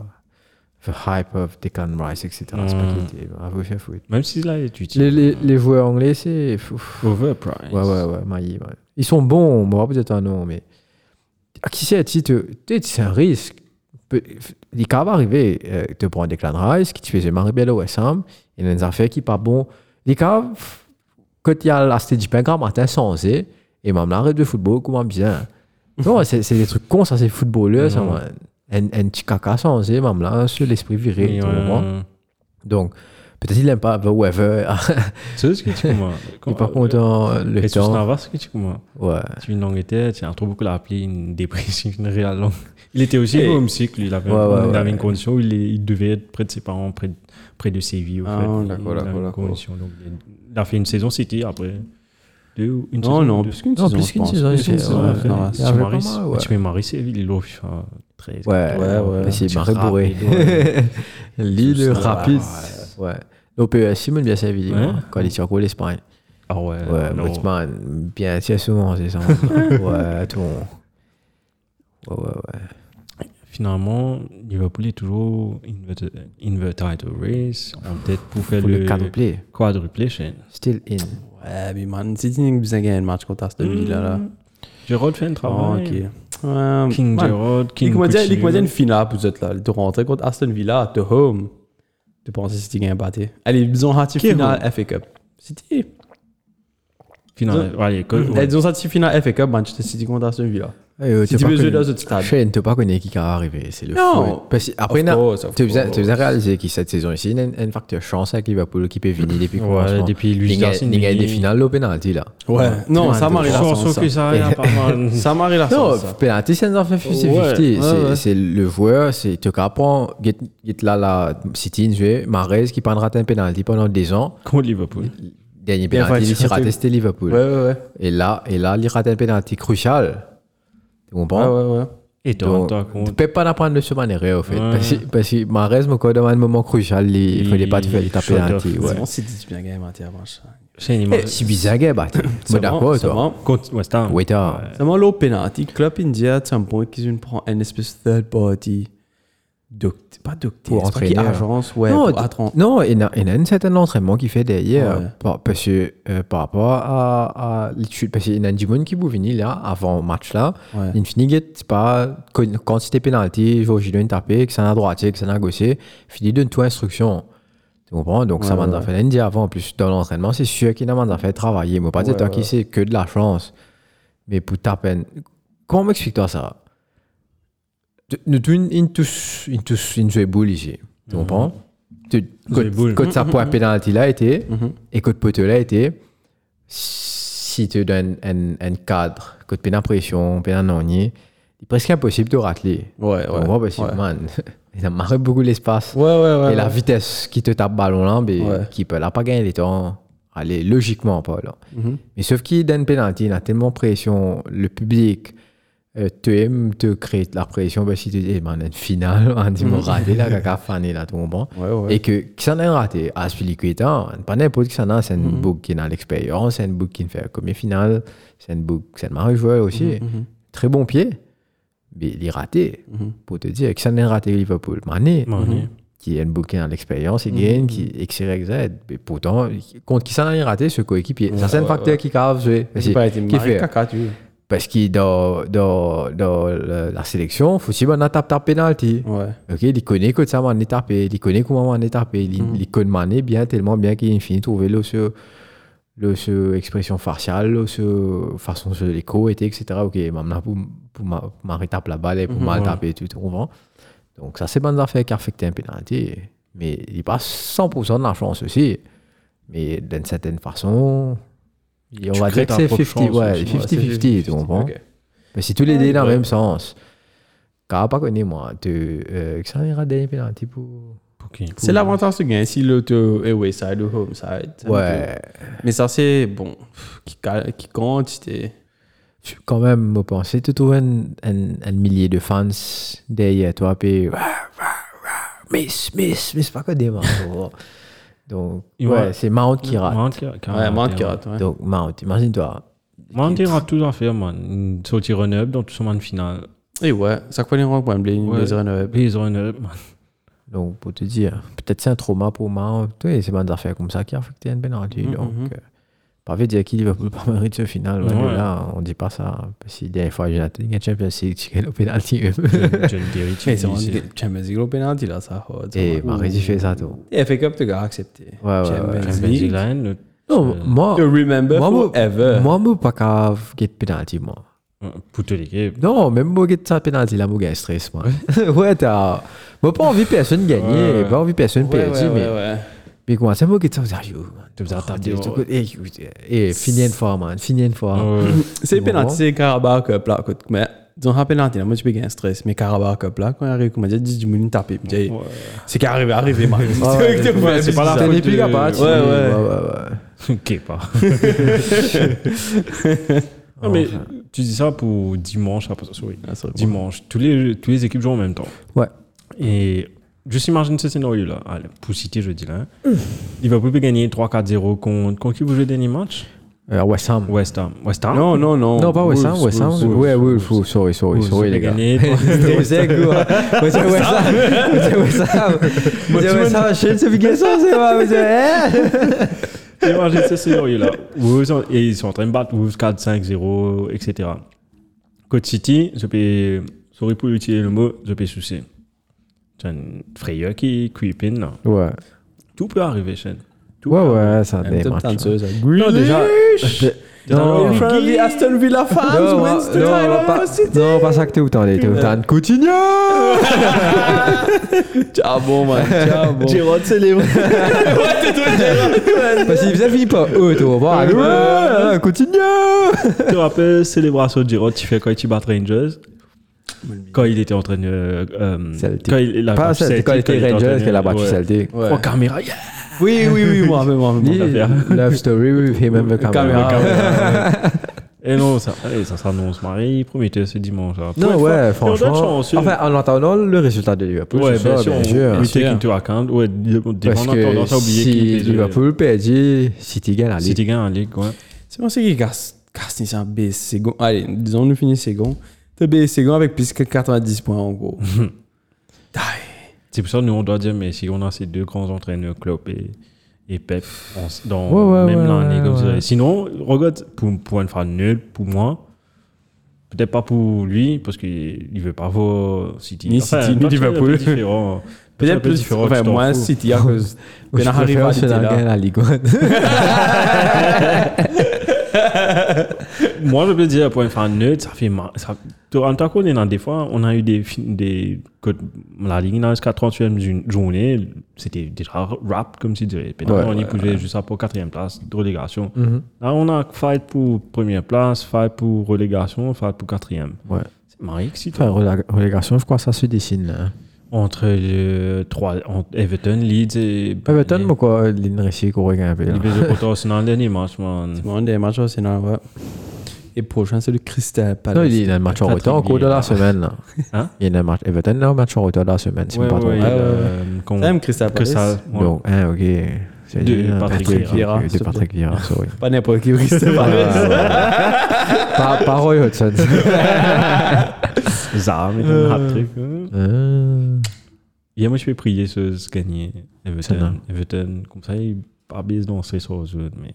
The hype of Declan Rice, etc. C'est pas
Mm.
quitté. Ben, vous faire foutre.
Même si là, il est tweeté.
Les, les, les joueurs anglais, c'est. fou.
Overpriced.
Ouais, ouais, ouais, Maï, ouais. Ils sont bons, bon, peut-être un nom, mais. Ah, Qui sait, si te- tu sais, c'est un risque. Peu- Il va arriver, euh, te prendre des clans de rice, qui te faisait Maribel au SM, il y a des affaires qui pas bon. Il va, quand il y a la stage pingram, matin sans et même l'arrêt de football, comment bien. Non, c'est c'est des trucs cons, ça, c'est footballeur, ça,
Non.
moi. Un un petit caca sans et même là, sur l'esprit viril, tu
euh,
comprends? Donc, peut-être il n'aime pas The Weather.
C'est ce que tu comprends.
Et par contre, euh, le
Et sur
temps.
Navas, ce que tu comprends.
Ouais.
C'est une langue était, tiens, trop beaucoup l'appelé une dépressive, une réelle langue. Il était aussi
Et-
homesick, lui. Il avait,
Ouais, ouais,
il avait
ouais.
une condition où il, est- il devait être près de ses parents, près de, près de ses vies. Au
Ah,
fait.
d'accord,
Il-
d'accord,
il avait une
d'accord.
condition, donc il a- il a fait une saison City après. Deux, ou- une
Non,
saison,
non,
deux.
plus qu'une
Non,
saison.
plus
je
qu'une
pense.
saison, il
Plus qu'une
fait-
saison,
ouais,
il fait dans la-
il
Tu
y avait
m'as
pas
maries,
mal, ouais.
tu m'as maries, c'est il est hein, FIFA 13.
Ouais,
Ouais, ouais.
Mais c'est
Tu
marré
frappes
bourré.
les doigts.
Lille
Tout ça,
rapide. Ouais. E L'OPS, Simon bien servi.
Ouais.
moi, Quand il tire goal, l'Espagne.
Ah ouais,
Ouais,
non.
Botman, bien, c'est souvent, c'est ça. ouais, tout. Ouais, ouais, ouais.
Finalement, Liverpool est toujours inverted, inverted race en tête pour faire
Pour
le,
le quadruplé.
quadruplé chaîne.
Still in.
Ouais, mais man, City n'a pas gagné le match contre Aston Villa, là.
Giroud fait un
Ah,
travail.
ok. Ouais,
King
man.
Giroud,
Il
King
m'a dit
Coutinho.
une finale pour vous êtes là. De rentrer contre Aston Villa, at the home. Tu penses que City gagne pas t'es? Allez, ils ont raté
Qui est
finale FA Cup. City.
Final, allez, que- Euh, ouais.
Ils ont raté finale FA Cup, Manchester City contre Aston Villa.
Hey,
Si tu veux jouer dans un stade.
Shane, tu pas connu qui va arriver, c'est le
Non.
foot. Parce que après,
Of
na-
course, of
tu faisais
course.
tu faisais réaliser que cette saison ici, il y a un- un facteur chance avec Liverpool qui peut venir depuis le
Ouais,
commencement.
depuis lui,
Il y a-
Darcy,
il y a
il-
des finales au penalty, là.
Ouais. Non,
Ouais,
ça
Je
marie la
pense
sens.
que ça arrive pas mal.
Ça marie la
Non,
sens. ça.
penalty, c'est un 50-50.
Ouais, ouais,
C'est-
ouais.
C'est le joueur, c'est tu comprends, get, get là, la City, une joueur, Mahrez qui prendra un penalty pendant deux ans.
Contre Liverpool.
Dernier
Bien,
penalty,
ouais,
il s'est raté, c'était Liverpool.
Ouais, ouais, ouais.
Et là, et là, il rate un penalty crucial. Tu
Ouais,
comprends?
ouais, ouais.
Et
Donc,
Toronto
tu
contre.
peux pas l'apprendre de ce manière, en fait.
Ouais.
Parce, que- parce que Mahrez, mon code, à un moment crucial, il, il fallait pas te faire
Il
taper un
shut
petit.
off.
Ouais.
C'est bon, City, tu bien gagné Mathieu avant ça.
C'est
Eh,
une image.
Si bizarre, bah, t'es-
C'est
moi, d'accord,
bon, c'est
toi.
bon.
Contre West Ham.
Ouais, t'as-
Seulement l'eau penalty, Club India, c'est un point qu'ils une prend une espèce de third party. Doct- pas docteur,
Pour
c'est pas qui
entraîner,
agence, ouais,
non,
pour
t-
attran-
non, il y en a, il y en a un certain entraînement qu'il fait derrière.
Ouais.
Par- parce que euh, par rapport à, à l'étude, parce qu'il y en a du monde qui vous venir là, avant le match là,
Ouais.
il finit que c'est pas quand- quand c'était pénalty, Jorginho il tapé, que c'est un droitier, que c'est un gaucher, finit donne toi instruction. Tu comprends? Donc ça
Ouais,
m'a
ouais.
fait lundi avant. En plus, dans l'entraînement, c'est sûr qu'il m'a fait travailler. Moi, pas dire
Ouais,
toi
ouais.
qui c'est que de la chance. Mais pour ta peine. Comment m'explique-toi ça? Tu- Nous tous, une tous, une tous, une jouée boule ici.
Mhm.
Tu comprends? Tu-
Jouer boule.
Quand quand ça pour un penalty là était,
Mhm.
et que poteau là était, si tu donnes un, un cadre, que tu as pression, tu as un ennui, c'est presque impossible de rater.
Ouais,
Tu comprends? Parce que,
ouais.
man, il a marre beaucoup l'espace.
Ouais, ouais, ouais.
Et la
ouais.
vitesse qui te tape ballon là, mais
Ouais.
qui peut là pas gagner les temps. Allez, logiquement pas là.
Mhm.
Mais sauf qu'il donne penalty, il a tellement pression, le public euh, te aime, te crée de la pression parce qu'il te dit, eh ben, on a une finale, on
Mm-hmm.
dit, mon raté là, caca fané là, tout le monde.
Ouais, ouais.
Et que, que ça n'a raté, à celui qui est un, pas n'importe qui ça n'a, c'est un
Mhm.
book qui a l'expérience, c'est un book qui fait comme finale, c'est un book, c'est un mauvais joueur aussi.
Mhm.
Très bon pied, mais il est raté,
Mhm.
pour te dire, que ça n'a raté Liverpool. Mané, Mhm.
Mané.
qui est un bouquin à l'expérience, et
Mhm.
gagne, qui XYZ. Mais pourtant, contre qui ça n'a raté ce coéquipier C'est un certain
ouais,
facteur qui cave jouer.
J'ai pas été
qui
marqué
fait
caca, tu
Parce que dans, dans, dans le- la sélection, faut aussi on a tapé tapé penalty.
Ouais.
Ok, il connaît que ça m'a tapé, il connaît comment m'a tapé, il
Mm.
il connaît mané bien tellement bien qu'il finit trouver le ce le ce expression faciale, le ce façon de l'écho était etc. Ok, maintenant pour pour ma- pour m'a tape la balle et pour m'a
Mm-hmm, ouais.
taper tout comprends. Donc ça c'est bonne affaire qui a affecté un penalty, mais il passe 100% de la chance aussi. Mais d'une certaine façon, et on
Tu
va
crées
dire que
ta
c'est
propre
50,
chance
ouais,
aussi.
50-50, tu comprends.
Ok.
Mais si tous les dés dans le
ouais.
même sens, car pas connu moi, tu euh, que ça ira des penalty pour.
Pour qui
C'est l'avantage de gagner si l'auto est away side ou home side. Ça
Ouais,
dépend. Mais ça, c'est bon. pff, Qui, cal- qui compte, c'était.
je suis quand même me penser, tu trouves un, un, un millier de fans derrière toi, puis ouais, ouais, ouais, miss, miss, miss, pas connu moi. gros. Donc,
Et
ouais,
ouais.
c'est Mount qui rate.
Mount qui rate.
Ouais, Mount qui rate, ouais.
Donc, Mount, imagine-toi.
Mount il rate tout à fait, man. Sortir un up dans tout son man final.
Et ouais, ça quoi les rangs, pour Blin,
Ouais.
les Renault.
Et Ils ont un up, man.
Donc, pour
Mm-hmm,
te dire, peut-être c'est un trauma pour Mount, ouais, c'est pas des affaires comme ça qui a affecté un penalty. Donc, euh, Pas veut dire que Liverpool pas mérite ce final. ouais,
Ouais.
mais Là, on dit pas ça. Parce que la dernière fois, Jonathan Ligue Champions League, tu gagnes au penalty. eux.
John Terry, tu
Mais
dis,
c'est
c'est-
Champions League au penalty là, ça. oh, tu
Et
vois.
Marie, il fait ça tout.
Et FA Cup, tu as accepté.
Ouais, ouais,
Champions
ouais.
Champions
League.
League, là, notre-
Non, moi,
e To remember
moi, moi,
forever.
moi, moi, pas qu'à get penalty, moi.
euh, pour toute l'équipe.
Non, même moi, get ça penalty, là, moi, gagne stress, moi. ouais, t'as. Moi, pas envie personne gagner,
Ouais.
pas envie personne
Ouais,
perdre,
ouais,
mais.
ouais, ouais.
Mais comment ça, moi, get ça, vous arrivez, man.
Tu faisais
Oh,
taper,
Dieu,
ouais.
tu écoutes, eh, écoute, eh, finis une fois, man, finis une
Ah.
fois.
Euh,
C'est
Bon,
penalty,
bon.
c'est Carabao Cup là. écoute, Mais disons, un penalty là, moi, tu peux gagner un stress. e Mais Carabao Cup là, quand il arrive, comme on dit, 10 minutes tapé. puis j'ai- C'est qu'à arriver, arriver, man.
ouais,
C'est
ouais, c'est pas la
T'as
faute
des pics à
de-
battre,
euh, Ouais,
mais-
Ok,
ouais, ouais.
ouais.
pas. Non, mais tu dis ça pour dimanche, après, sorry,
Ah, sorry.
dimanche. Tous les, tous les équipes jouent en même temps.
Ouais.
Et juste imagine ce scénario-là. Allez, Pour citer, je dis là. Il va plus gagner 3-4-0 contre. Contre qui vous jouez le dernier match
Euh, West Ham.
West Ham. West Ham
Non, non, non.
Non, pas West Ham,
Wolves,
West Ham.
Wolves, Wolves.
Ouais, Wolves, Wolves, sorry, sorry,
Wolves,
sorry,
vous
les gars.
gagnez trois-
Vous savez quoi Vous savez West Ham Vous savez West Ham Vous savez West Ham, chaîne, c'est piqué ça, c'est quoi Vous savez, hein
Imagine ce scénario-là. Wolves, en- et ils sont en train de battre Wolves 4-5-0, etc. Côte City, je peux. Sorry pour utiliser le mot, je peux soucier. C'est un frayeur qui creeping là.
Ouais,
Tout peut arriver, Shane. Tout
ouais,
peut
ouais, ça
Un
des
top
matchs, ouais.
danseuse, hein.
Non, déjà. euh,
Non,
In
non,
front of the Aston Villa fans,
non,
wins the
non,
title
pas,
of the city.
non, pas ça que t'es autant, t'es autant de Coutinho
Ciao, bon, man. Ciao, bon.
c'est Léo Parce qu'il faisait fini pas eux, tu vas voir, ouais, Coutinho
Tu te rappelles, célébration de Giroud, tu fais quand tu bats Rangers Quand il était en train de. euh, euh,
Celtic.
Quand il, il a
Pas
battu
Celtic, quand il était
en train
Rangers,
de-
qu'elle a battu
ouais.
Celtic.
Ouais.
Oh, caméra, yeah.
Oui, oui, oui, moi, même, moi, même.
affaire.
Love story with him and the camera.
Caméra.
Et non, ça, allez, ça s'annonce, Marie, promettez ce dimanche. hein. là.
Non,
Pour une
ouais,
fois, et on donne
franchement.
chance, sûr.
Enfin, en attendant le résultat de Liverpool,
ouais,
c'est
bien
ça,
sûr.
bien
on-
sûr.
We
sûr.
take into account. Ouais, des- des
Parce
fois, on a
que
tendance à oublier qu'il
si
est désolé.
Liverpool perdit, City gagne la
Si
Ligue.
tu gagnes en ligue, ouais.
C'est moi qui casse casse ni un B second. Allez, disons nous finissons second. T'as B second avec plus que 90 points en gros.
C'est pour ça que nous, on doit dire, mais si on a ces deux grands entraîneurs, Klopp et, et Pep, on s- dans
Ouais, ouais,
même
ouais,
l'année,
ouais,
comme ça.
ouais.
Sinon, regarde, pour, pour une fois nul, pour moi, peut-être pas pour lui, parce qu'il ne veut pas voir City.
Ni City, ni
toi, tu es un peu
Liverpool.
différent. Toi, tu es un
Peut-être
peu
plus.
différent,
enfin,
tu t'en
moi,
fous.
City, à cause.
Moi,
Ben
je
Harry
préfère
va
Arsenal
aller
gagne
là.
la Ligue.
Moi, je peux dire, pour une fois neutre, ça fait mal. Ça, en tant qu'on est dans des fois, on a eu des. fi- des que la Ligue dans jusqu'à 38e jour- journée, c'était déjà rap, comme tu dirais. Puis
Ouais,
on y
ouais,
bougeait juste pour 4e place, de relégation.
Mhm.
Là, on a fight pour première place, fight pour relégation, fight pour 4e.
Ouais.
C'est marrant excitant.
Enfin, relég- relégation, je crois que ça se dessine. là.
Entre, le, trois, entre Everton, Leeds et.
Everton, moi, quoi, l'Inressi, qu'on regarde un peu. là.
Les BG Potos, c'est dans le dernier match, man.
Bon, des matchs au Sénat, ouais. Et prochain, c'est le Crystal
Non,
Palace.
il y a un match en
Patrick
retard au cours de
Vieira.
la semaine. là.
Ah. Hein
Il y a un match. Everton a un match en retard de la semaine, si je
Ouais,
me trompe.
ouais,
ouais,
euh, qu'on-
Même Crystal
que
Palace.
ça. ouais.
Donc, hein, ok. C'est
De
dit, hein,
Patrick
Vieira,
De
s'il te
Patrick Vieira, sorry.
Pas n'importe qui au Crystal
Ouais,
Palace.
ouais, ouais. Pas pas Roy Hodgson.
Zah, mais un hein. hat-trick.
Euh,
Et moi, je vais prier ce, ce gagner.
C'est
Everton,
bien.
Everton, comme ça, il pas bise dans ses sur les autres, mais.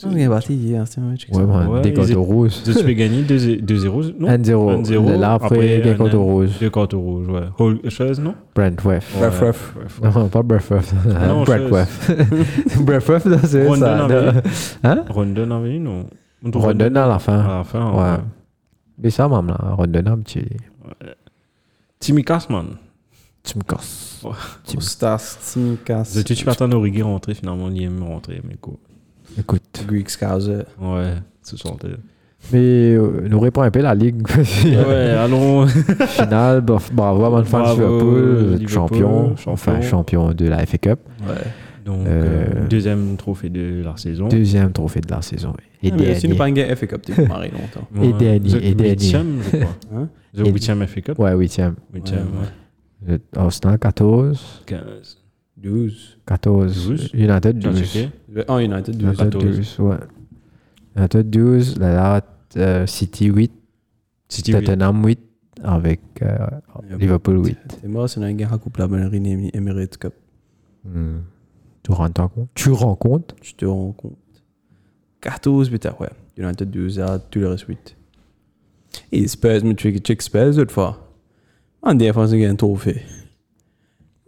Ah
Non, il est parti hier, c'est un match.
Ouais,
Ouais,
man, des
ils
cartes
étaient-
roses.
Je suis gagné 2-0, non 1-0,
1-0. Là, après, des
un-
cartes roses.
Deux cartes rouges, ouais. Hol- chose, non
Brent, ouais.
Bref, bref.
bref.
Non, pas Breathworth.
Non,
Breathworth. Breathworth, non, c'est
Rondon
ça.
avait
non. Hein
Rondon avait une ou
Rondon à la
à
fin.
la fin.
Ouais.
ouais.
Mais ça, même là, Rondon a un petit.
Timmy Kassman.
Tu me casses.
Star, Stinkas,
Je suis parti en Origi rentrer, finalement, il aime rentrer, mais quoi.
Écoute.
Greek Scouser.
Ouais, ce sentait.
Mais euh, nous répond un peu la ligue.
Ouais, allons.
Finale, bravo, bravo à Man France
Bravo,
Liverpool,
Liverpool,
champion,
champion.
enfin champion de la FA Cup.
Ouais.
Donc,
Euh,
euh, deuxième trophée de la saison.
Deuxième trophée de la saison. Et
Ah, mais Si nous
dernier.
pas gagné FA Cup, t'es pas marré longtemps.
Ouais,
dernier,
The
et dernier.
Huitième, je crois.
Hein
The
Et-
huitième FA Cup.
Ouais, huitième. Euh,
Huitième,
Ouais,
ouais.
Le- Arsenal 14,
15.
12.
14,
Douze.
United
Tu as
12.
checké
En United, 12.
United
14.
12, ouais. United 12, la Lazio, euh, City 8,
City, oui.
Tottenham 8, avec euh, Liverpool 8.
C'est mort, c'est un gars à coupe la ballerine Emirates Cup.
Hmm. Tu rends compte Tu rends compte
tu te rends compte. 14 buts après. United 12 à tout le reste 8. Et Spurs, mais tu tu Spurs l'autre fois. En défense, il y a un trophée.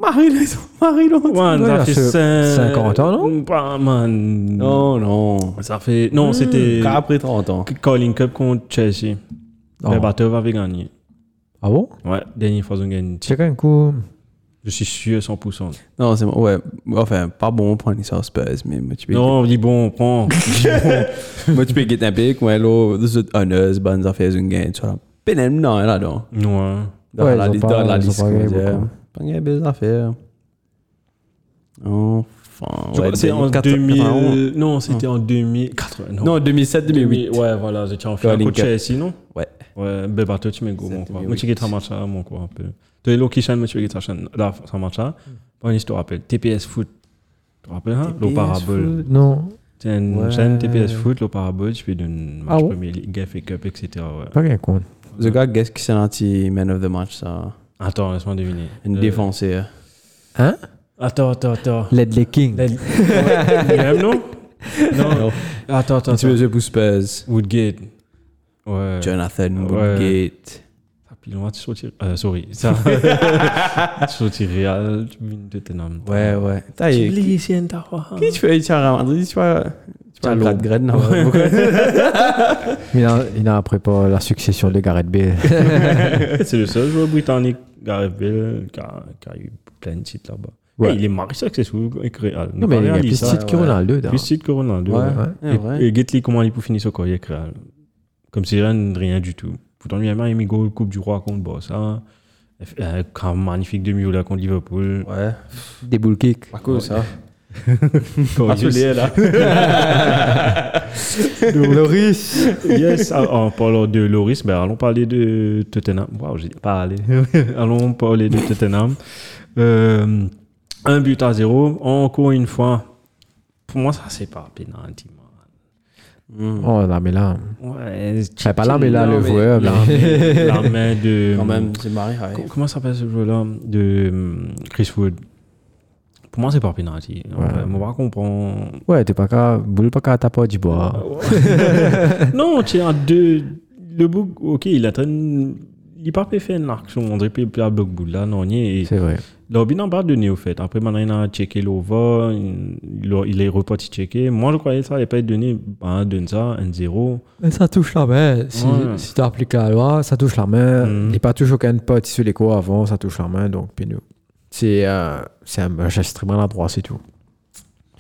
Marie, les- Marie, l'autre.
Man,
Ouais,
ça
là,
fait
c'est
cin-
50 ans, non
Bah, man.
Non, non.
Ça fait. Non,
Hmm,
c'était.
Quand après 30 ans.
Calling Cup contre Chelsea.
Oh.
Les batteurs avaient gagné.
Ah bon
Ouais, dernière fois, ils ont gagné.
C'est quand même cool.
Je suis sûr 100%.
Non, c'est ouais. Enfin, pas bon pour l'histoire Spurs, mais moi, tu peux.
Non, on dit bon, on prend.
moi, tu peux guetter un pic, ouais, là, des autres honneurs, bonnes affaires, une gagne, tu vois. Pénal, non, là, non.
ouais.
Dans
Ouais,
la
ils ont
liste,
pas-
dans la
ils ont
liste,
pas
comment
gagné
dire.
beaucoup.
Pas gagné des affaires. Enfin,
Je
ouais,
crois que c'est en
2004, 91.
2000. Non, c'était
Ah.
en 2000. 80, non.
Non, 2007-2008.
Ouais, voilà, j'étais en finale
Calling
contre
Cup.
Chelsea, non
Ouais.
Ouais, ben bah toi tu m'es gourmand quoi. Moi tu guettes un match à mon quoi un peu. Tu es loki chan, moi tu guettes chan. Là, ça match à. Bon, je te rappelle, TPS Foot. Tu te rappelles, hein Le parabole.
Non.
Tu as une
Ouais.
chaîne TPS Foot, le parabole, tu fais d'une
Ah
match
ouais
Premier League, Gaffe Cup, etc. Ouais.
Pas rien compte.
The gars, guess qui c'est l'anti-man of the match, ça.
Attends, laisse-moi deviner.
Une
Euh,
défenseur.
Hein
Attends, attends, attends.
Ledley King.
Led- Ouais, Graham, non Non. Attends, attends,
Tu
attends.
veux jouer pour Spurs.
Woodgate. Ouais.
Jonathan
Ouais.
Woodgate.
Ah, puis loin, tu sortis. Euh, sorry. Ça. tu sortis Real, tu viens de Tottenham.
Ouais, ouais. T'as eu. Qui
ici, Ntawa.
qui tu fais ici à Madrid Tu vois. Tu vois,
T'as
Brad
l'eau.
Gren, non
Mais il a- il a préparé la succession de Gareth Bale.
C'est le seul joueur britannique, Gareth Bale, qui a, qui a eu plein de titres là-bas.
Ouais.
Eh, il est marié, ça, que c'est sous avec Real.
Non, mais il y a
Real,
plus de
ça,
titres que
ouais.
Ronaldo. dedans.
Plus de titres que Ronaldo.
Ouais,
ouais.
ouais,
Et-
ouais.
Et Gately, comment il est pour finir ce courrier Real Comme si rien, rien du tout. Pourtant, lui, il a même mis goal Coupe du Roi contre Barça. Il fait Un un magnifique demi là contre Liverpool.
Ouais.
Des bull kicks.
Pas cool, ça.
hein. Quand il-
là.
Loris.
Yes, ah, en parlant de Loris, ben, allons parler de Tottenham. Waouh, j'ai pas allé. allons parler de Tottenham. Euh, un but à zéro, encore une fois. Pour moi, ça, c'est pas pénalty, man.
Oh, là, mais là.
Ouais,
Ah, pas là, mais là,
Non,
le
mais-
joueur.
la
là.
main, la main de.
Quand même, c'est marré. ouais.
Co- Comment s'appelle ce joueur-là De hum, Chris Wood. Pour moi, c'est pas pénalty. On va- On va comprendre.
Ouais, t'es pas qu'à. Boule pas qu'à taper du
Ah
bois.
non, tu es en deux. Le bug, ok, il a traîné. Il n'est pas fait une action. On dirait qu'il a bug boule là, non, il est.
C'est vrai.
Là, il n'a pas donné au fait. Après, maintenant, il a checké l'over. Il a- il est reparti checker. Moi, je croyais que ça n'allait pas être donné. Ben, donne ça, 1-0.
Mais ça touche la main. Si,
Ouais.
si tu appliques la loi, ça touche la main.
Mhm.
Et pas touche aucun pote sur les cours avant, ça touche la main. Donc, puis nous. C'est euh, c'est un geste très maladroit, c'est tout.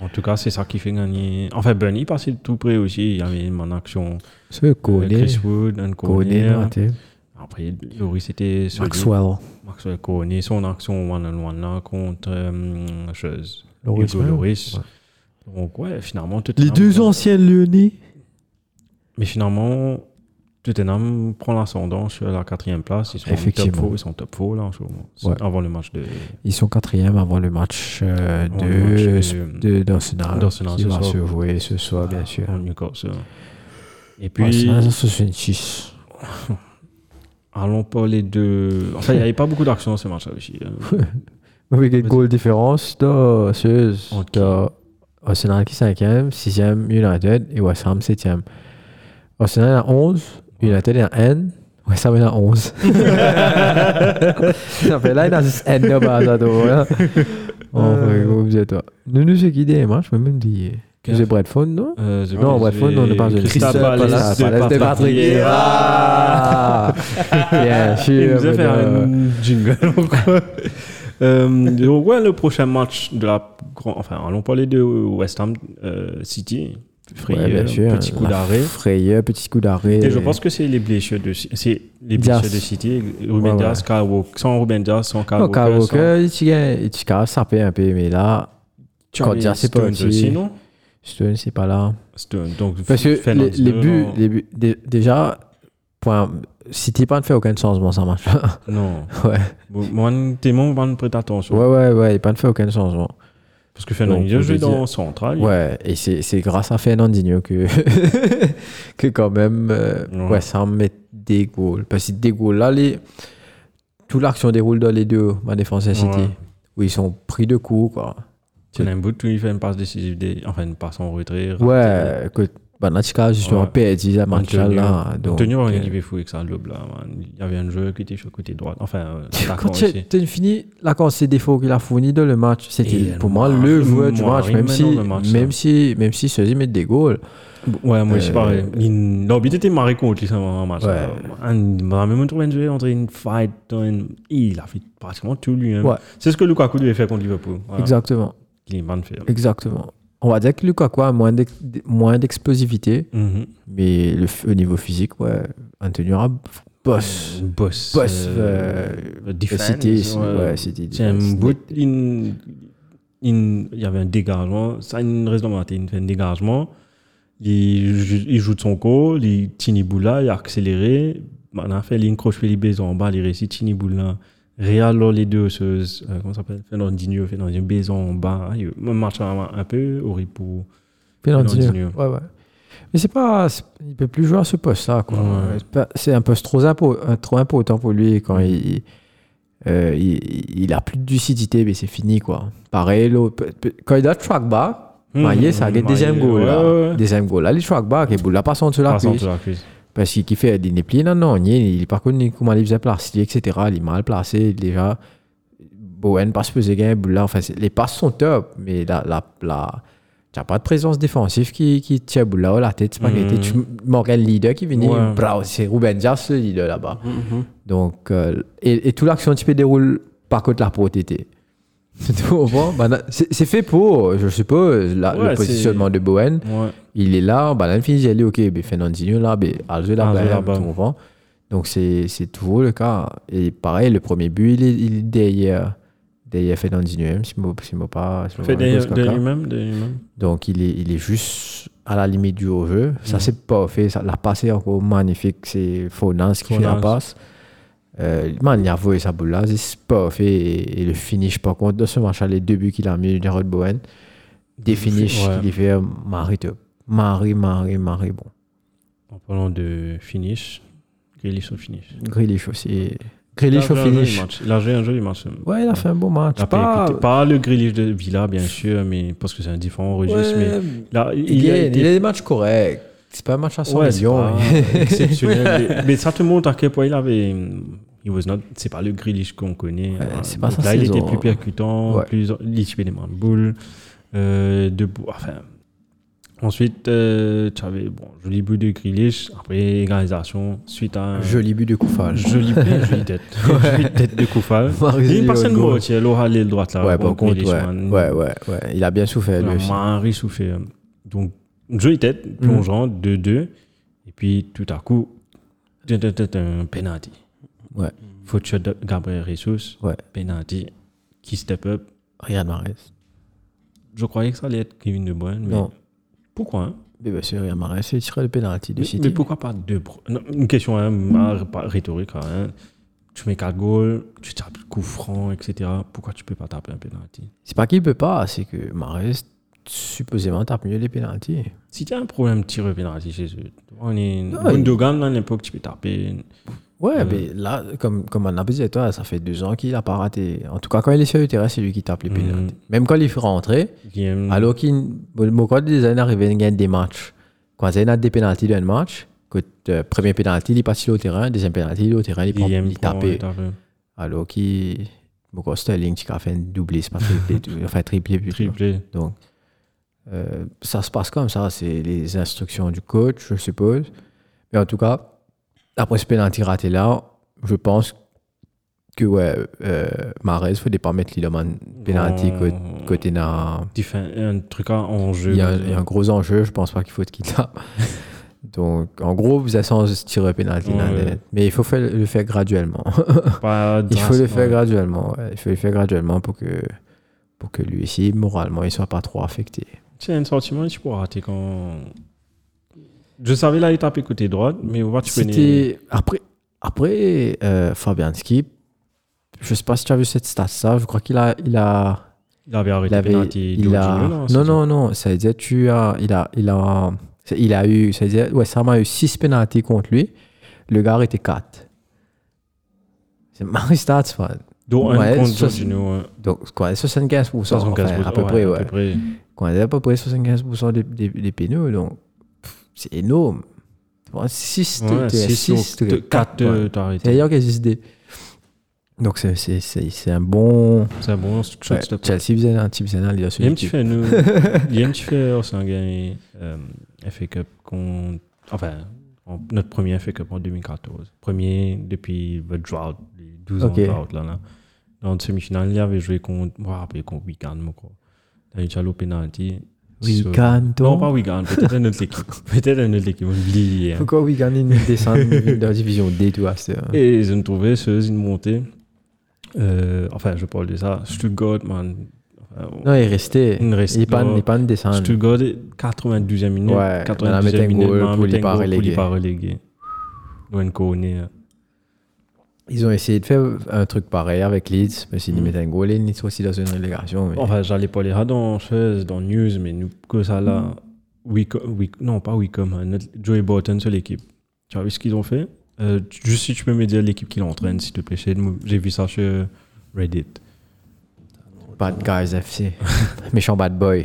En tout cas, c'est ça qui fait gagner. Enfin, Bunny passait de tout près aussi. Il y avait une action. euh,
Ce Koné.
Chris Wood, un
Koné,
corner. Après, Loris était solide.
Maxwell.
Maxwell Cornet, son action one-on-one là contre euh, chose,
Loris,
Hugo
ouais.
Loris.
Ouais.
Donc, ouais, finalement, Tottenham.
Les deux anciens Lyonnais.
Mais finalement, Tottenham prend l'ascendant sur la quatrième place. Ils sont
Effectivement.
top 4, ils sont top 4 là en ce moment. C'est
Ouais.
Avant le match de
Ils sont quatrième avant le match euh,
Avant le match
de
de-
de- d'Arsenal.
d'Arsenal
qui
ce
va
soir.
se jouer ce soir, bien sûr.
en Newcastle. Et puis,
Arsenal 66.
allons parler de. Enfin, il n'y avait pas beaucoup d'action dans ce match-là aussi. hein.
Avec une goal différence de Seuse.
Ok.
de Arsenal qui est 5e, 6e United et West Ham 7e. Arsenal est à 11, United est à N, West Ham est à 11. Ça fait là, il a juste N de base à tout. hein.
Euh.
Oh, frérot, vous êtes toi. Nous, nous, c'est qui des matchs, je peux même dire.
Qu'est-ce-
J'ai Bradford, non
Euh, The
Non,
Palace
Bradford, non, on n'a pas
et
joué.
Crystal Palace de Patrick Vieira.
Ah Bien sûr.
Il nous a fait
euh,
un jingle. quoi. Euh, donc, ouais, le prochain match de la grande. Enfin, allons parler de West Ham euh, City. Free,
ouais, bien
euh,
sûr,
petit coup
la
d'arrêt.
frayeur, petit coup d'arrêt.
Et je pense que c'est les blessures de, c'est les
Dias.
blessures de City. Ruben
Ouais,
Dias,
ouais.
Kyle Walker. Sans Ruben Dias, sans Kyle
Non,
Walker.
Kyle
sans
Walker, il tient- il tient à saper un peu, mais là,
Charlie
quand Dias est
Stones
parti-
aussi, non
Stone, c'est pas là.
Stones, Donc,
Parce que les,
Fernandes,
les
non,
buts,
non.
les buts- dé- déjà, point, City pas ne fait aucun sens dans ce match
Non.
Ouais.
Bon, Moi, tellement, on va nous prêter attention.
Ouais, ouais, ouais, il pas ne fait aucun sens. bon.
Ah, Parce que Fernandinho
Donc, je
joue
veux
dans
dire-
Central.
Ouais, et c'est c'est grâce à Fernandinho que, que quand même, euh,
Ouais.
West Ham met des goals. Parce que des goals, là, les, toute l'action déroule dans les deux, ma défense et City.
Ouais.
Où ils sont pris de coups, quoi.
Tu as un bout de tout, il fait une passe décisive, des- enfin une passe en retrait. rapide.
Ouais, écoute, ben, là, tu as justement
Ouais.
perdu la match
Antonio,
là. donc,
Antonio
euh,
avait équipé fou avec ça, le blanc, man. Il y avait un jeu qui était sur le côté droit. Enfin, euh, l'attaquant
Quand tu
aussi.
tu finis, là, quand c'est défaut qu'il a fourni dans le match,
Et
c'était pour
le
moi
match,
le joueur du
moi,
match,
oui,
même
mais
si,
non, le match,
même
ça.
si, même si Sosie met des goals.
Ouais, moi, je sais
Euh,
pas. il- L'arbitre était marré contre lui, ça, un match.
Ouais.
là. Un- Il m'a même trouvé un jeu entre une fight, dans une- il a fait pratiquement tout lui-même.
Ouais.
C'est ce que Lukaku devait faire contre Liverpool. Voilà.
Exactement,
Il est mal fait. là.
exactement. On va dire que Lukaku a moins d'ex- moins d'explosivité,
Mhm.
mais le f- au niveau physique, ouais, Antonio Arab, boss.
Boss.
Boss,
euh, defense,
C'était,
ouais.
ouais, c'était.
C'est un bout, une- une- il y avait un dégagement, ça une raison, il fait un dégagement, il, ju- il joue de son corps, il Tiniboula, il a accéléré, on a fait ligne croche Felipe en bas, il réussit Tiniboula, Real, là, les deux, ce, ce- euh, comment ça s'appelle, Fernandinho, Fernandinho, Bézon en bas, Ah, il- un match un, un peu horrible pour...
Penalty.
Penalty,
Ouais, ouais. Mais c'est pas. c'est- Il peut plus jouer à ce poste-là. quoi.
Ouais.
C'est pas- C'est un poste trop, impo- euh, trop important pour lui quand il. il- euh, il, il a plus de lucidité, mais c'est fini quoi. Pareil, l'autre- pe- pe- quand il a track back, Maillé, ça a gagné
Maillé,
deuxième goal
Hum, ouais,
là.
ouais, ouais.
Deuxième goal là, il track back et boule la passe en dessous de la
Passant
cuisse.
de la cuisse.
Parce qu'il fait des népliers, non, non, il, il par contre, il- comment il faisait placer, etc. Il est mal placé déjà. Bowen passe plus gain, là, enfin, c'est- les passes sont top, mais là, là, là t'as pas de présence défensive qui, qui tient Boula à la tête, c'est pas
Mhm.
que tu manques un leader qui vient,
Ouais. Mm,
bravo, c'est Ruben Dias le leader là-bas. Donc, euh, et, et toute l'action type déroule par contre la pro TT. Tu comprends Bah, là, c'est c'est fait pour, je suppose, la-
Ouais,
le
c'est-
positionnement de Bowen
Ouais.
il est là, bah, là, il dit, ok, ben, Fernandinho, là, ben, Alger, là,
Alger,
ben,
là-bas.
tu comprends Donc, c'est c'est toujours le cas. Et pareil, le premier but, il est, il est derrière, derrière Fernandinho, même si mo- si mo pas. si mo
Fait
pas me
de,
cause
de
caca.
lui-même, de lui-même.
Donc, il est, il est juste à la limite du hors-jeu. Ça,
Mhm.
c'est pas fait. Ça, la passe est encore magnifique. C'est Fonas qui fait la
Fornals.
passe. Euh, man, il a voué sa boule là. C'est pas fait. Et, et le finish, par contre, de ce match-là, les deux buts qu'il a mis, Jared Bowen, des finishes
Ouais.
qu'il est fait, euh, Marie, top. Marie, Marie, Marie, bon.
En parlant de finish, Grealish au finish.
Grealish aussi. Grealish
Il
au
a joué un joli
finish.
match. Il a joué un joli match.
Ouais, il a fait un bon match.
Pas,
Pas-
Ah, pas le Grealish de Villa, bien sûr, mais parce que c'est un différent registre.
Ouais,
Mais là, il,
il,
a
est-
été-
il a des matchs corrects. C'est pas un match à 100
ouais, c'est
millions.
pas exceptionnel. mais, mais ça te montre à quel point il avait. il was not- C'est pas le Grealish qu'on connaît. Voilà.
c'est pas
Donc là,
sa
il
saison. hein.
était plus percutant,
Ouais.
plus il chipait des mains de boule. euh, de, bou- enfin, ensuite, euh, tu avais bon joli but de Grealish. Après égalisation suite à un
Joli but de couffage.
Joli pied, jolie tête. jolie tête de Koufal.
Mario
Il y a une personne
Hugo.
morte, il y a Laura Lille droite là.
Ouais,
bon,
par contre,
Grealish,
ouais.
man.
ouais, ouais, ouais. Il a bien souffert, lui
Ouais,
aussi.
Marie soufflé. euh, Donc, jolie
Mhm.
tête, plongeant, 2-2. Et puis, tout à coup, tin, tin, tin, tin, penalty.
Ouais.
Faute shot de Gabriel Jesus,
Ouais.
penalty, qui step up.
Riyad Mahrez.
Je croyais que ça allait être Kevin De Bruyne, mais
Non.
pourquoi hein
Mais bien sûr, Riyad Mahrez, il tirait le penalty de
mais,
City.
mais pourquoi pas De Bruyne Non, Une question hein, ma- pas rhétorique. hein. Tu mets 4 goals, tu tapes le coup franc, etc. Pourquoi tu peux pas taper un penalty
C'est pas qu'il peut pas, c'est que Mahrez, supposément, tape mieux les penalties.
Si tu as un problème, tire le penalty chez eux. On est
Non,
Gundogan, à l'époque, tu peux taper.
Ouais,
Euh.
mais là, comme, comme on a dit, toi, ça fait deux ans qu'il a pas raté. En tout cas, quand il est sur le terrain, c'est lui qui tape les
Mhm.
penalties. Même quand il fait rentrer,
Guillaume-
alors qu'il. Bon, bon, quand il est arrivé, il gagne des matchs. Quand il a des penalties d'un match, que euh, premier penalty, il est passé au terrain, deuxième penalty, il est au terrain, il, prend,
Guillaume
il
prend-
tape.
tape.
Alors qu'il. Bon, quand Sterling, tu as fait un doublé, c'est pas triplé, tu- enfin triplé plutôt.
Triplé.
Donc, euh, ça se passe comme ça. C'est les instructions du coach, je suppose. Mais en tout cas, après ce penalty raté là, je pense que ouais, euh, Mahrez, faudrait pas mettre Liloman penalty
Bon.
côté, côté na-
Diffé- Un truc en- en jeu.
Il y, a, il y a un gros enjeu, je pense pas qu'il faut qu'il tape. Donc, en gros, vous avez sens tirer penalty. là,
Ouais.
net. Mais il faut faire- le faire graduellement.
Pas
Il faut le
drastiquement.
faire graduellement. ouais. Il faut le faire graduellement pour que, pour que lui aussi, moralement, il soit pas trop affecté.
Tu as un sentiment, tu pourras rater quand. Je savais là, il tapait côté droite, mais on va tu connais.
C'était après, après euh, Fabianski. Je sais pas si tu as vu cette stat ça. Je crois qu'il a, il a,
Il avait
il
arrêté
avait,
penalty
il a.
d'Orginio, c'est
Non
ça
non non. Ça veut dire tu as, il a, il a, c'est- il a eu, ça veut dire ouais, Sam a eu 6 pénalités contre lui. Le gars était 4 C'est Marie Stats, man.
Dont un
Ouais,
contre
ça,
Jorginho, hein.
Donc, quoi, 75%, enfin,
75%,
à peu
ouais,
près, ouais.
à peu près.
Qu'on a à peu près 75% des, des, des pénaux, donc pff, c'est énorme. 6
Ouais, six sur te-
4
quatre, euh, t'as
C'est
arrêté.
d'ailleurs qu'il y a 6 dés. Donc c'est- c'est c'est- c'est un bon.
C'est un bon shot
Ouais,
stopper.
Chelsea faisait un type Zana, il a
Il y a un petit
celui
fait, nous. Il y a un petit fait, on s'est gagné euh, FA Cup qu'on. Enfin, en- notre premier FA Cup en 2014. Premier depuis le drought, les 12
Ok.
ans de drought, là, là. Dans le semi-finale, il avait joué contre. Je me rappelle, contre Wigan, moi, quoi. Dans une chalo penalty.
Wigan,
Non, pas
donc.
Wigan, peut-être une autre équipe. Peut-être une autre équipe, on oublie. hein.
Pourquoi Wigan il descend dans la division D, tu vois c'est, euh,
Et ils ont trouvé ceux, une montée. Euh, enfin, je parle de ça. Stuttgart, man. Enfin,
Non, il est resté.
Il reste
Il n'est pas,
là.
il est pas en descente.
Stuttgart, 92e minute.
Ah, Ouais,
92e
on a mis un
minute,
goal
on a
pour
mis
les
un
pas
goal pour
reléguer.
les pas reléguer. Loin Cornet.
Ils ont essayé de faire un truc pareil avec Leeds, mais s'ils
Mm.
mettent un goal, Leeds sont aussi dans une relégation. mais-
Enfin, j'allais pas les radons en chaise, dans News, mais nous, que ça là.
Mm.
Wico- Wic- non, pas Wicom, hein, notre Joey Burton sur l'équipe. Tu as vu ce qu'ils ont fait Euh, tu- Juste si tu peux me dire l'équipe qui l'entraîne, s'il te plaît. chez nous. J'ai vu ça sur Reddit.
Bad Guys FC. Méchant bad boy.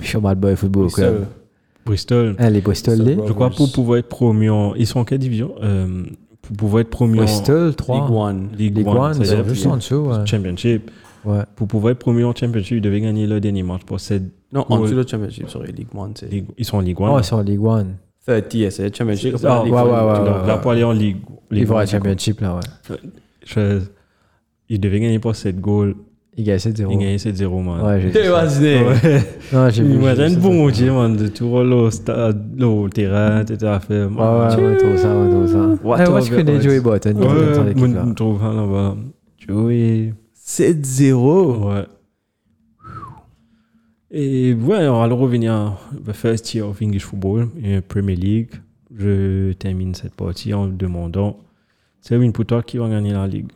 Méchant bad boy football club.
Bristol.
Bristol.
Ah, les Bristol,
Ça
les
va.
Je crois pour pouvoir être promu en. Ils sont en quelle division Euh, Pour pouvoir être promu en.
Bristol
League
3.
One.
Ligue
League One, ils
c'est-à-dire
sont juste en dessous. ouais.
Championship.
Ouais.
Pour pouvoir être promu en Championship, ils devaient gagner le dernier match. Pour cette
Non, en
Ouais.
dessous de Championship, sorry, League One, c'est
Ligue- Ils sont en Ligue 1.
Oh, ils sont en League 1.
30, c'est Championship.
Ah, ouais,
après la League
ouais,
One.
ouais, ouais.
Donc, là, pour aller en Ligue, Ligue
Ils vont à la
One,
Championship, là, ouais.
je- Ils devaient gagner pour 7 goals.
Ils gagnent 7-0.
Ils gagnaient 7-0, man.
Ouais, j'ai vu
T'es
ça.
vacillé.
Non, j'ai vu. j'ai vu
Imagine
ça.
pour mon Dieu, man, de tout rôle au stade, au terrain, tout à fait.
Ouais, ouais, ouais, trop ça, ouais, trop ça.
What
Ouais, moi,
a
je connais
goal.
Joey Botton.
Ouais,
dans cette équipe, là.
me trouve hein, là-bas. Tu vois, et-
7-0.
Ouais. Et ouais, alors, alors revenir à The First Year of English Football et Premier League. Je termine cette partie en demandant c'est une pour toi qui va gagner la Ligue.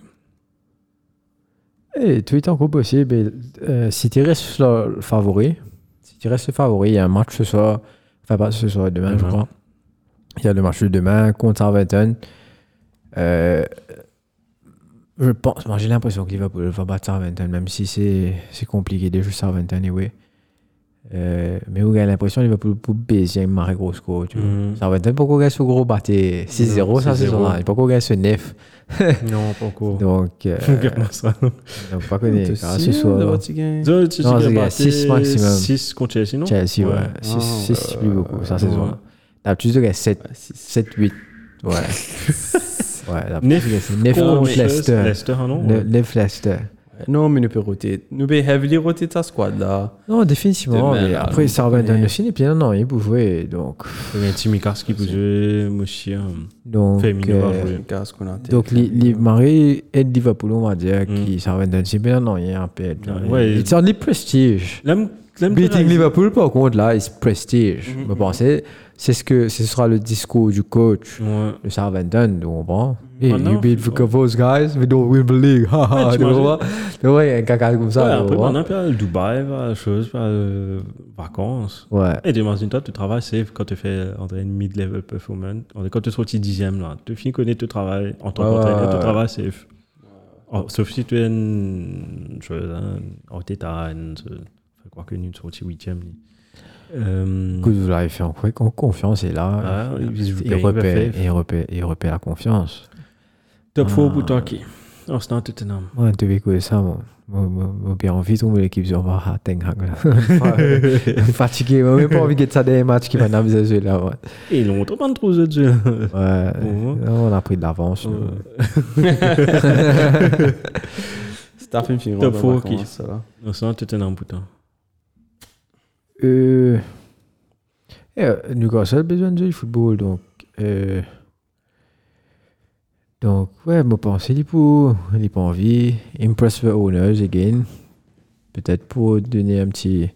Et tout est encore possible. Et, euh, si tu restes le le favori, si tu restes le favori, il y a un match ce soir, enfin pas ce soir, demain, je
Demain.
crois. Il y a le match de demain contre Southampton. Euh, je pense, moi j'ai l'impression que Liverpool va battre Southampton, même si c'est c'est compliqué de jouer Southampton anyway. Euh, mais on a l'impression que Liverpool peut baiser un marée gros score. Tu vois.
Mhm.
Southampton, pourquoi on gagne ce gros bat 6-0 ça
6-0.
saison-là Et pourquoi on gagne ce 9
Non, pas encore.
Donc, euh,
Regarde-moi ça.
donc pas connu. Ah, ce soir. Non, c'est gars, six
6
maximum.
6 contre Chelsea, non
Chelsea, ouais. bah,
Ouais.
C'est
Ah,
c'est- c'est plus beaucoup, ça, c'est
ouais.
sûr. D'habitude, tu gagnes 7, 7, 8. Ouais. ouais,
Neuf
d'habitude, c'est 9
contre
contre Leicester.
Leicester, ah non ouais.
9 Leicester.
Non, mais nous peut roter. Nous peut heavily roter ta squad là.
Non, définitivement.
Demain,
mais
là,
après,
vous
ça revient dans
comprenez.
le signe. Et puis, non, non, il peut jouer. Donc,
Il y a Timmy Kars qui peut jouer, Moshi. hein.
donc,
Firmino va
euh,
jouer.
Casque qu'on a été.
donc Li- Li- Marie et Liverpool, on va dire,
Mm.
qui ça revient dans le signe. Mais non, non, il y a un peu.
Ouais.
It's only prestige.
L'aime- l'aime-
Beating Liverpool, par contre, là, is prestige. Je pense que c'est ce que ce sera le discours du coach
Ouais.
de Southampton, tu comprends? Hey,
Maintenant,
you beat
faut-
those guys, we don't win the league. Ha, ha,
Ouais, Mm-hmm.
tu
Oh, tu
comprends? Tu vois, il y a un caca comme
Ouais,
ça. tu
après,
comprends?
on a pas le Dubaï, pas la chose, pas euh, vacances.
Ouais.
Et imagine toi, tu travailles safe quand tu fais entraîner mid-level performance. En- Quand tu sorti dixième, là, tu finis connaître ton travail en tant
Ouais,
qu'entraîneur,
ouais,
tu
ouais.
travailles safe. Oh, sauf si tu es une chose, hein, en tête à une, quoi que nous, sorti huitième. lui. Euh,
Écoute, vous l'avez fait en, quoi- en confiance, et là,
Ah, il- il- il-
il,
il-
repère,
il-
il repère- il repère la confiance.
top 4
Ah.
pour toi qui Arsenal Tottenham.
Moi, tu veux que ça, moi. Moi, moi- moi, bien envie de trouver l'équipe sur Vaha, Ten Hag, là. Fatigué, moi, même pas envie de ça des matchs qui m'en amusent, là, ouais.
Et longtemps, pas trop de jeu.
Ouais.
Bon,
Non, on a pris de l'avance. euh, nous.
Staff une film.
Top four, qui-
ça là.
Arsenal Tottenham, putain.
Euh, euh, Newcastle a besoin de jouer du football, donc. euh, donc, ouais, moi, pensez, il pour, il est pas envie. Impress the owners again. Peut-être pour donner un petit.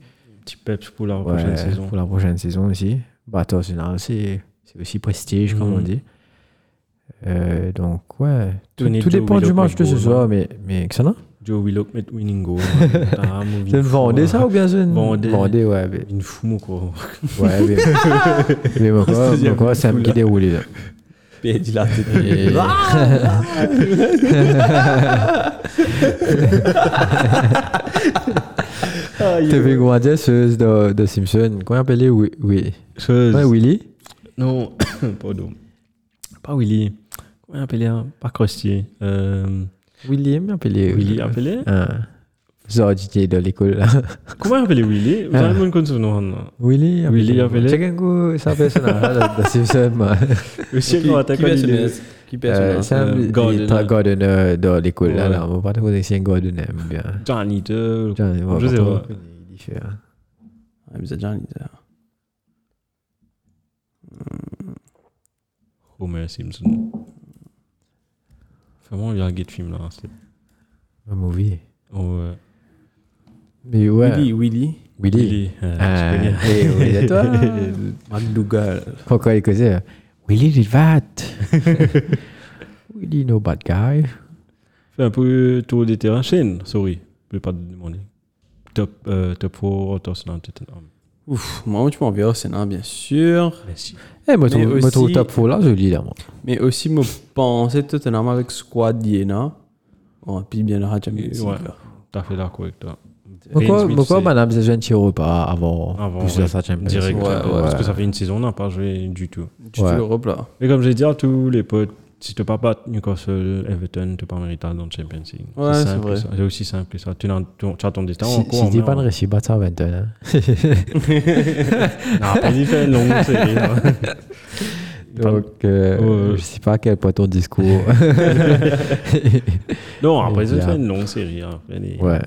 Petit peps pour la
ouais,
prochaine saison.
Pour la prochaine saison aussi. Bah, attends, c'est normal, c'est c'est aussi prestige, comme
Mhm.
on dit. Euh, donc, ouais. Tout,
Tony
tout
Joe
dépend du
Willock
match de ce
McGowan.
soir, mais, mais que ça, non
Joe Willock met winning goal.
C'est Vendée, ça, ou bien c'est une-
Vendée.
Vendée, ouais. mais-
Une fume, quoi.
Ouais, mais, mais moi, quoi,
deuxième
moi, quoi, ça me qui déroulé. Là.
perdu la tête.
Et- T'as vu comment dire ce de, de Simpson Comment appelé Oui. oui.
Chose.
Ouais, Willy
Non, pardon. Pas Willy. Comment il appelait hein? Pas Crostier. Euh,
William euh, appelé.
Willy appelé
Ah. Genre, j'étais dans l'école là.
Comment il appelait Willy Vous
Ah.
avez mon compte sur nous.
Willy
Willy appelé.
Check un coup, ça appelle ça là, dans Simpson. moi.
Aussi,
Qui-
quand on
qui
attaque
personnage-
l'idée.
Qui
Euh,
personnage
C'est un
euh, Gordon.
tra- Gordon dans l'école là.
Ouais.
là. On va pas te connaître si un Gordon aime bien.
Johnny Depp.
Tiens, on va
Je sais
pas
pas.
trop- il fait, hein.
Ah, mais c'est Johnny, ça.
Homer Simpson. Vraiment, il a de film là. hein, c'est-
Un movie.
Oh, euh,
Mais ouais.
Willy, Willy.
Willy.
Willy. euh,
Ah,
tu connais.
et oui, et toi
McDougall.
Pourquoi il causait euh, Willy did that. Willy no bad guy.
Fais un peu tour des terrains. Shane, sorry. Je ne peux pas te demander. Top, euh, top 4, Tottenham, Tottenham.
Ouf, moi, tu m'enverras au Sénat, bien sûr.
Ah, Merci.
Eh, moi,
Mais
je
aussi-
trouve top 4 là, je lis là, moi.
Mais aussi, me penser Tottenham avec Squad Diena. Oh, puis bien le Hatcham.
Ouais. T'as fait la correcte. là.
Pourquoi,
Vince Wilson.
pourquoi madame se joint au repas avant,
Avant,
plusieurs
ouais.
sa Champions
Direct.
Ouais,
ouais,
ouais.
Parce que ça fait une saison, on n'a pas joué du tout.
Tu
Ouais.
l'Europe là.
Mais comme j'ai dit à tous les potes, si tu pas battre Newcastle, Everton, tu pas mérité dans le Champions League.
Ouais, c'est
simple que
vrai.
ça. C'est aussi simple que ça. Tu, n'as- tu- tu as ton destin en
Si,
cours.
si t'es
en
pas
main.
de réussi, bat ça à 21. Hein.
Non, pas dit fait long, c'est.
Donc, euh,
Ouais, ouais.
je sais pas à quel point ton discours.
Non, après,
Il y
c'est
a-
une longue série. hein. Après, les-
ouais.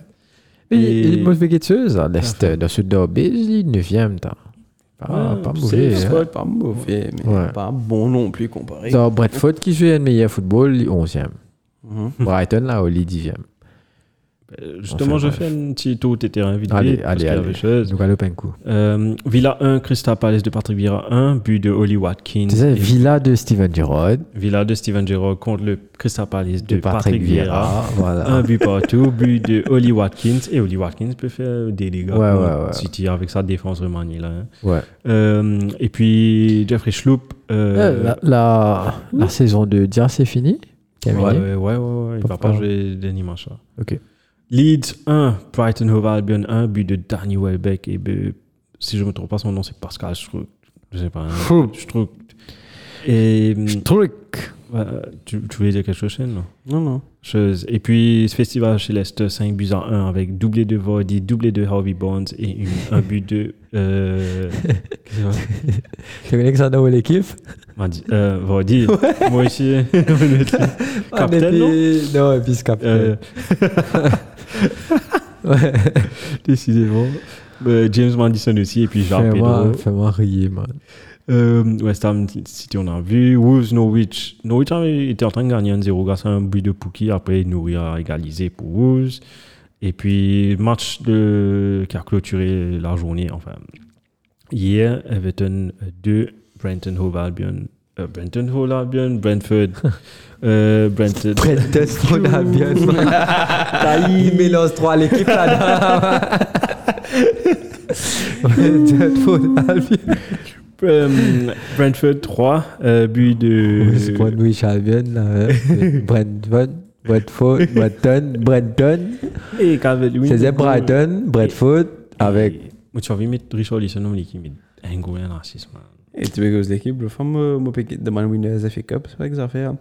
Mais
Et- Ah,
il est mauvais guetteuse, hein, Leicester, dans ce derby, il est 9ème. Pas,
Ouais,
pas
Ah, c'est
mauvais.
le
hein.
Ah, Squad pas mauvais, mais
Ouais.
pas bon non plus comparé.
Dans Brentford qui joue le meilleur football, il est 11e.
Mhm.
Hmm.
Brighton, là, il est 10e.
Euh, Justement,
Enfin,
je
bref.
fais un petit tour tes terrains vite.
Allez,
vite, parce
allez,
qu'il y
allez.
avait chose.
Nous galopons un coup.
Euh, Villa 1, Crystal Palace de Patrick Vieira 1, but de Holly Watkins.
C'est ça,
Et
Villa de Steven Gerrard,
Villa de Steven Gerrard contre le Crystal Palace de,
de Patrick Vieira. Voilà.
Un but partout, but de Holly Watkins. Et Holly Watkins peut faire des dégâts
Ouais,
contre
ouais, ouais.
City avec sa défense remaniée. Là, hein.
Ouais.
Euh, et puis Jeffrey Schlupp.
Euh,
euh,
la, la, la saison de Dia, c'est fini
ouais,
Camille
ouais, ouais, ouais, ouais, il va
Pourquoi
pas jouer le dimanche. là.
Ok.
Leeds 1, Brighton Hove Albion 1, but de Danny Welbeck. Et ben, si je me trompe pas, son nom c'est Pascal Schlupp. Je sais pas. hein. Schlupp. Et hum,
Truc
euh, tu, tu voulais dire quelque chose, Shane, non
Non, non.
chose. Et puis, ce festival chez l'Est, 5 buts à 1 avec doublé de Vardy, doublé de Harvey Bonds et une- un but de. Euh, qu'est-ce que c'est
Tu connais que ça dans l'équipe
M'a dit- euh, Vardy, moi aussi. Captain, Ah, non
non Non, et puis c'est capitaine.
Euh,
Ouais.
Décidément. Euh, James Madison aussi, et puis Jean
Fais-moi
Pedro.
fais-moi rire, man.
Euh, West Ham City, on a vu. Wolves, Norwich. Norwich avait- était en train de gagner 1-0 grâce à un but de Pookie. Après, Nouri a égalisé pour Wolves. Et puis, match de... qui a clôturé la journée. Enfin, hier, Everton 2, Brenton Hove Albion. euh, Brenton Hove Albion, Brentford. euh, Brentford.
Brentest, on a bien. Il mélange trois l'équipe là-dedans. Brentest, on a bien.
Euh, Brentford 3, euh, but
C'est
de.
pour nous, Chalvian, là. hein. Brentford, Brentford, Brenton, Brenton.
Et Calvert-Lewin.
C'est Brighton, Brentford, avec.
Moi, tu as vu mettre Richard Lisson au l'équipe, mais un goulin raciste, man.
Et tu veux que l'équipe, le femme, m'a piqué de Man Winners FA Cup, c'est pas que ça fait. hein.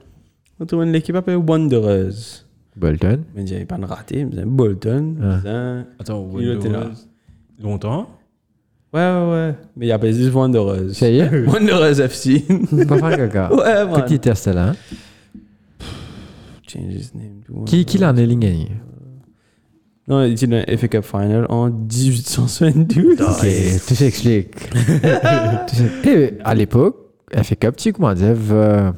On trouve une équipe appelée Wanderers.
Bolton.
Mais j'avais pas de raté, mais c'est un Bolton.
Ah.
c'est un-
Attends,
Il
Wanderers.
était là.
Longtemps
Ouais, ouais, ouais. Mais il appelle juste Wanderers.
Ça y est
Wanderers FC.
Pas faire caca.
ouais, man.
Petit test là. hein.
Change his name to
Qui, qui l'a en ligne gagné
Non, il était dans la FA Cup Final en 1872.
Ok, tout s'explique. Tout s'ex- Et à l'époque, elle fait cap, tu comment dire euh,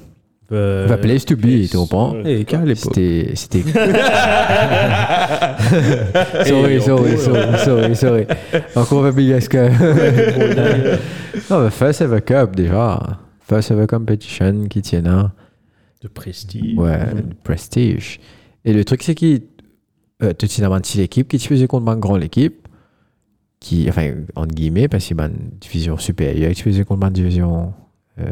euh,
Va place to be, tu comprends
Eh, car à l'époque.
C'était. C'était. sorry, sorry, sorry, sorry, sorry. Encore un big que. non, mais First Ever Cup déjà. First Ever Competition qui tient là.
De prestige.
Ouais, le prestige. Et le truc, c'est que euh, tout de une l'équipe qui se faisait contre une grande équipe, qui, enfin, entre guillemets, parce que c'est une division supérieure, qui se faisait contre une division euh,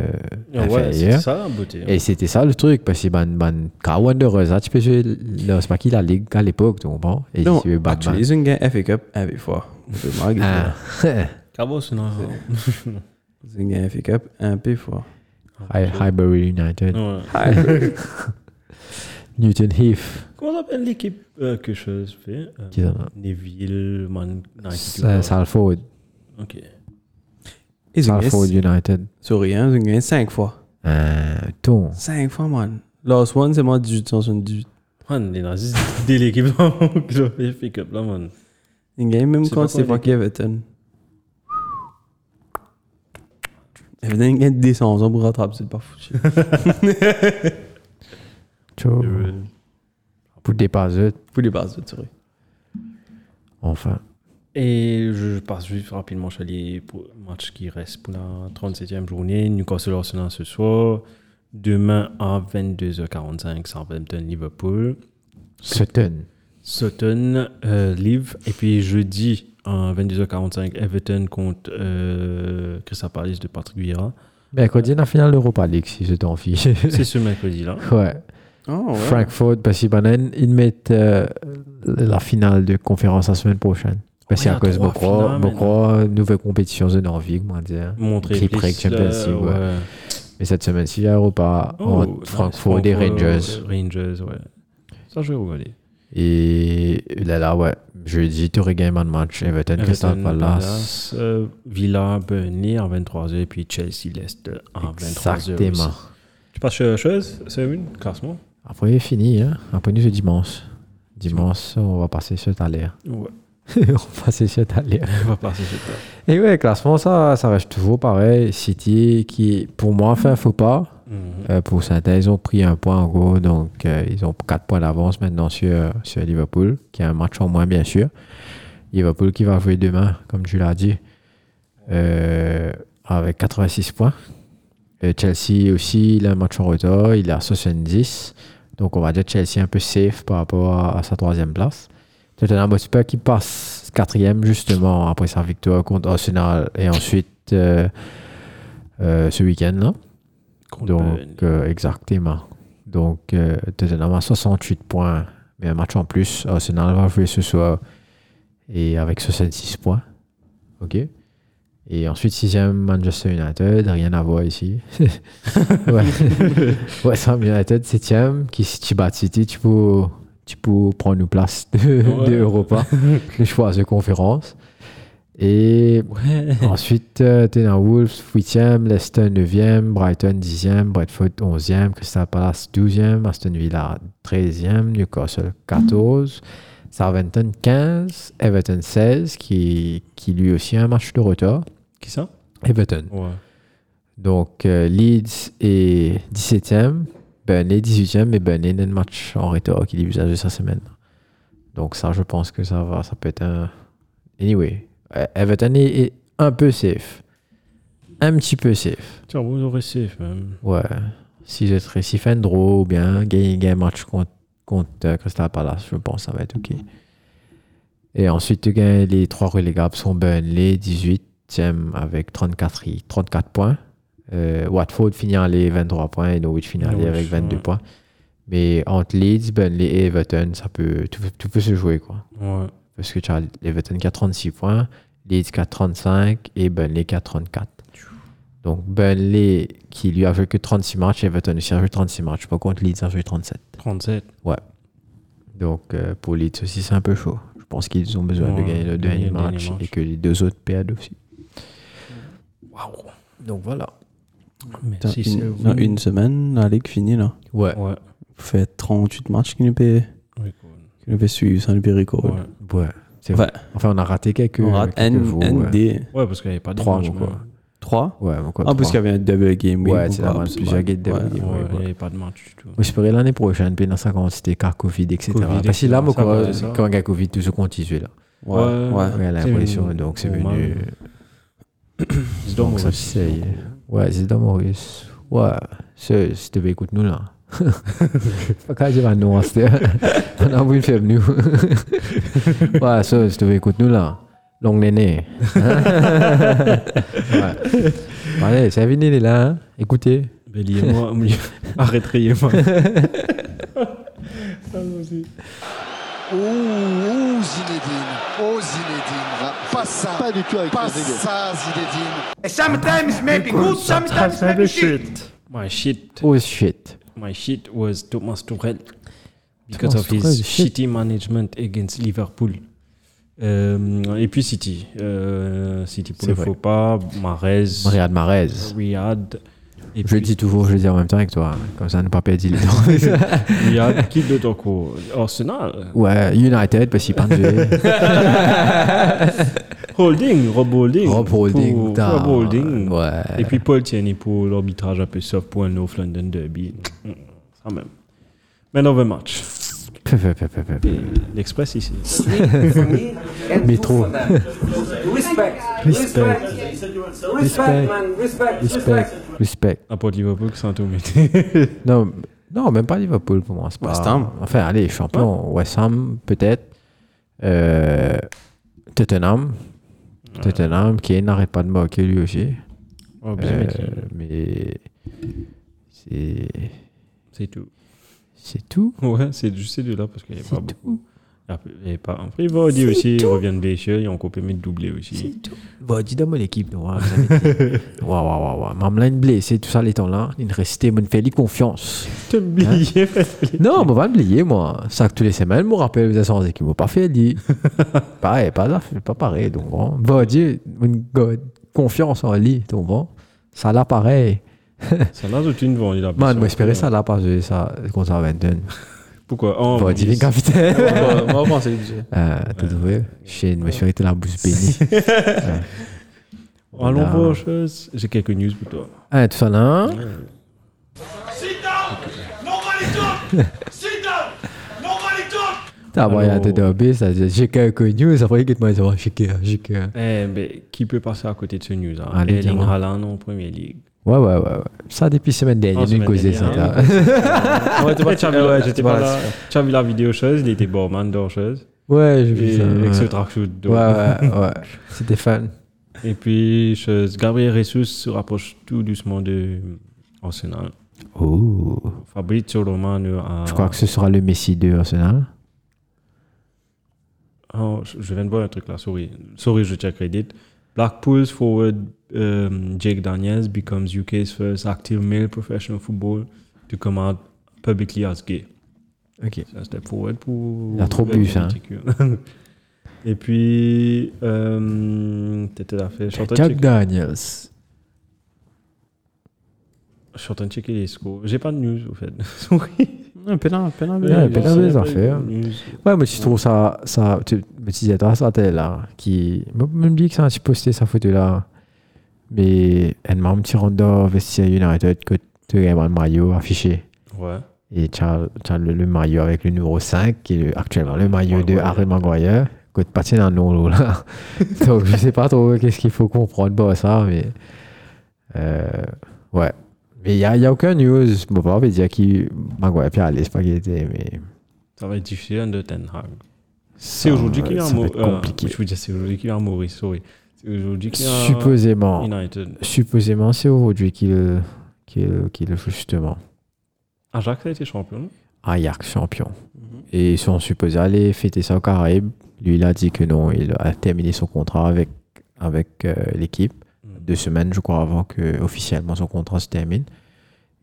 Ah ouais, c'est
inférieur.
ça la beauté. hein.
Et c'était ça le truc, parce que man, man, quand Wanderers, là, tu peux jouer le Smacky la Ligue à l'époque, tu comprends? Et
Non,
tu veux Batman.
actually, ils ont gagné FA Cup avec fois. Je vais marquer,
Ah.
là.
Cabo, c'est non.
Ils ont gagné FA Cup un peu fois.
Hy- Highbury United.
Ouais.
Newton Heath.
Comment s'appelle l'équipe euh, que je fais euh,
Qui en a
Neville, Man. non, qui-
Sa- Salford.
Ok.
Ils ont
Salford
gagné.
United. uh,
Sorry, hein, ils ont gagné 5 fois.
Un ton.
5 fois, man. Last one, c'est moi 1878.
Man, les nazis, dès l'équipe que je fais pick-up là, man.
Ils ont gagné même
C'est
quand
pas
c'était
quoi,
pas Everton. Everton a gagné 200 ans pour rattraper, c'est pas foutu.
Tcho.
Euh,
Pour dépasser.
Pour les bases de Turin.
Enfin.
Et je passe juste rapidement sur les pro- matchs qui restent pour la 37e journée. Newcastle Arsenal ce soir. Demain à 22h45, Southampton Liverpool.
Sutton.
Sutton euh, Live. Et puis jeudi à 22h45, Everton contre euh, Crystal Palace de Patrick Vieira.
Mercredi, la finale d'Europa League, si je t'en fiche.
C'est ce mercredi-là.
ouais.
Oh,
Frankfurt, parce qu'ils ben, ils mettent euh, la finale de conférence la semaine prochaine. Parce
Ouais,
qu'à
il y a
cause
trois
beaucoup,
finales,
beaucoup nouvelles compétitions de Norvège, moi dire.
Montrer
Triple
les-
avec Champions
euh,
League, ouais. Mais cette semaine-ci, il y a Europa
Oh, nice.
entre Francfort et Rangers.
euh, Rangers, ouais. Ça, je vais regarder.
Et là, là, ouais, jeudi, tu aurais gagné un match. Everton, Crystal
Everton,
Palace.
Palace, euh, Villa, Burnley en 23h, et puis Chelsea, Leicester en 23h.
Exactement.
Tu passes euh, sur chose, c'est une, classement
Après, il est fini. Hein. Après, nous, c'est dimanche. Dimanche, on va passer sur ta l'air.
Ouais,
on va passer sur ta l'air.
on va passer sur ça.
Et ouais, classement, ça, ça reste toujours pareil. City, qui, pour moi, fait un faux pas.
Mhm.
Euh, pour Saint-Étienne, ils ont pris un point en gros, donc euh, ils ont 4 points d'avance maintenant sur, sur Liverpool, qui a un match en moins bien sûr. Liverpool qui va jouer demain, comme tu l'as dit, euh, avec 86 points. Et Chelsea aussi, il a un match en retard, il a 70. Donc on va dire Chelsea un peu safe par rapport à, à sa troisième place. Tottenham Hotspur qui passe quatrième justement après sa victoire contre Arsenal et ensuite euh, euh, ce week-end là.
Contre
Donc,
Burnley.
euh, exactement. Donc, euh, Tottenham a 68 points, mais un match en plus. Arsenal va jouer ce soir et avec 66 points. OK Et ensuite, sixième, Manchester United. Rien à voir ici. ouais. West Ham United, septième. Qui, si tu bats City, tu peux, tu peux prendre une place de,
Ouais.
de Europa. Le choix de conférence. Et Ensuite, euh, Tottenham Wolves, 8e, Leicester 9e, Brighton 10e, Bradford 11e, Crystal Palace 12e, Aston Villa 13e, Newcastle 14, Southampton 15, Everton 16, qui, qui lui aussi a un match de retard.
Qui ça
Everton.
Ouais.
Donc euh, Leeds est 17e, Burnley 18e, mais Burnley a un match en retard qui débute de sa semaine. Donc ça, je pense que ça va, ça peut être un... Anyway, euh, Everton est, est un peu safe. Un petit peu safe.
Tiens, vous aurez safe, même.
Ouais. Si je serais si fan draw ou bien gagner gagner un match contre, contre euh, Crystal Palace, je pense que ça va être OK. Et ensuite, tu gagnes les trois relégables sont Burnley, 18e avec 34, 34 points. Euh, Watford finit en les 23 points et Norwich finit en les
Norwich,
avec 22
ouais.
points. Mais entre Leeds, Burnley et Everton, ça peut, tout, tout peut se jouer. quoi.
Ouais.
Parce que tu as Everton qui a 36 points, Leeds qui a 35 et Burnley qui a 34. Donc Burnley qui lui a joué que 36 matchs, Everton aussi a joué 36 matchs. Par contre, Leeds a joué 37.
37.
Donc euh, pour Leeds aussi, c'est un peu chaud. Je pense qu'ils ont besoin de
Ouais,
gagner le
de gagner le
dernier
dernier
match et
match.
que les deux autres perdent aussi. Waouh! Donc voilà.
Dans,
Merci, c'est
une,
vous.
dans une semaine, la ligue finie, là.
Ouais.
Ouais.
Vous faites 38 matchs qui nous paient
Ouais.
qui nous paient suivre sans le payer record.
Ouais.
Ouais. C'est
Enfin,
vrai. Enfin, on a raté quelques.
on rate
quelques
N,
votes, ouais.
ND
Ouais, parce qu'il n'y avait pas de
Trois,
match,
quoi.
man.
3.
Ouais, mais quoi,
En plus,
trois.
qu'il y avait un double game week.
Ouais, c'est
quoi,
la même,
absolument.
plusieurs games double
Ouais.
game.
Ouais,
Ouais,
il n'y
ouais.
avait pas de match du tout.
Moi, J'espérais l'année prochaine, puis dans 50, c'était car Covid, etc.
Covid,
Parce que
etc.,
là, moi,
ça,
quand
ouais, c'est ça.
quand il y a Covid, tout se continue là.
Ouais, ouais.
Ouais, la
C'est
pression,
venu
donc c'est
normal.
venu.
C'est
Donc ça,
dommage.
c'est. Ouais, c'est dans Maurice. Ouais, c'est- c'était bien, écoute-nous là. Pas quand j'ai pas de nom, c'était. On a voulu faire nous. Ouais, ça, c'était bien, écoute-nous là. Long Néné. Ouais. Allez, c'est Néné il est là. hein. Écoutez.
Bélier, moi, arrêtez moi
Oh, oh, Zinedine. Oh, Zinedine. Pas ça. Pas du tout avec Pas ça, Zinedine.
Sometimes maybe good, sometimes maybe shit.
My shit,
Oh shit.
my shit was Thomas Tuchel because
Thomas
of his
Tuchel, shit.
shitty management against Liverpool. Euh, et puis City. Euh, City pour
C'est
le
vrai.
faux pas, Mahrez,
Riyad Mahrez.
Riyad. Et
Je le dis toujours, je le dis en même temps avec toi. Comme ça, ne pas perdre les temps.
Riyad, qui d'autre encore Arsenal.
ouais, United, parce qu'il parle de...
Holding, Rob Holding.
Rob Holding.
Pour,
putain.
Rob Holding.
Ouais.
Et puis Paul Tierney pour l'arbitrage un peu soft pour un North London Derby. Mm, Ça même. Man of the match.
Peu, peu, peu, peu, peu.
L'Express ici.
Mais trop.
Respect.
Respect. Respect.
Respect, man. Respect.
Respect.
Respect.
Respect.
À part Liverpool, c'est un tout
Non, non, même pas Liverpool pour moi. c'est pas-
West Ham.
Enfin, allez, champion. West Ham, peut-être. Euh, Tottenham. Tottenham, qui n'arrête pas de moquer lui aussi.
Oh,
Euh,
bien, bien.
mais c'est
C'est tout.
c'est tout.
Ouais, c'est juste ces deux-là parce qu'il n'y a pas
C'est
beaucoup. Il n'y a pas un prix. Vardy aussi, ils reviennent blessés. Ils ont coupé, mais doublé aussi.
tout. Bon, dis donc mon équipe, nous. Hein, waouh, waouh, waouh, waouh. Mamelin blessé, tout ça, les temps-là. Il restait, mon fait confiance.
T'as
Hein
oublié.
non, mais on va oublier, moi. Ça, que tous les semaines, je me rappelle les assurances qui m'ont pas fait, dit. pareil, pas là, c'est pas pareil, donc bon. Bon, Dieu, une go- confiance en lui, donc bon. Ça là, pareil.
Ça n'a aucune vente. il a
Man,
blessé.
moi, j'espérais ça là, pas jouer ça contre la vingtaine.
Pourquoi Oh,
Bon,
mais
divin capitaine.
Moi, je pense que c'est déjà.
Euh, T'as trouvé Shane, moi, j'espérais que t'es la bouse bénie.
Allons
Voilà.
voir autre chose. J'ai quelques news pour toi.
Ah, tout ça là.
Sit down! Nobody talk! Sit down! Nobody talk!
T'as envoyé un
Alors-
tête de ça dit j'ai quelques news, après, qu'il te m'a dit, oh, j'ai que- j'ai que.
Eh, ben, qui peut passer à côté de ce news hein?
Allez,
Erling
dis-moi.
Haaland en Première Ligue.
Ouais, ouais, ouais, ouais. Ça, depuis semaine dernière,
Oh, semaine
nous causait ça.
dernière, hein.
là.
Ouais, t'es pas
Tu as vu,
Ouais,
Ah ouais,
j'étais
j'étais
pas
pas
là.
là. Tu as vu la vidéo chose, il était barman dans chose.
Ouais, j'ai vu
Et
ça.
avec ce
ouais.
track shoot.
Ouais, ouais, ouais. C'était fan.
Et puis, chose, Gabriel Ressus se rapproche tout doucement de Arsenal.
Oh.
Fabrizio Romano euh, a.
Je crois que ce sera le Messi de Arsenal.
Oh, je je viens de voir un truc là, sorry. Sorry, je check Reddit. Blackpool's forward um, Jake Daniels becomes UK's first active male professional football to come out publicly as gay.
Ok.
C'est un step forward pour.
Il a trop bu, ça, hein.
LGBTQ. Et puis. Euh, T'étais là, fait. Je suis en train de
Jack
checker-
Daniels.
je suis en train de checker les scores. J'ai pas de news, au fait. Sorry.
Un pénal, pénal.
Ouais,
pénal.
pénal.
Je sais pas, il y
les
a
affaires.
pas de news.
Ouais, mais tu trouves ça. ça tu me disais, toi, ça, t'es là. Qui. Moi, Je me dis que ça a posté sa photo là. Mais elle m'a un petit rando vestiaire United que tu gagnes un maillot affiché.
Ouais.
Et tu as, tu as le, le maillot avec le numéro 5, qui est le- actuellement le maillot de
Maguire.
Harry Maguire, que tu patientes dans le nom, là. Donc, je sais pas trop qu'est-ce qu'il faut comprendre bon, ça, mais. euh, ouais. Mais il n'y a, y a aucun news. Bon, pas on va dire qui. Maguire, puis Alice, pas qui était, mais.
Ça va être difficile de Ten Hag.
ça-
C'est aujourd'hui qu'il y a un
Ah, Ça va
mot. euh,
être compliqué.
je veux dire, c'est aujourd'hui qu'il y a un Maurice, sorry. C'est aujourd'hui qu'il y a
supposément.
United.
Supposément, c'est aujourd'hui qu'il qu'il qu'il joue, justement.
Ajax a été champion.
Ajax champion. Et ils sont supposés aller fêter ça au Caraïbes. Lui, il a dit que non, il a terminé son contrat avec, avec euh, l'équipe. Deux semaines, je crois, avant que officiellement son contrat se termine.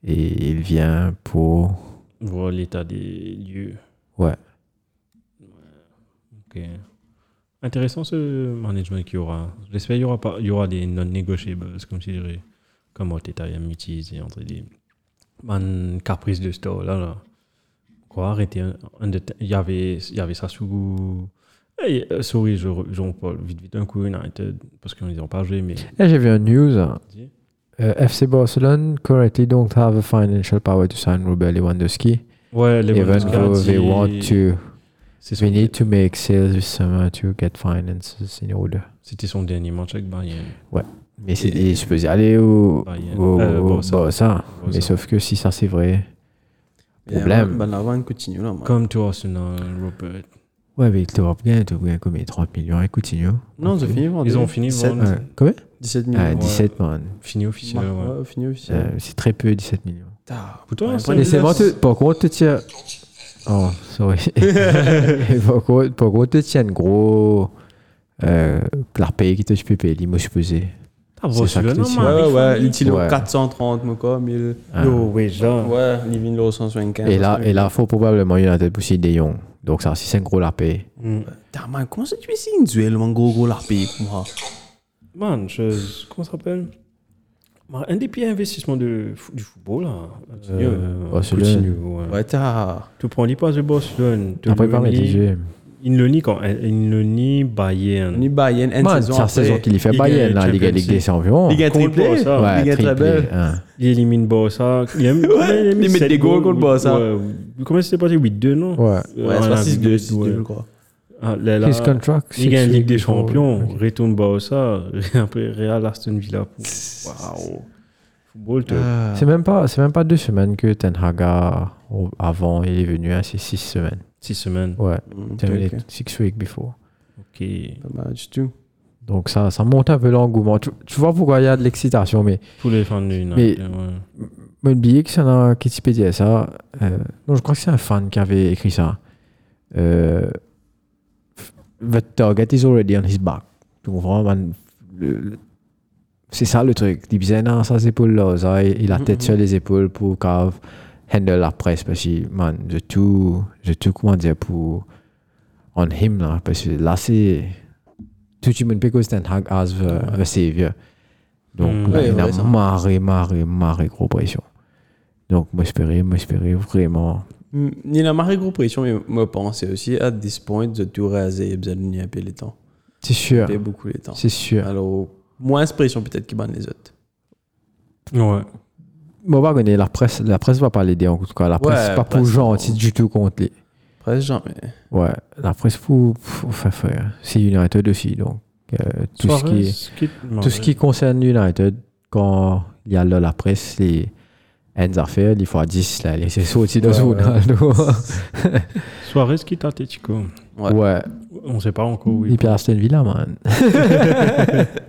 Et il vient pour.
Voir l'état des lieux.
Ouais.
Ok. Intéressant ce management qu'il y aura. J'espère qu'il y aura, pas, il y aura des non-negotiables, comme je dirais. Comme Arteta, il y a mutisé entre des man caprice de store. Là, là. Quoi, arrêter un- un de te- Il y avait, il y avait ça sous. Hey, euh, sorry, je, re- je parle vite, vite un coup United, parce qu'ils n'ont pas joué, mais.
Là, j'ai vu un news. hein.
Dis.
Euh, FC Barcelone currently don't have the financial power to sign Ruben Lewandowski.
Ouais, les
Even
Wolves
though
Guardi-
they want to,
c'est son-
we need to make sales this summer to get finances in order.
C'était son dernier match avec Bayern.
Mais c'est il est supposé aller au,
Bayern.
au,
Euh,
au
Barça.
Barça. Mais
Barça.
sauf que si ça c'est vrai, problème.
Ben, avant, Bah, continue là, man.
Comme to Arsenal, Robert.
Ouais, mais tu vas gagner, tu vas gagner combien 30 millions et Coutinho
Non, ils ont fini vendredi.
Ils ont fini
17,
vendredi.
Ouais. Combien
17
Ah,
millions.
17, man.
Fini officiel.
Ouais,
Ouais.
ouais, fini officiel.
Euh, C'est très peu, 17 millions.
Putain.
Pour toi,
Mais c'est bon, tu- par contre, tu tiens. Oh, sorry. Et par contre, par contre, tu tiens gros. Euh, Clarpé qui te peux payer, il m'a supposé.
T'as
c'est ça
reçu
que
le
tu
nom,
dis.
man.
Ouais, ouais, ouais.
euh, Il
L'utile
Ouais.
430, moi, quoi. 1000.
Ah.
Yo, ouais, genre.
Ouais, Livin Law 175.
Et là, et là, faut probablement United pousser De Jong. Donc ça, c'est un gros larpé.
Mm.
Putain, man, comment ça, tu es signé un duel, man, gros, gros, l'arpé, pour moi
Man, je, comment ça s'appelle Man, Un des pires investissements de, fo- du football, là. Euh,
Barcelone.
Coutinho, ouais.
Ouais, t'as.
Tu prends les passes de Barcelone. tu
Après,
le
pas mettre
nies-
les jeux.
Il le nie quand Il le nie Bayern.
Ni Bayern, une
Man,
saison.
c'est la
après.
saison qu'il y fait
Ligue
Bayern, la
Champions
Ligue, Ligue
League.
des Champions.
Ligue
Contre
triplée.
Barça.
ouais,
Ligue
triplé,
triplée.
hein.
Il élimine Barça. Il, aime,
Ouais, il
mis
met
sept
des goals contre
huit-
Barça.
ouais. Comment c'était passé 8-2, non Ah,
Ouais.
Ouais, c'est
voilà,
pas 6-2, 6-2,
ouais.
je crois.
Ah, là, là,
His contract.
il gagne
six
Ligue des
weeks before-
Champions, retourne Barça, après Real Aston Villa. Waouh. Football,
Euh.
te-
C'est même pas, c'est même pas deux semaines que Ten Hag a- au- avant, il est venu, hein, c'est six semaines.
six semaines.
Ouais.
Mm,
Terminé
ok.
six weeks before.
Ok.
Pas mal du tout.
Donc ça, ça monte un peu l'engouement. Tu, tu vois pourquoi il y a de l'excitation, mais
Tous les fans de
Mais-
United. ouais.
me billet que ça n'a qui t'y pédait ça. euh, non, je crois que c'est un fan qui avait écrit ça. Euh, the target is already on his back. Tu comprends, man? Le- le- C'est ça le truc. Il disait non, ça épaules là, ça, il il
Mm-hmm,
a tête sur les épaules pour cave handle la presse parce que man, je tout, je tout comment dire pour on him là parce que là c'est tout le monde peut cause Ten Hag as the, the savior. Donc
Mm.
là,
Ouais,
il
ouais, ça.
a marré, marré, marré gros pression. Donc moi j'espérais, moi j'espérais vraiment.
Mm, Il a marqué gros pression, mais moi, pensé aussi, à this point, je tout rasé, il besoin de un peu les temps.
C'est sûr,
Il beaucoup les temps.
c'est sûr.
Alors, moins de pression peut-être qu'ils bannent les autres.
Ouais.
Moi, on va gagner, la presse, la presse va pas l'aider en tout cas. La presse,
Ouais,
c'est pas pour
presse, oh.
gentil
non.
du tout contre les.
Presque jamais.
Ouais, la presse pour, pour faire faire. hein. C'est United aussi, donc euh, tout ce qui est.
Suarez, Kit-
Tout ce qui concerne United, quand il y a là, la presse, les ends affaires, il faut à 10, là, les c'est sorti de
Ouais,
zone. hein,
ouais.
là, nous.
Suarez quitte Atletico.
Ouais.
Ouais,
On sait pas encore où
il
il
puis Aston Villa, man.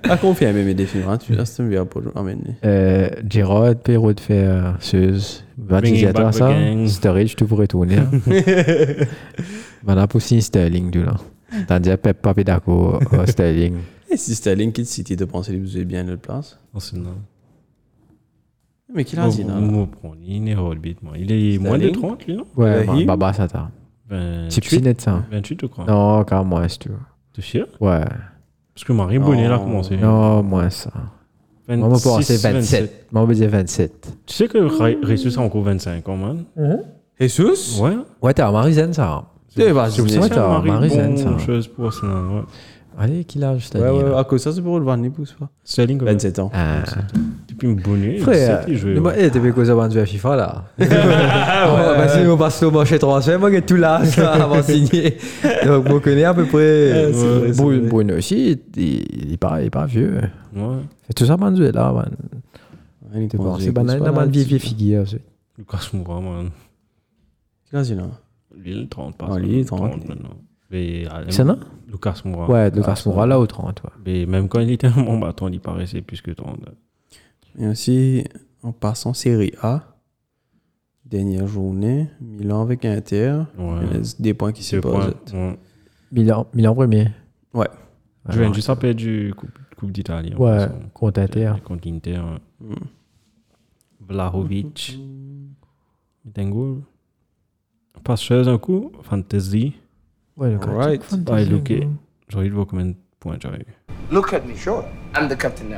Pas confirmé, mais définitivement, hein, tu as un Ah, verre pour l'emmener.
Euh, Gerrard, Perrault de faire Seuse,
Bringing back
27
the
ça,
gang.
Sturridge, tout pour retourner. hein. Maintenant, pour signer Sterling, du là. Tandis que Pep, pas d'accord, euh, Sterling.
Et si Sterling quitte City, de penser que vous avez bien notre place
Arsenal.
Mais qu'il a dit,
Vous-
non
vous comprenez, Il est orbit, moi. Il est moins de
Sterling.
30, lui, non
Ouais,
Raheem.
man, Baba, ça t'a. C'est petit
28,
net, ça.
28, je crois.
Non, car moins, c'est tout.
T'es sûr
Ouais,
Parce que Marie Bonnet, elle a
Non.
commencé.
non, moins ça. Moi, je
26,
pense que c'est 27. Moi, je dis 27.
Tu sais que Ra- Ressus a encore 25 ans, man.
Jesus
Ouais.
Ouais, t'as Marisen, ça.
C'est pas
Ah, C'est pour
Ouais,
ça que
t'as
Marie,
Marisen,
bon
ça.
chose pour Arsenal. Ouais.
Allez, qu'il a juste
Ouais,
à dire,
ouais,
là.
à cause de ça, c'est pour le Varney, pousse pas.
Sterling, quand même.
27 ans.
Ah.
Depuis Bonnet,
Frère,
17, il jouait. ouais.
eh, t'es quoi ça, à FIFA là Ah Bah, Vas-y, on passe au marché transfert, moi j'ai tout là, avant de signer. Donc, on connaît à peu près.
c'est vrai, c'est
Bruno
vrai.
Bruno aussi, il il est pas, il est pas vieux.
Ouais.
C'est tout ça, Manzuela, man.
Il
C'est bon, c'est banal, la man, vieille vieille figure. c'est-
Lucas Moura, man.
Qu'il a dit, non
Lille, 30 pas.
Ah, Lille, 30.
maintenant. Mais, ah,
C'est non
Lucas Moura.
Ouais, de Casmora là au 30, ouais.
Mais même quand il était un bon bâton, il paraissait plus que 30.
Et aussi, en passant Série A, dernière journée, Milan avec Inter,
Ouais.
il y en a des points qui se
C'est point.
posent.
Ouais.
Milan, Milan premier.
Ouais.
Juventus a perdu Coupe, coupe d'Italie. en
Ouais,
passant.
contre Inter.
Contre Inter. ouais.
Mm.
Vlahovic. Dengo. Passeuse un coup. Fantasy.
Ouais, le
Alright.
quartier.
Ah, il ok. J'ai envie de voir combien de points j'aurais eu.
Look at me, sure. I'm the captain now.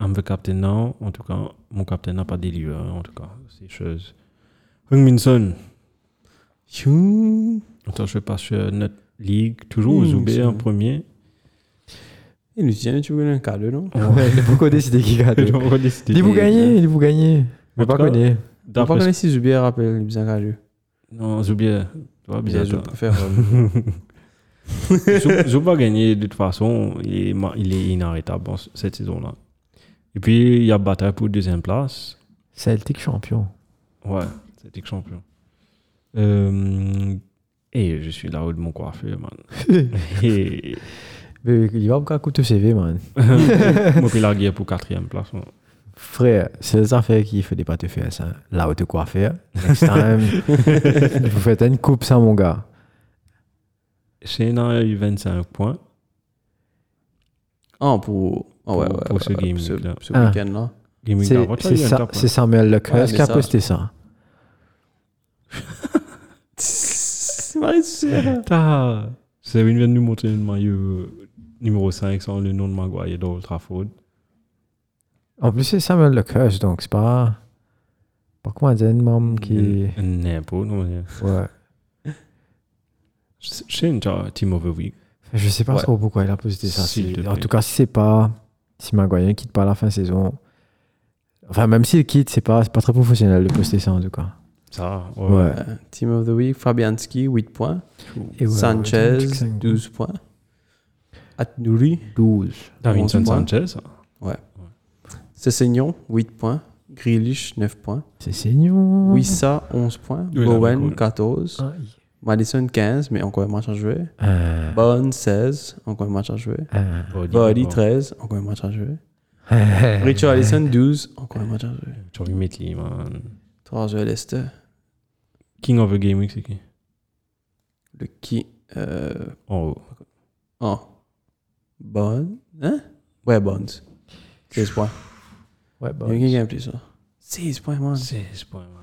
I'm the captain now. En tout cas, mon captain n'a pas délivré. hein, En tout cas, c'est chose. Hungminson.
Chou.
Attends, je vais passer sur notre ligue. Toujours au Zoubé en premier.
Et Lucien, tu veux gagner un cadeau, non
Ouais, il faut décider qui gagne.
On va décider.
Il vous gagnez, il vous gagnez. Mais
En
pas
tout cas,
gagné.
On pas
D'après
connaître si Zubier rappelle les bizarres cadeaux.
Non, Zoubier. Tu
Ah,
vois,
Bien,
bizarre.
je préfère. euh,
Zou- Zouba a gagné de toute façon. Il est, ma- il est inarrêtable en ce- cette saison-là. Et puis, il y a bataille pour deuxième place.
Celtic champion.
Ouais, c'était champion. Euh, Et je suis là-haut de mon coiffeur, man. Et
Mais Il va encore coûter CV, man.
moi, puis la guerre pour quatrième place. man.
Frère, c'est les affaires qu'il ne fallait pas te faire, ça. Là où te coiffer, next time. vous faites une coupe, ça, mon gars.
Shayna a eu 25 points.
Ah, pour. Ah, ouais,
Pour-
ouais,
pour ce
ouais,
game
Ce,
week-là.
ce
Ah.
week-end-là.
Gaming
C'est
Garage, là,
c'est
il y a un
ça-
top,
c'est
hein.
Samuel
Ouais,
Leclerc
mais
qui a
ça-
posté ça.
Marie, tu sais, là.
Ah, Sabine vient de nous montrer le maillot euh, numéro 5 sans le nom de Maguire dans Old Trafford.
En plus, c'est Samuel Leclerc, donc c'est pas. Pas comment dire, une maman qui.
Un- un impôt, non mais- euh,
Mm.
Ouais.
C'est c'est une genre Team of the Week.
Je sais pas
Ouais.
trop pourquoi il a posté ça.
S'il
C'est-
te
En
plaît.
tout cas, si c'est pas. Si Maguire quitte pas à la fin de saison. Enfin, même s'il quitte, c'est pas, c'est pas très professionnel de poster ça, en tout cas.
Ça, ouais.
Ouais.
Euh, Team of the Week, Fabianski, 8 points.
Et ouais,
Sanchez,
ouais, cinq-
12 points. Atnouri,
12.
Davinson
11 points.
Sanchez. ça.
Cessignon, 8 points. Grealish, 9 points.
C'est seigneur.
Wissa, 11 points.
Oui,
Bowen,
d'accord.
14.
Aïe.
Madison, 15, mais encore un match à jouer.
Euh,
Bowen, 16, encore un match à jouer.
euh,
Vardy,
bon. Eh,
13, encore un match à jouer.
euh,
Richard Allison, 12, encore un match à jouer.
J'aurais mis Metley, man.
3 jeux à Leicester.
King of the Game Week, c'est qui
Le qui euh,
En haut.
Oh. Bonne. Hein? Ouais, bonne. 16 points.
Ouais, bah,
Il y a quelqu'un qui a appelé ça. 16 points, man.
16 points, man.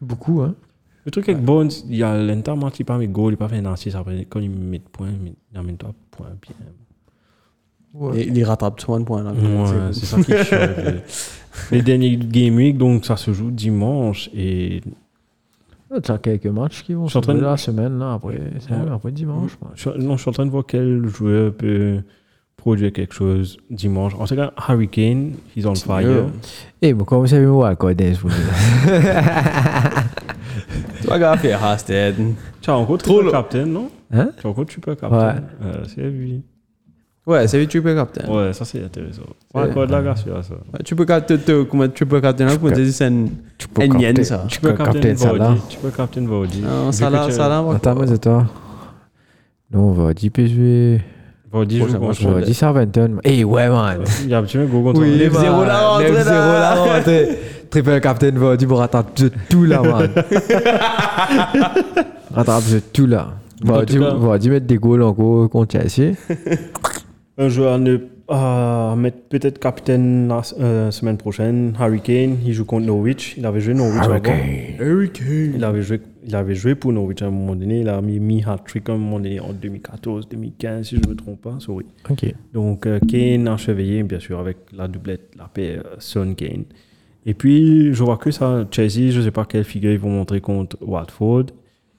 beaucoup, hein.
Le truc avec Bones, il y a l'Inter match, il n'a pas mis goal, il n'a pas fait un assist. Après, quand il met de points, il met- il amène toi point bien.
Et Il, rattrape 30 points, là.
Ouais, c'est ça qui est chaud. euh. Les derniers Game Week, donc ça se joue dimanche. Et
Tu as Ah, quelques matchs qui vont
Je suis en
se
train de-
jouer la semaine, là, après, c'est-
Ouais.
après dimanche. moi.
je, suis- non, je suis en train de voir quel joueur peut produire quelque chose dimanche. En tout cas, Harry Kane, he's on fire.
Eh, mais comment ça va, moi, quoi, des vous
Toi, gars, fais Rasted.
Tu as encore
Trop
Triple
long.
Captain, non
Hein
Tu as encore Triple Captain. Euh, c'est lui.
Ouais, c'est lui, Triple Captain. Ouais.
Ouais, ça c'est intéressant. Ouais, quoi de la grâce, celui-là, ça.
Triple Captain, tu- comment Triple Captain, là, comment t'as dit, c'est une.
Tu peux
Et Nien,
capter-
ça.
Tu peux
Triple
capter
Captain
ça, là.
Vardy. Triple Captain Vardy.
Non,
Vu
ça
que
là,
tu-
ça là, moi.
Attends, mais attends. Nous, on va 10 PG.
Vardy
Prochain
joue contre
match,
On va 10 Sarventon. Eh, ouais, man.
Il y a un petit peu gros contre
Oui.
lui.
bah.
9-0 la rentrée,
9-0
là.
la rentrée. Triple Captain Vardy pour rattraper tout là, man. rattraper tout là. Vardy
tout cas-
Vardy mettre des goals en gros contre Chelsea.
Un joueur à ne à mettre peut-être capitaine la s- euh, semaine prochaine, Harry Kane, il joue contre Norwich. Il avait joué Norwich avant. Il avait joué, il avait joué pour Norwich à un moment donné. Il a mis mi hat-trick à un moment donné en 2014, 2015, si je ne me trompe pas. Sorry.
Ok.
Donc euh, Kane a chevillé, bien sûr, avec la doublette, la paire Son-Kane. Et puis, je vois que ça, Chelsea, je ne sais pas quelle figure ils vont montrer contre Watford.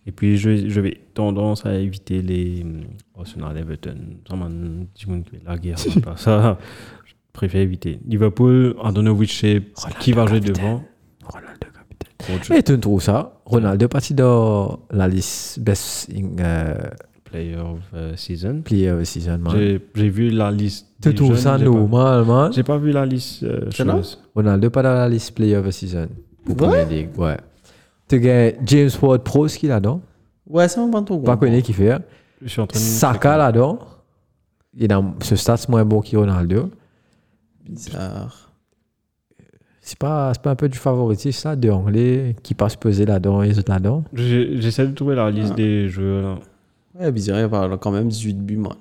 Et puis, je, je vais tendance à éviter les hum, Arsenal, Everton. Ça m'a dit mon qui est la guerre. c'est pas ça, je préfère éviter. Liverpool, I don't know which shape, qui va jouer devant.
Ronaldo capitaine.
Autre
Et tu trouves ça Ronaldo parti dans la liste best in, euh,
player of euh, season.
player of season, man.
J'ai j'ai vu la liste.
Tu
des
trouves
jeunes,
ça
j'ai pas-
normal, man
J'ai pas vu la liste. euh,
C'est là
chose.
Ronaldo pas dans la liste player of season pour Premier League, ouais. Tu gagnes James Ward Prowse qui est là-dedans,
Ouais, ça m'a pas trop
pas
compris.
connu qui fait.
Je suis en train de-
Saka là-dedans, il est dans ce stats moins bon que Ronaldo.
Bizarre.
C'est pas, c'est pas un peu du favoritisme ça, de Anglais qui passe peser là-dedans et les autres là-dedans.
J'ai- J'essaie de trouver la liste
Ah.
des joueurs. là.
Ouais, bizarre, il parle quand même 18 buts, man.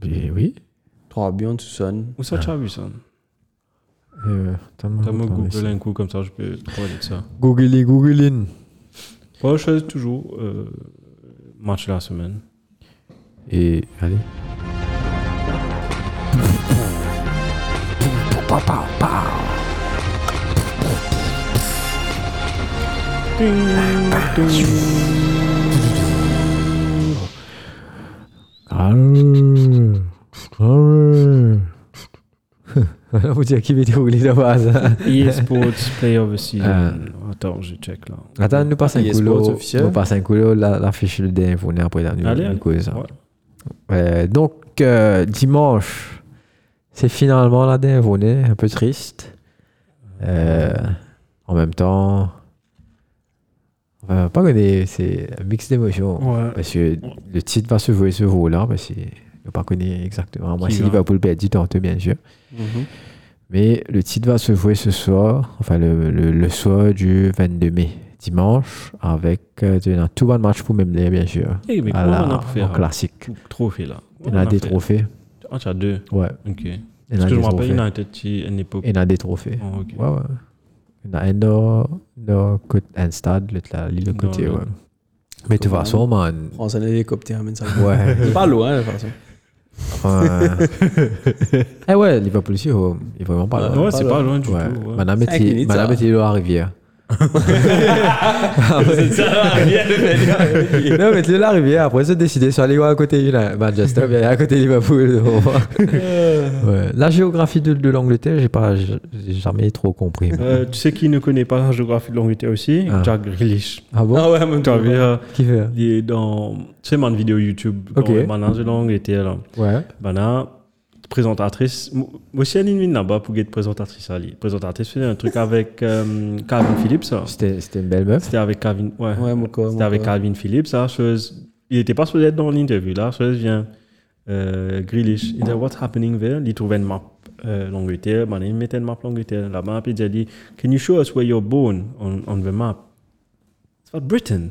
Ben
Mais oui.
3 buts en tout sonne.
Où ça,
Ah.
tu as vu ça
Euh,
T'as me
tellement-
Google un coup comme ça, je peux parler de ça.
Google, Google in.
Pas chose toujours, euh, match de la semaine.
Et allez. Ah ouais. Ah ouais. Voilà, vous dire qui va dérouler de base. hein?
EA Sports Play of the Season.
Ah.
Attends, je check là.
Attends, nous passons un
EA
coup
Sports
là.
officiel.
Nous passons un coup là, la, la fiche le dernier fournir après la nuit.
Allez,
du
allez.
coup, ça.
Ouais.
Euh, donc, euh, dimanche, c'est finalement la dernière journée, un peu triste. Euh, en même temps, on Euh, pas connu, c'est un mix d'émotions.
Ouais.
Parce que le titre va se jouer ce rôle-là, parce qu'il n'a pas connu exactement. Moi,
Qui
si
va.
Liverpool perdit, tant mieux, bien sûr. Mhm. Mais le titre va se jouer ce soir, enfin le, le, le soir du 22 mai, dimanche, avec euh, de- un tout bon match pour Memley, bien sûr.
Eh, mais
à
comment
la-
on a fait,
en
hein?
classique.
Trophée là.
Il y en a
On
des
fait-
trophées.
Ah, tu as deux.
Ouais,
Ok.
il y en
Parce
a
que je
des
me rappelle,
trophées.
il y en a peut-être qui- à une époque.
Il y en a des trophées.
Ah, ok.
Ouais, ouais. Il y en a un dans, dans côte- un stade, l'autre là, l'île de
Dans
côté,
le-
ouais. Mais de toute façon, man.
Prends un hélicoptère, amène hein, ça.
Ouais.
C'est pas loin, de toute façon.
Ouais. eh ouais, Liverpool aussi, oh, il est vraiment pas
Ouais,
là.
Ouais, c'est pas loin du tout.
Ouais.
ouais.
Madame
Cinq
était
minutes, ça
Madame
va.
était dans la rivière. Non, mais tu la rivière. Après, c'est décidé sur aller voir à côté il y en a Manchester, bien à côté Liverpool. on voit.
Euh.
ouais. La géographie de, de l'Angleterre, j'ai pas, j'ai jamais trop compris.
Euh, tu sais qui ne connaît pas la géographie de l'Angleterre aussi
Ah.
Jack Grealish.
Ah bon
Ah ouais, même
Tu as vu, euh,
Qui fait
il est dans. Tu sais, ma vidéo YouTube.
Ok.
Quand Bana de l'Angleterre là.
Ouais.
Bana, présentatrice. Moi aussi, elle est là-bas pour être présentatrice. Ali. Présentatrice, faisait un truc avec euh, Calvin Phillips. ça.
C'était c'était une belle meuf.
C'était avec Calvin. Ouais.
Ouais, mon corps,
C'était
mon
avec
corps.
Calvin Phillips, ça, chose. Il n'était pas supposé être dans l'interview, là. Chose vient. Euh, Grealish. Il dit, What's happening there? Il trouvait une map euh, l'Angleterre. Ben, il mettait une map l'Angleterre. La map, il dit, Can you show us where you're born on, on the map? It's about Britain.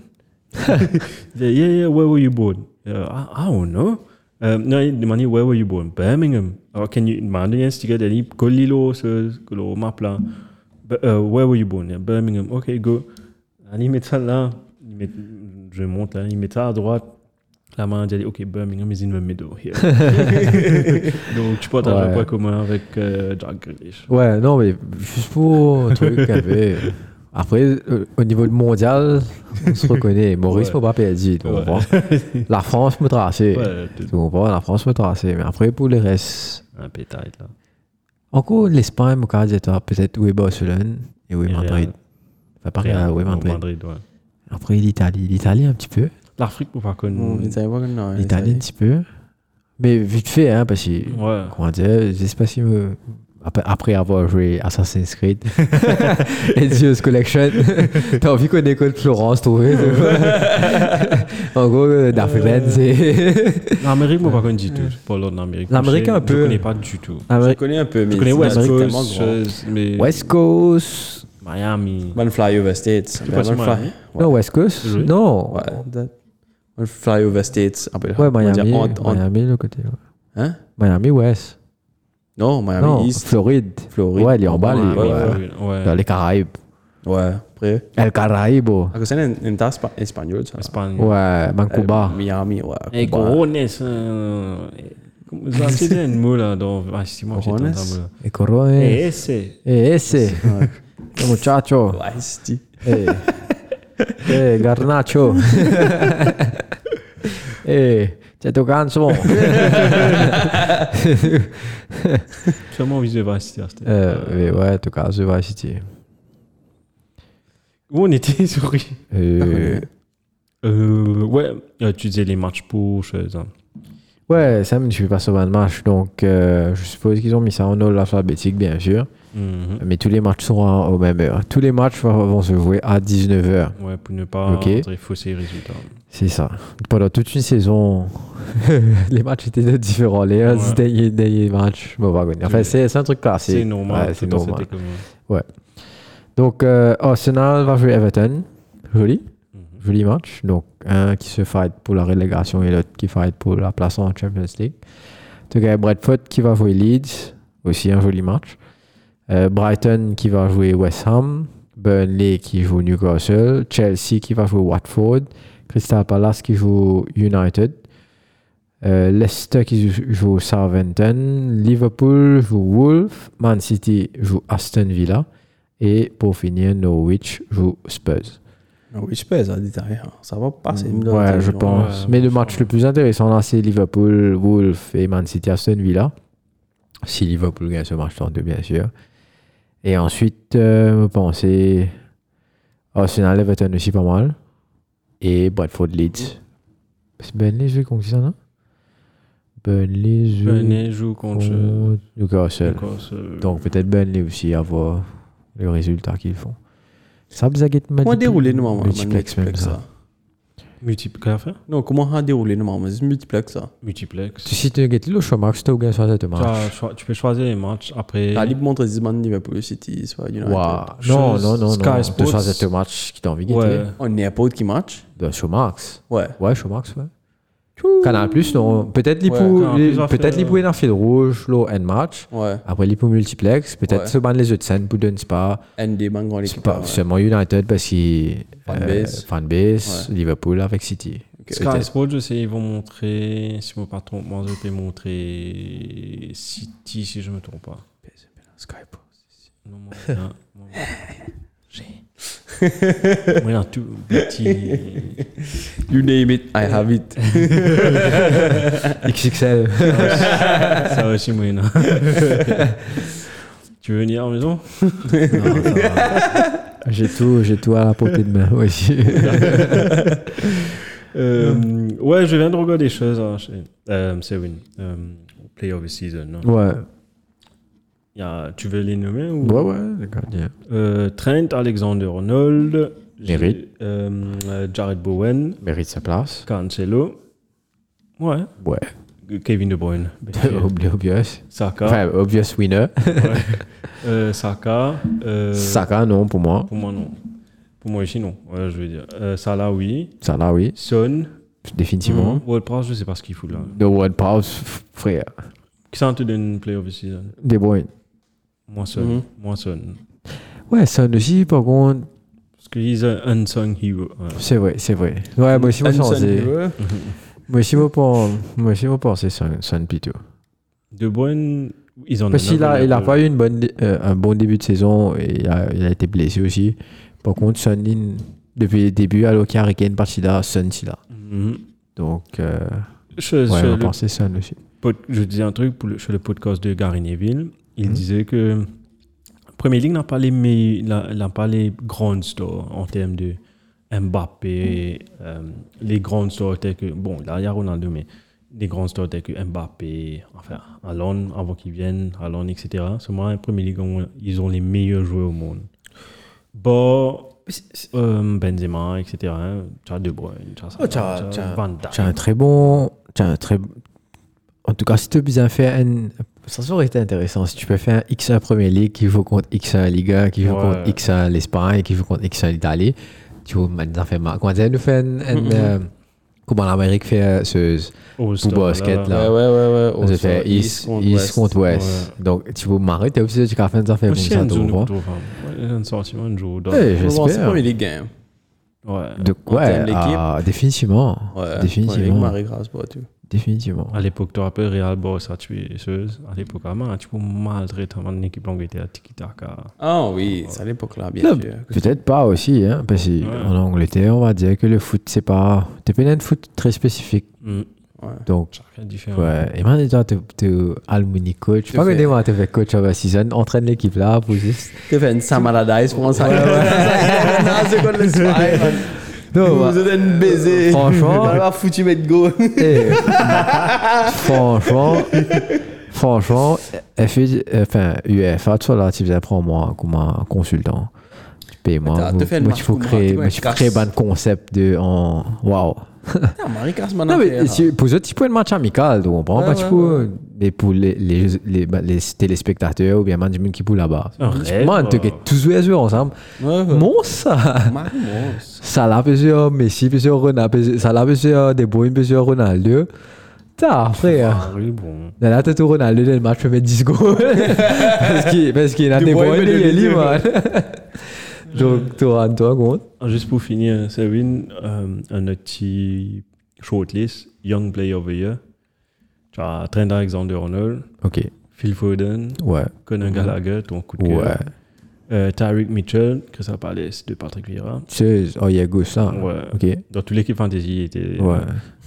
Il dit, yeah, yeah, where were you born? Euh, I, I don't know. Euh, non, il demandait, Where were you born? Birmingham. Alors, can you. Il m'a donné un sticker, il dit, Colilo, ce ce map là. B- euh, where were you born? Yeah, Birmingham. OK, go. Allez, il met ça là. Il met- je monte là. Il met ça à droite. La main, il dit OK, Birmingham is in the middle here. Donc, tu partages
Ouais.
un point commun avec euh, Jack Grealish.
Ouais, non, mais juste pour un truc qu'il y avait. Après, euh, au niveau de mondial, on se reconnaît. Maurice
Ouais.
m'a pas perdu, tu
Ouais.
comprends La France me tracé.
Ouais, t'es-
Tu comprends La France me tracé. Mais après, pour le reste,
un pétard là.
encore l'Espagne, mon cas, j'ai tort. peut-être où est Barcelone et où est
Et
Madrid.
Real.
Enfin, pas Real, où est
Bon,
Madrid.
ouais.
Après, l'Italie. L'Italie, un petit peu.
L'Afrique, pour pas
Bon,
connu.
l'Italie, pas comme non, hein,
L'Italie, un petit peu. Mais vite fait, hein, parce que.
Ouais.
Comment dire, je sais pas si me- après, après avoir joué Assassin's Creed et Zeus Collection, t'as envie qu'on écoute Florence, trouver. en gros, euh, Daft Punk, c'est.
L'Amérique, moi, pas connu du tout. Pas l'ordre d'Amérique.
L'Amérique,
Je-
un peu.
Je connais pas du tout.
Je
Amérique-
connais un peu, mais
Je connais West
c'est
Coast,
tellement grand.
chose, mais
West Coast.
Miami.
One fly over states.
pas
One
sûrement,
fly.
Non, West Coast
Oui.
Non.
Ouais. that- One fly over states. Après,
Ouais,
on va dire
Miami.
on- on-
Miami, le côté. ouais.
Hein?
Miami, West.
Non, Miami
non,
East.
Floride.
Floride.
Ouais, il est en bas,
Ouais,
les,
ouais,
ouais.
ouais, ouais.
Dans les Caraïbes.
Ouais, après.
El Caraíbo.
À cause c'est une, une tasse pa- espagnole, ça.
Espagne.
Ouais, Mancuba.
Euh, Miami, ouais.
Et
Bah.
Cuba.
Corones. euh, Comment ça c'est un mot là dans. Ah, si moi j'ai
Corones?
entendu un mot là.
Et Corone.
Et ese.
Eh, ese. Eh, muchacho.
Ouais, c'est-tu.
Eh. Eh, garnacho. eh, c'est ton canson.
Seulement envie de Varsity. c'était-
euh, mais ouais, en tout cas, je vais citer.
Où on était, sorry.
Euh,
Euh, ouais, euh, tu disais les matchs pour choses. hein.
ouais, Sam, je suis pas sur le match, donc euh, je suppose qu'ils ont mis ça en ordre alphabétique, bien sûr.
Mhm.
Mais tous les matchs sont à- aux mêmes heures. ben, Tous les matchs vont, vont se jouer à 19h.
Ouais, pour ne pas
Ok.
rentrer fausser les résultats.
C'est ça. Pendant toute une saison, les matchs étaient de différents. Les odds
Ouais.
des, des matchs, bon, pas gagné. Enfin, c'est c'est un truc classique.
C'est normal.
Ouais, c'est
tout à fait,
normal.
t'es comme-
Donc, euh, Arsenal va jouer Everton. Joli. Joli match. Donc, un qui se fight pour la relégation et l'autre qui fight pour la place en Champions League. Donc, euh, Bradford qui va jouer Leeds. Aussi un joli match. Euh, Brighton qui va jouer West Ham. Burnley qui joue Newcastle. Chelsea qui va jouer Watford. Crystal Palace qui joue United. Euh, Leicester qui jou- joue Southampton. Liverpool joue Wolves. Man City joue Aston Villa. Et pour finir, Norwich joue Spurs.
Ah Oui, je pèse, hein, dites rien. Ça va passer.
Ouais,
hein.
je
euh.
pense.
ouais,
Mais le
franchement.
match le plus intéressant là, c'est Liverpool, Wolves et Man City Aston Villa. Si Liverpool gagne ce match, tant mieux, bien sûr. Et ensuite, euh, vous pensez Arsenal Everton aussi pas mal. Et Bradford Leeds. C'est Burnley joue contre qui ça, non Burnley joue
Burnley joue contre. euh,
contre Newcastle.
Newcastle.
Ben Donc peut-être Burnley aussi à voir le résultat qu'ils font. Ça vous a guetté
Comment dérouler nous, maman
Multiplex, même ça.
ça.
Multiplex. Qu'est-ce faire
hein. Non, comment a déroulé nous, maman C'est multiplex ça.
Multiplex.
Tu si tu guettes le chômage, tu as gagné sur cette
Tu,
match.
as choi- tu peux choisir les matchs après.
Ah,
La Ligue montre Zidane Liverpool City, soit United.
Waouh. Non, non, non,
Sky
non. Tu
Sports.
as cette match qui t'a envie de
Ouais.
guetter.
On n'importe qui match.
De Showmax.
Ouais.
Ouais, Showmax, ouais. Canal Plus, non. Peut-être les
Ouais,
pou-
Canal+,
les-
a fait- euh,
peut-être les pour un fil rouge, l'eau and match.
Ouais.
Après les pour multiplex, peut-être
Ouais.
se ban les autres scènes pour donner pas.
ND Bang Grand
C'est
Équipe.
pas
ouais.
seulement United parce qu'il euh,
Fanbase.
fanbase, Liverpool avec City.
Sky
Peut-être.
Sports, je sais, ils vont montrer, si je me pas trompe, moi, je vais montrer City, si je me trompe pas.
Skype.
Non, moi, j'ai un- moi, j'ai- Moi, j'ai un tout petit.
You name it, I have it.
XXL.
Ça aussi, moi, non. Tu veux venir à la maison
j'ai tout, j'ai tout à la portée de main. Oui.
Euh, Ouais, je viens de regarder des choses. hein, chez- euh, C'est win. Euh, Play of the Season. non
ouais.
Il y a- tu veux les nommer ou...
Ouais, ouais, le gardien.
Euh, Trent, Alexander Arnold, j'ai-
Mérite.
euh, euh, Jared Bowen,
Mérite sa place.
Cancelo, ouais,
Ouais.
Kevin De Bruyne,
Obli- obvious.
Saka,
Enfin, obvious winner.
euh, Saka, euh,
Saka, non, pour moi.
pour moi non, pour moi ici non, Ouais, je veux dire, Euh, Salah oui,
Salah, oui.
Son,
Définitivement.
Ward-Prowse, je sais pas ce qu'il fout là.
De World Prowse, f- frère.
Qui ça te donne une play of the season
Des Bruyne.
Moi Son,
Mhm.
moi Son,
Ouais, Son aussi, par contre.
parce qu'il est un unsung hero. ouais.
C'est vrai, c'est vrai. Ouais, moi aussi, moi,
Hanson
c'est.
Hero.
Moi aussi, moi, pour- moi aussi, moi, pensez Son, Son plutôt.
De Bruyne, ils en ont
Parce qu'il a,
un,
il a
euh,
pas eu une bonne, dé- euh, un bon début de saison et il a, il a été blessé aussi. Par contre, Son, il- depuis le début, alors qu'il y a Regan Partida, Son, c'est là.
mhm.
Donc, euh,
Chose,
ouais,
euh,
on va
le
penser Son aussi.
pod- je disais un truc pour le- sur le podcast de Gary Neville.
Mhm.
Il disait que Premier League n'a pas les meille- n'a n'a pas les grandes stores en termes de Mbappé,
Mhm.
euh, les grandes stores telles que bon là il y a Ronaldo mais les grandes stores telles que Mbappé, enfin Alon avant qu'ils viennent, Alon etc. Seulement en Premier League on- ils ont les meilleurs joueurs au monde. Bon. euh, Benzema, etc. hein, Tu as De Bruyne, tu as Salah,
Oh, t'as-
tu as
t'as-
Van Dijk.
T'as un très bon. T'as un très. En tout cas, si tu as bien fait un. Ça ça aurait été intéressant. Si tu peux faire un X1 Premier League qui joue contre X1 Liga, qui joue
Ouais.
contre X1 l'Espagne, qui joue contre X1 l'Italie, tu vois, maintenant, fait mal. Comment dire, nous fait un. un, euh, Comment l'Amérique fait euh, ce.
All-Star,
Pour basket, là.
Ouais, ouais, ouais, ouais.
On
Oh,
se fait
ça,
East,
contre
East
West.
contre West. Donc, tu vois, marrer, t'es obligé de faire un fait
Moi,
comme
je suis un
ça, tu
zone
comprends?
plutôt, enfin, ouais, J'ai un sentiment de jouer au dot.
Eh,
On va voir, c'est
J'espère.
Premier League game.
Ouais.
Donc,
en termes
ouais,
d'équipe.
ah, définitivement.
Ouais.
Définitivement.
Marie Grâce, pas tout.
Définitivement.
À l'époque, tu rappelles Real Boss, hein, tu es Seuse. À l'époque, ah, man, tu peux maltraiter ton équipe d'Angleterre, tiki-taka.
Ah oui, c'est à l'époque là, bien
Là,
sûr.
Peut-être pas aussi, hein, parce qu'en Angleterre, on va dire que le foot, c'est pas. T'es pas un foot très spécifique.
Mm.
Donc,
Chacun différent.
ouais. Et maintenant, toi, t'es- t'es Almoni coach. Je sais
Tu
pas
fais-
que moi, t'es fait coach à la season, entraîne l'équipe là pour juste.
Tu fais une Sam Allardyce pour un sac. Non, c'est quoi le spy, man?
Non, bah,
Vous êtes un baiser.
Franchement.
On va foutu mettre go.
eh, franchement, franchement, FU enfin, UEFA, toi là, tu viens prendre moi comme un consultant. Tu payes moi.
Attends, te fais le
Moi, tu
match
faut
pour moi,
créer,
tu vois,
moi, tu faut
casse.
créer un concept de. en- Waouh!
Ah, Marie Grâce, man.
Non, mais
affaire,
si- pour eux, tu peux un match amical, donc on prend
Ouais,
pas, tu
ouais,
peux- mais pour les, les, les, bah, les téléspectateurs ou bien man, du monde qui poule là-bas.
Un rêve,
Man, tu
euh.
es tous les joueurs ensemble.
là. Ouais, ouais.
Mon ça!
Marie Mons.
Ça l'a plusieurs Messi, plusieurs Ronaldo, plusieurs- ça l'a plusieurs De Bruyne, plusieurs Ronaldo. T'as, frère.
Ah, oui, bon.
Dans la tête au Ronaldo, dans le match, je mets 10 goals. parce qu'il parce qu'il a
De
des
Bruyne,
Bruyne,
mais
il
de
est libre,
Liverpool.
man. Donc, tu rends toi compte.
Ah, Juste pour finir, Sevin, euh, un autre petit shortlist, Young Player of the Year. Tu as Trent Alexander-Arnold,
Ok,
Phil Foden,
ouais,
Conor Gallagher, ton coup de cœur.
Mhm. ouais.
Euh, Tyreek Mitchell, Crystal Palace de Patrick Vieira.
Tu sais, oh, il y a go ça.
Ouais.
Ok, ouais.
Dans toute l'équipe fantasy, il était... euh,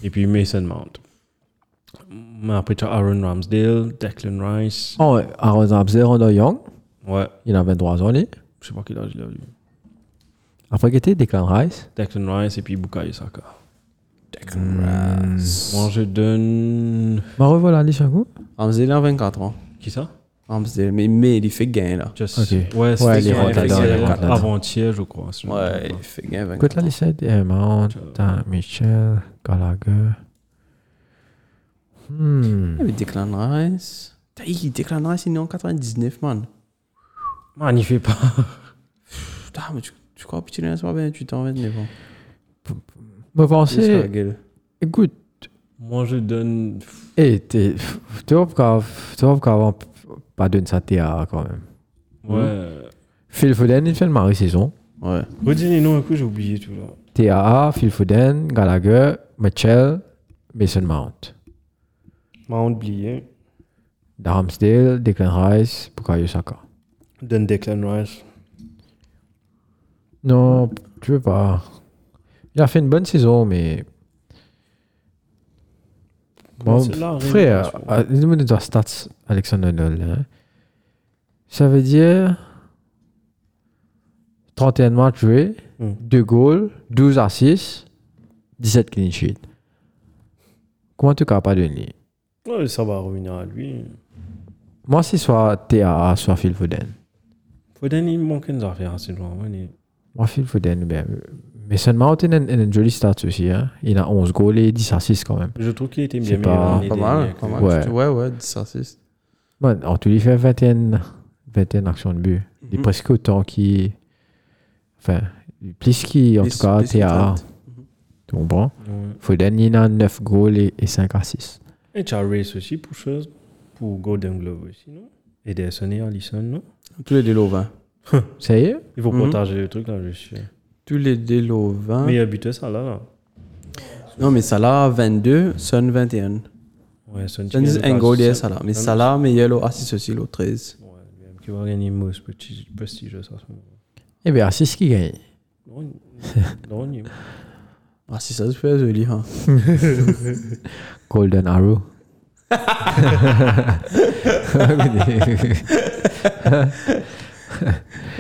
Et puis Mason Mount. Mais après, tu as Aaron Ramsdale, Declan Rice.
Oh, Aaron Ramsey, Rondo Young.
Ouais,
Il a 23 ans, lui.
je sais pas quel âge il a eu.
Après, qui était Declan Rice
Declan Rice et puis Bukayo Saka.
Hmm.
Declan Rice.
Moi, je donne.
Bah, revoilà, lui, un coup.
Ramsey, il a 24 ans.
Qui ça
Ramsdale, mais, mais il fait gain là.
Just-
Ok.
Ouais,
Ouais,
c'était
les
sur
Rwandais,
Netflix,
les
euh,
Rwandais.
avant-hier, je crois. si je me
Ouais,
trompe
il fait gain.
Quoi là, les sept Mount, Michel, Gallagher. Hmm.
Il Declan Rice. T'as eu Declan Rice, il est né en 99, man.
pas. Man, il fait Ah, pas.
Putain, mais tu, tu crois que tu l'as soir 28 ans, 29 ans.
Bon,
C'est ça,
pensez,
gueule.
écoute,
Moi, je donne.
eh, t'es. Tu vois pourquoi- tu vois pourquoi avant, pas donner ça à quand même.
Ouais.
Phil Foden, il fait le mari saison.
Ouais.
Hmm.
Redis les noms un coup, j'ai oublié tout là.
TAA, Phil Foden, Gallagher, Mitchell, Mason Mount.
M'a oublié.
Ramsdale, Declan Rice, Bukayo Saka.
Donne Declan Rice.
Non, tu veux pas. Il a fait une bonne saison, mais.
Comment
Bon,
c'est là,
frère,
Rennes,
euh, dis-moi de ta stats, Alexandre Arnold. hein. Ça veut dire 31 matchs joués,
Hmm.
2 goals, 12 assists, 17 clean sheets. Comment tu es capable de lire
Ouais, ça va revenir à lui.
Moi, c'est soit TAA, soit Phil Foden.
Faut donner une bonne affaire, c'est loin. ouais, mais-
Moi, Phil Foden, ben, mais seulement, il a une, une jolie stat aussi. hein. Il a 11 goals et 10 assists quand même.
Je trouve qu'il était
C'est
bien
Ah, pas-
meilleur. l'année
Pas mal,
dernière
pas
que-
Ouais.
mal. ouais, ouais 10 assists.
Bon, on te lui fait 21, 21 actions de but. Il est
Mhm.
presque autant qu'il. Enfin, plus qu'il, en
Plus-
tout cas,
plus qu'il
TAA.
tente.
Tu comprends
Ouais.
Foden, il a 9 goals et, 5 assists.
Et Charles aussi pour chose. Pour Golden Globe aussi, non Ederson et Allison, non
Tous les délos 20.
Ça y est
Il faut
Mhm.
partager le truc là, je suis.
Tous les délos 20.
Meilleur buteur, ça là. là.
euh,
Non, mais Salah 22, Son 21.
Ouais, Son
Son
Chicken,
un
pas-
goal et Salah. Mais
Non,
Salah, mais Yellow assist aussi, l'autre 13.
Ouais, lui-même qui va gagner Most Presti- Prestigious à ce moment.
Eh bien, assists qui gagne.
Drôle- drôle.
Ah, si ça se fait, joli, hein.
Golden Arrow.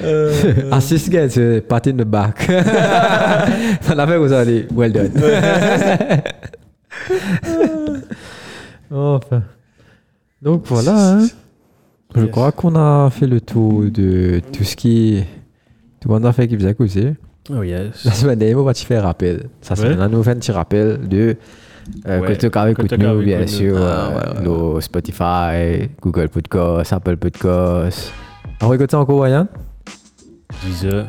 Euh, Assist gagne, c'est party in the back. On a fait comme ça, allez, well done. Oh, enfin. Donc voilà, hein. je
Yes.
crois qu'on a fait le tour de tout ce qui. Tout le monde a fait qui faisait causer.
Oh yes.
La semaine dernière, on va te faire un rappel. Ça, c'est
Ouais.
un nouveau un petit rappel de euh,
Ouais.
Côte Carré,
Côte
Côte
Carré,
Nous, bien
Côte
sûr.
Nous.
euh,
Ah, ouais, ouais,
nos Spotify, Google Podcast, Apple Podcast. On regarde ça encore, Ryan
10 heures.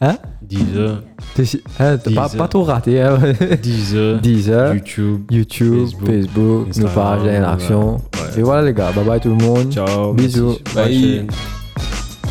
Hein
10 heures.
T'es si- hein, t'as pas,
Deezer.
pas trop raté. Hein
10 heures.
Deezer,
YouTube.
YouTube,
Facebook,
Facebook, nous
Instagram,
page, l'action.
ouais.
Et voilà, les gars. Bye bye tout le monde.
Ciao.
Bisous.
merci. Bye.
Bye.